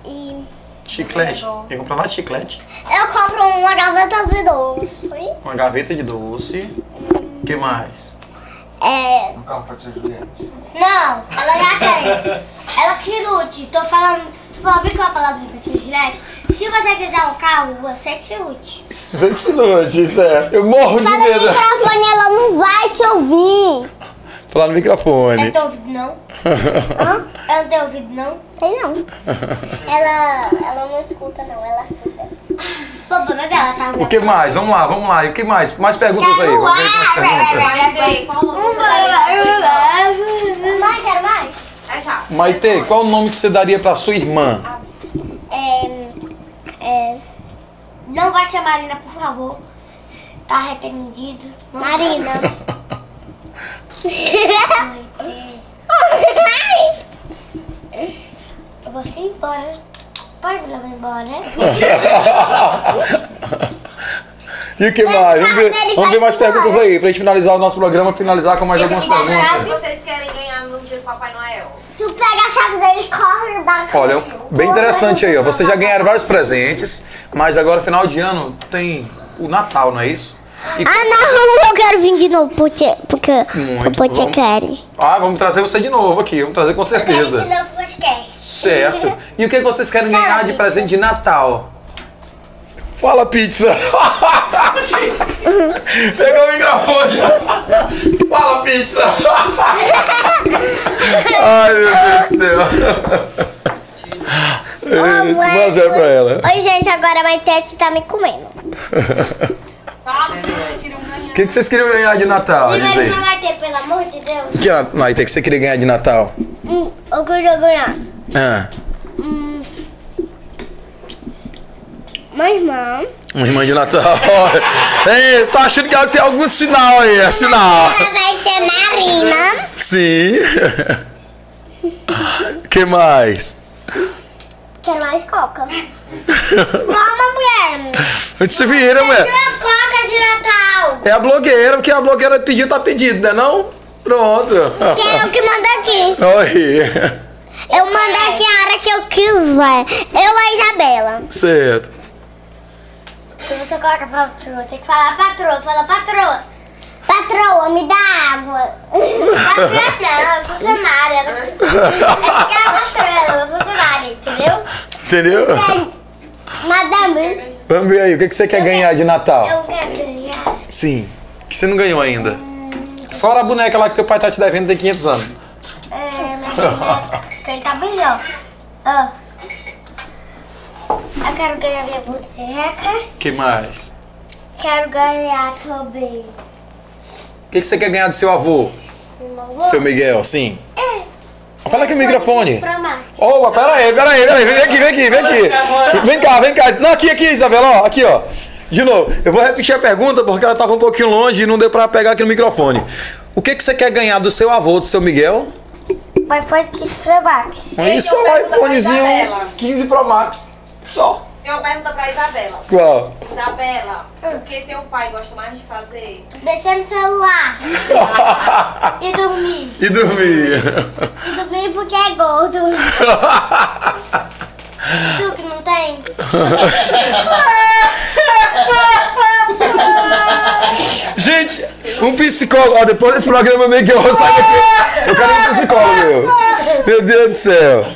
[SPEAKER 3] E.
[SPEAKER 1] Chiclete. Ia comprar mais chiclete.
[SPEAKER 3] Eu compro uma gaveta de doce.
[SPEAKER 1] Uma gaveta de doce. O que mais?
[SPEAKER 3] É.
[SPEAKER 4] Um carro pra te Juliette.
[SPEAKER 3] Não, ela já tem. Ela que se lute. Tô falando. Vou abrir com a palavra pra tia Juliette. Se você quiser um carro, você que se lute.
[SPEAKER 1] Excelente, isso é. Eu morro de
[SPEAKER 3] Fala no microfone, ela não vai te ouvir.
[SPEAKER 1] Falar no
[SPEAKER 3] Eu não
[SPEAKER 1] microfone.
[SPEAKER 3] tenho ouvido, não. Hã? Eu não tenho ouvido, não. Tem, não. Ela, ela não escuta, não. Ela surda. Problema dela, tá?
[SPEAKER 1] O que mais? Vamos lá, vamos lá. E o que mais? Mais perguntas aí. Vamos ver mais perguntas.
[SPEAKER 7] Olha bem, qual nome você daria?
[SPEAKER 3] Mãe, quero mais?
[SPEAKER 7] É já.
[SPEAKER 1] Maite, qual o nome que você daria pra sua irmã?
[SPEAKER 3] É, é, não baixe a Marina, por favor. Tá arrependido. Marina. Eu vou se embora. Pode levar embora. né?
[SPEAKER 1] E o que mais? Vamos ver, vamos ver mais perguntas aí, pra gente finalizar o nosso programa, finalizar com mais algumas perguntas.
[SPEAKER 7] Vocês querem ganhar no dia do Papai Noel?
[SPEAKER 3] Tu pega a chave dele e corre da
[SPEAKER 1] Olha, bem interessante aí, ó. Vocês já ganharam vários presentes, mas agora final de ano tem o Natal, não é isso? E-
[SPEAKER 2] Ah, não, eu quero vir de novo pro tia, porque,
[SPEAKER 1] Muito
[SPEAKER 2] pro tia
[SPEAKER 1] bom.
[SPEAKER 2] Karen.
[SPEAKER 1] Ah, vamos trazer você de novo aqui, vamos trazer com certeza.
[SPEAKER 3] Não podcast.
[SPEAKER 1] Certo. E o que vocês querem ganhar de presente de Natal? Fala pizza! Pegou o microfone! Fala pizza! Ai meu Deus do céu! É, Mas é pra ela.
[SPEAKER 3] Oi, gente, agora vai ter que tá me comendo.
[SPEAKER 7] Fala o que vocês queriam ganhar.
[SPEAKER 1] O que, que vocês queriam ganhar de Natal? Diz
[SPEAKER 3] Primeiro
[SPEAKER 1] aí.
[SPEAKER 3] vai ter, pelo amor de Deus.
[SPEAKER 1] O que, é, Maite, que você queria ganhar de Natal?
[SPEAKER 3] Hum, o que eu vou ganhar?
[SPEAKER 1] Ah,
[SPEAKER 3] Meu irmão.
[SPEAKER 1] uma irmã de Natal. Ei, tô achando que ela tem algum sinal aí, é sinal.
[SPEAKER 3] Ela vai ser Marina.
[SPEAKER 1] Sim. que mais?
[SPEAKER 3] Quero mais coca. Toma, mulher.
[SPEAKER 1] A gente se vira, né, mulher.
[SPEAKER 3] Uma coca de Natal.
[SPEAKER 1] É a blogueira, o que a blogueira pediu, tá pedido, né não? Pronto.
[SPEAKER 3] Que é o que manda aqui.
[SPEAKER 1] Oi.
[SPEAKER 3] Eu mando aqui a hora que eu quiser. Eu, a Isabela.
[SPEAKER 1] Certo.
[SPEAKER 3] Se você coloca patroa, tem que falar patroa. Fala patroa. Patroa, me dá água. Patroa não, é funcionária. Ela é que é a patroa, ela é funcionária, entendeu?
[SPEAKER 1] Entendeu?
[SPEAKER 3] Madame,
[SPEAKER 1] Vamos ver aí, o que que você quer ganhar de Natal?
[SPEAKER 3] eu quero ganhar.
[SPEAKER 1] Sim. Que você não ganhou ainda. Fora a boneca lá que teu pai tá te devendo tem 500 anos.
[SPEAKER 3] É, mas ele- ele tá melhor. Ó. Eu quero ganhar minha boneca.
[SPEAKER 1] Que mais?
[SPEAKER 3] Quero ganhar também.
[SPEAKER 1] O que que você quer ganhar do seu avô? Seu Miguel, sim. Fala aqui no microfone.
[SPEAKER 3] Pra Marte.
[SPEAKER 1] Ô, mas pera aí, pera aí, pera aí. Vem aqui, vem aqui, vem aqui. Vem cá, vem cá. Não, aqui, aqui, Isabela, ó. Aqui, ó. De novo, eu vou repetir a pergunta porque ela tava um pouquinho longe e não deu pra pegar aqui no microfone. O que que você quer ganhar do seu avô, do seu Miguel?
[SPEAKER 3] Mas foi que isso pra Max.
[SPEAKER 1] Isso
[SPEAKER 7] eu
[SPEAKER 1] é um
[SPEAKER 7] pergunto pra
[SPEAKER 1] iPhonezinho
[SPEAKER 7] Isabela.
[SPEAKER 1] 15 Pro Max. Só.
[SPEAKER 7] Tem uma pergunta pra Isabela.
[SPEAKER 1] Qual?
[SPEAKER 7] Isabela, o que teu pai gosta mais de fazer?
[SPEAKER 3] Mexer no celular. e dormir.
[SPEAKER 1] E dormir.
[SPEAKER 3] E dormir porque é gordo. tu que não tem?
[SPEAKER 1] Gente, um psicólogo. Ó, depois desse programa meio que eu vou sair daqui. Eu quero um psicólogo, meu. Meu Deus do céu.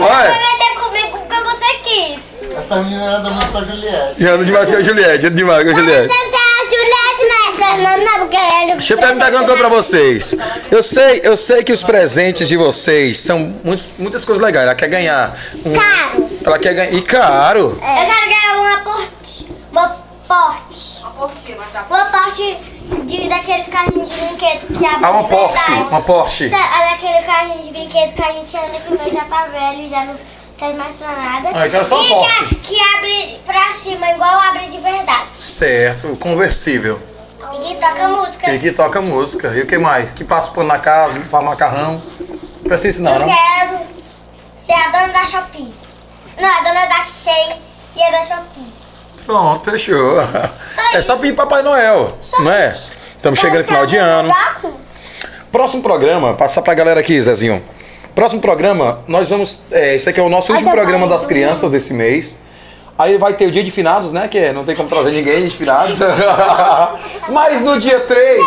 [SPEAKER 1] Olha.
[SPEAKER 3] Mexer comigo porque você quis.
[SPEAKER 4] Essa menina anda muito com a Juliette.
[SPEAKER 1] Já ando demais com a Juliette, ando demais com a Juliette.
[SPEAKER 3] Tem que ter a Juliette nessa, não, não, porque ele...
[SPEAKER 1] Deixa eu perguntar uma coisa pra vocês. Eu sei, eu sei que os presentes de vocês são muitos- muitas coisas legais. Ela quer ganhar. Um,
[SPEAKER 3] Caro.
[SPEAKER 1] ela quer ganhar. E caro.
[SPEAKER 3] É. Eu quero ganhar uma porte. Uma porte.
[SPEAKER 7] Uma portinha, mas já
[SPEAKER 3] Uma porte de, daqueles carrinhos de brinquedo é, que abre.
[SPEAKER 1] Ah, uma Porsche. Uma Porsche.
[SPEAKER 3] Sa- Daquele carrinho de brinquedo que a gente anda que o meu já tá velho, já não, Faz mais pra nada.
[SPEAKER 1] Ah, eu quero só
[SPEAKER 3] e
[SPEAKER 1] forte.
[SPEAKER 3] que, que abre pra cima, igual abre de verdade.
[SPEAKER 1] Certo, conversível.
[SPEAKER 3] E que toca música.
[SPEAKER 1] E que toca música. E o que mais? Que passa pano na casa, que faz macarrão. Não precisa ensinar,
[SPEAKER 3] Eu
[SPEAKER 1] não?
[SPEAKER 3] quero ser é a dona da Shopee. Não, é a dona da Shein e a da Shopee.
[SPEAKER 1] Pronto, fechou. É só pedir Papai Noel, não é? Estamos chegando
[SPEAKER 3] Então,
[SPEAKER 1] no final
[SPEAKER 3] é
[SPEAKER 1] de ano. Próximo programa, passar pra galera aqui, Zezinho. Próximo programa, nós vamos. É, esse aqui é o nosso último programa das crianças desse mês. Aí vai ter o dia de finados, né? Que é, não tem como trazer ninguém de finados. Mas no dia 3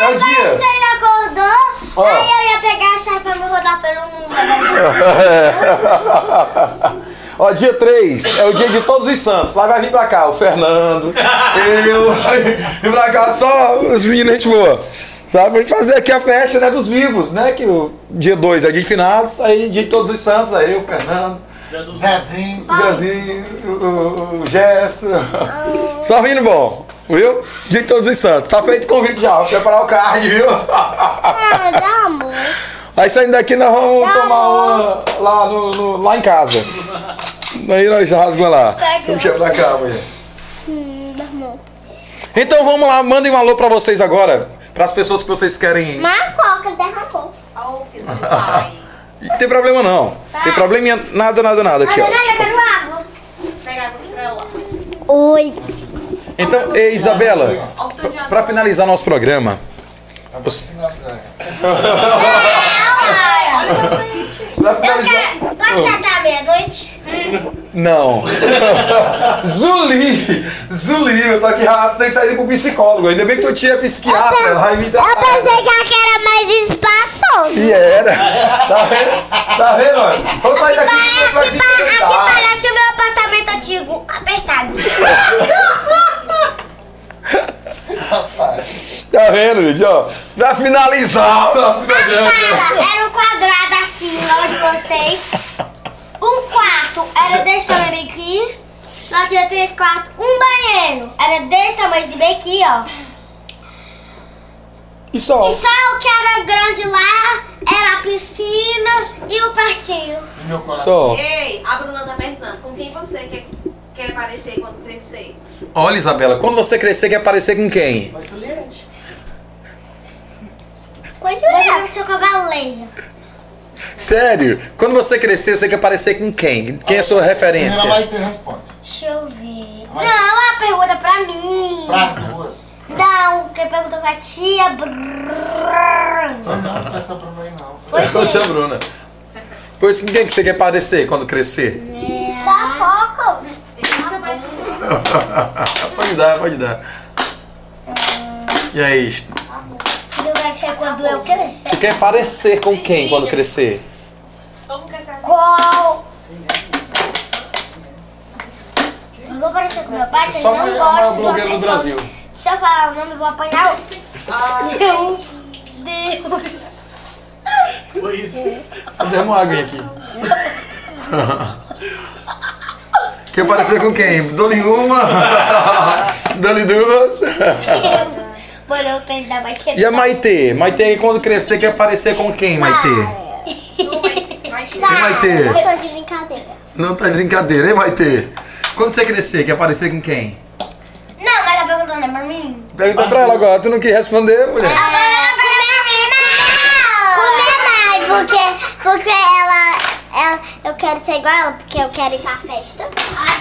[SPEAKER 1] é o dia.
[SPEAKER 3] Você não acordou?
[SPEAKER 1] Ó.
[SPEAKER 3] Aí eu ia pegar a chave e me rodar pelo mundo. né?
[SPEAKER 1] Ó, dia 3 é o dia de todos os santos. Lá vai vir pra cá o Fernando, eu, e pra cá só os meninos gente boa. Sabe? Pra gente fazer aqui a festa né, dos vivos, né? Que o dia 2 é dia de finados, aí dia de todos os santos, aí o Fernando,
[SPEAKER 4] Zezinho.
[SPEAKER 1] o Zezinho, o, o, o Gesso. Só vindo bom, viu? Dia de todos os santos. Tá feito o convite já, vou preparar o card, viu?
[SPEAKER 8] Ah, dá amor.
[SPEAKER 1] Aí saindo daqui nós vamos tomar uma lá, no, no- lá em casa. Aí nós rasgamos lá. Vamos quebrar a cama, gente. Então vamos lá, mandem um alô pra vocês agora. Pras pessoas que vocês querem.
[SPEAKER 8] Mas a coca derramou.
[SPEAKER 7] Ô, filho do pai.
[SPEAKER 1] Não tem problema não. Tem probleminha nada, nada, nada aqui, ó.
[SPEAKER 3] Eu quero água.
[SPEAKER 7] Pega água pra ela.
[SPEAKER 8] Oi.
[SPEAKER 1] Então, ei, Isabela,
[SPEAKER 7] Outro dia
[SPEAKER 1] pra finalizar nosso programa. você- Pra finalizar.
[SPEAKER 3] Pode sentar meia-noite?
[SPEAKER 1] Não. Zuli! Zuli, eu tô aqui rato, tem que sair pro psicólogo. Ainda bem que tua tia é psiquiatra, ela vai me
[SPEAKER 8] Eu
[SPEAKER 1] tratar.
[SPEAKER 8] pensei que ela era mais espaçoso.
[SPEAKER 1] E era. Tá vendo? Tá vendo? mano? Vamos sair daqui
[SPEAKER 3] Aqui,
[SPEAKER 1] pra gente
[SPEAKER 3] pa- aqui
[SPEAKER 1] aproveitar.
[SPEAKER 3] parece o meu apartamento antigo, apertado.
[SPEAKER 1] Tá vendo, gente? Ó, pra finalizar o nosso programa.
[SPEAKER 3] Sala era um quadrado assim, lá de vocês. Um quarto era desse tamanho aqui. Nós tínhamos três quartos. Um banheiro era desse tamanho bem aqui, ó.
[SPEAKER 1] E só.
[SPEAKER 3] E só o que era grande lá era a piscina e o parquinho.
[SPEAKER 4] Meu coração.
[SPEAKER 1] Só.
[SPEAKER 7] Ei, a Bruna tá perguntando, com quem você quer, quer parecer quando crescer?
[SPEAKER 1] Olha, Isabela, quando você crescer, quer parecer com quem?
[SPEAKER 5] Vai, cliente.
[SPEAKER 3] Coisa que seu cavaleiro.
[SPEAKER 1] Sério? Quando você crescer, você quer parecer com quem? Quem é a sua referência?
[SPEAKER 4] Ela vai ter responde.
[SPEAKER 3] Deixa eu ver. Não, a pergunta pra mim.
[SPEAKER 4] Pra duas.
[SPEAKER 3] Não, quem perguntou com a tia. Brrr.
[SPEAKER 4] Não, não foi essa pra mim, não. Foi
[SPEAKER 1] É a tia Bruna. Pois com quem que você quer parecer quando crescer?
[SPEAKER 3] Da Coco.
[SPEAKER 1] Pode dar, pode dar. E aí,
[SPEAKER 3] Eu quero ser quando eu é. crescer.
[SPEAKER 1] tu quer parecer com quem quando crescer?
[SPEAKER 7] Como que essa
[SPEAKER 3] Qual? é. Não vou parecer com meu pai, que ele não gosta de uma pessoa. Se eu falar o nome, eu vou apanhar. Meu Deus.
[SPEAKER 5] Foi isso.
[SPEAKER 1] Deu uma água aqui. Quer parecer com quem? Dou-lhe uma, dou-lhe duas.
[SPEAKER 3] Mano, eu penso da mãe
[SPEAKER 1] E a Maitê? Maitê, quando crescer, quer parecer com quem, Maitê? E
[SPEAKER 8] Eu
[SPEAKER 1] Maitê?
[SPEAKER 8] tô de brincadeira.
[SPEAKER 1] Não tá de brincadeira, hein, Maitê? Quando você crescer, quer parecer com quem?
[SPEAKER 3] Não, mas ela perguntou não é pra mim. É.
[SPEAKER 1] Pergunta pra ela agora, tu não quis responder, mulher.
[SPEAKER 8] Comer mais, porque, porque ela, ela. Eu quero ser igual ela, porque eu quero ir pra festa.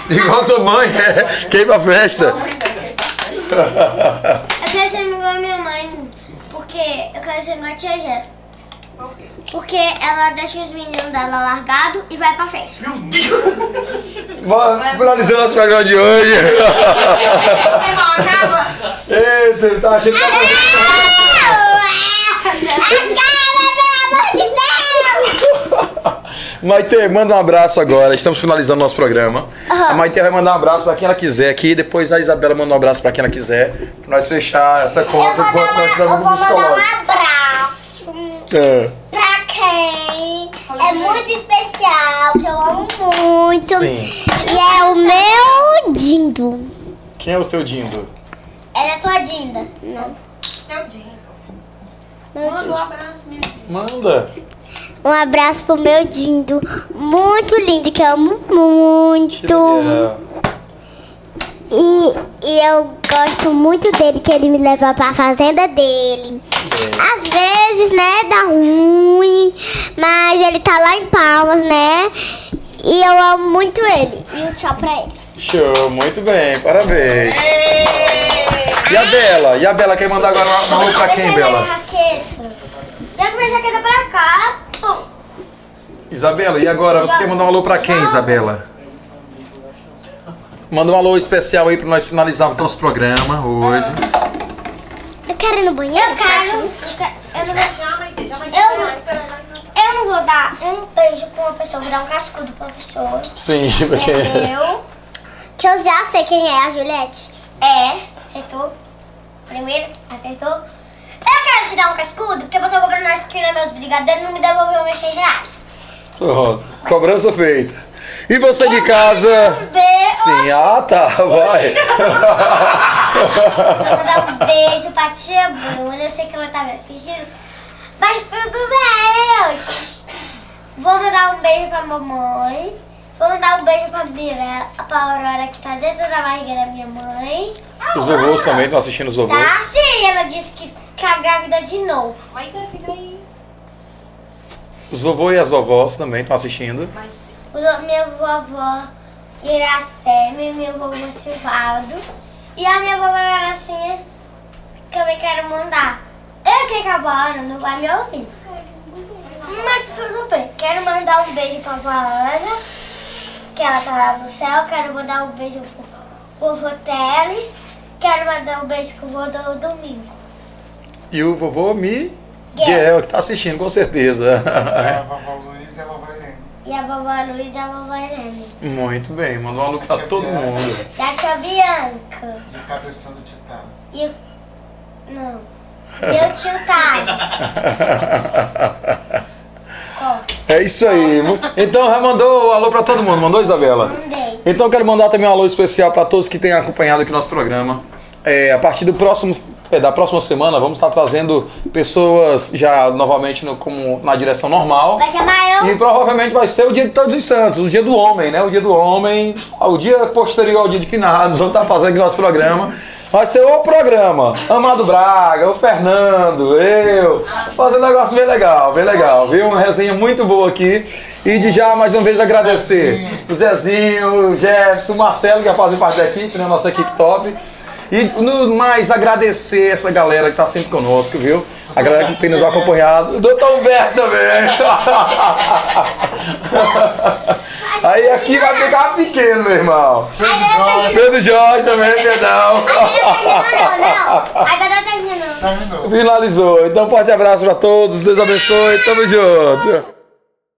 [SPEAKER 1] Igual tua mãe, é. Quem pra festa?
[SPEAKER 3] Eu quero ser igual a minha mãe, porque eu quero ser igual a tia Jéssica. Porque ela deixa os meninos dela largados e vai pra festa.
[SPEAKER 1] Bora, finalizando nosso programa de hoje. Eita, tá achando que
[SPEAKER 3] É!
[SPEAKER 1] tá fazendo- Maite, manda um abraço agora. Estamos finalizando nosso programa. A Maite vai mandar um abraço pra quem ela quiser aqui. Depois a Isabela manda um abraço pra quem ela quiser. Pra nós fechar essa conta
[SPEAKER 8] Eu vou
[SPEAKER 1] enquanto nós
[SPEAKER 8] dar, uma, eu vou
[SPEAKER 1] estamos no
[SPEAKER 8] mandar um
[SPEAKER 1] psicológico.
[SPEAKER 8] abraço
[SPEAKER 1] É,
[SPEAKER 8] pra quem é muito especial, que eu amo muito.
[SPEAKER 1] Sim.
[SPEAKER 8] E é o meu Dindo.
[SPEAKER 1] Quem é o teu Dindo?
[SPEAKER 3] Ela é tua Dinda.
[SPEAKER 7] Teu dinho. Manda um abraço, minha filha.
[SPEAKER 1] Manda.
[SPEAKER 8] Um abraço pro meu Dindo, muito lindo, que eu amo muito.
[SPEAKER 1] É,
[SPEAKER 8] E, e eu gosto muito dele, que ele me leva pra fazenda dele. Às vezes, né, dá ruim, mas ele tá lá em Palmas, né? E eu amo muito ele. E um tchau pra ele.
[SPEAKER 1] show, muito bem, parabéns. E a Bela? E a Bela quer mandar agora um alô pra quem, Bela?
[SPEAKER 3] Já que minha jaqueta pra cá. Bom,
[SPEAKER 1] Isabela, e agora? Você quer mandar um alô pra quem, Isabela? Manda um alô especial aí pra nós finalizarmos o nosso programa hoje.
[SPEAKER 8] Eu quero ir no banheiro?
[SPEAKER 3] eu quero. Eu, quero- eu não vou.
[SPEAKER 7] Já vai ter, já vai ser.
[SPEAKER 3] Eu não, eu não vou dar um beijo pra uma pessoa, vou dar um cascudo pra uma pessoa.
[SPEAKER 1] Sim, porque.
[SPEAKER 3] Eu?
[SPEAKER 8] Que eu já sei quem é a Juliette.
[SPEAKER 3] É, acertou. Primeiro, acertou. Eu quero te dar um cascudo, porque você comprou na esquina meus brigadeiros e não me devolveu meus 100 reais.
[SPEAKER 1] Pronto, cobrança feita. E você de casa?
[SPEAKER 3] Um beijo.
[SPEAKER 1] Sim, ah tá, vai.
[SPEAKER 3] Eu vou dar um beijo pra tia Bruna. Eu sei que ela tá me assistindo. Mas pelo menos. é, Vou mandar um beijo pra mamãe. Vou mandar um beijo pra Mirella, pra Aurora que tá dentro da barriga da minha mãe.
[SPEAKER 1] Os vovôs também estão assistindo os
[SPEAKER 3] Tá?
[SPEAKER 1] vovôs.
[SPEAKER 3] Sim, ela disse que tá grávida de novo.
[SPEAKER 7] Vai ter, fica aí.
[SPEAKER 1] Os vovôs e as vovós também estão assistindo.
[SPEAKER 3] O- Minha vovó Iracema, meu vovô Silvaldo. E a minha vovó Aracinha, que eu me quero mandar. Eu sei que a vó Ana não vai me ouvir. Mas tudo bem. Quero mandar um beijo pra vó Ana, que ela tá lá no céu. Quero mandar um beijo pro vovô Teles. Quero mandar um beijo pro vovô Domingo.
[SPEAKER 1] E o vovô Mi.
[SPEAKER 3] Guel.
[SPEAKER 1] Guel, que tá assistindo, com certeza. É?
[SPEAKER 4] A vovó Luiz e a vovó Helene.
[SPEAKER 3] E a vovó Luiz e a vovó Helene.
[SPEAKER 1] Muito bem, manda um alô pra todo mundo.
[SPEAKER 3] E a tia Bianca.
[SPEAKER 4] E o cabeção do Titã.
[SPEAKER 3] E o... Não. Meu tio Thales.
[SPEAKER 1] É isso aí. Então já mandou um alô pra todo mundo, mandou, Isabela?
[SPEAKER 3] Mandei.
[SPEAKER 1] Então quero mandar também um alô especial para todos que têm acompanhado aqui nosso programa. É, a partir do próximo, é, da próxima semana vamos estar trazendo pessoas já novamente no- como na direção normal.
[SPEAKER 3] Vai chamar eu?
[SPEAKER 1] E provavelmente vai ser o dia de todos os santos, o dia do homem, né? O dia do homem, o dia posterior ao dia de finados, vamos estar fazendo aqui nosso programa. Vai ser o programa. Amado Braga, o Fernando, eu. Fazer um negócio bem legal, bem legal, viu? Uma resenha muito boa aqui. E de já mais uma vez agradecer o Zezinho, o Jefferson, o Marcelo, que já fazem parte da equipe, né? Nossa equipe top. E no mais agradecer essa galera que tá sempre conosco, viu? A galera que tem nos acompanhado. O doutor Humberto também. Aí aqui vai ficar pequeno, meu irmão. Pedro Jorge também, perdão.
[SPEAKER 3] Não, não. Agora terminou.
[SPEAKER 4] Terminou.
[SPEAKER 1] Finalizou. Então, forte abraço pra todos. Deus abençoe. Tamo junto.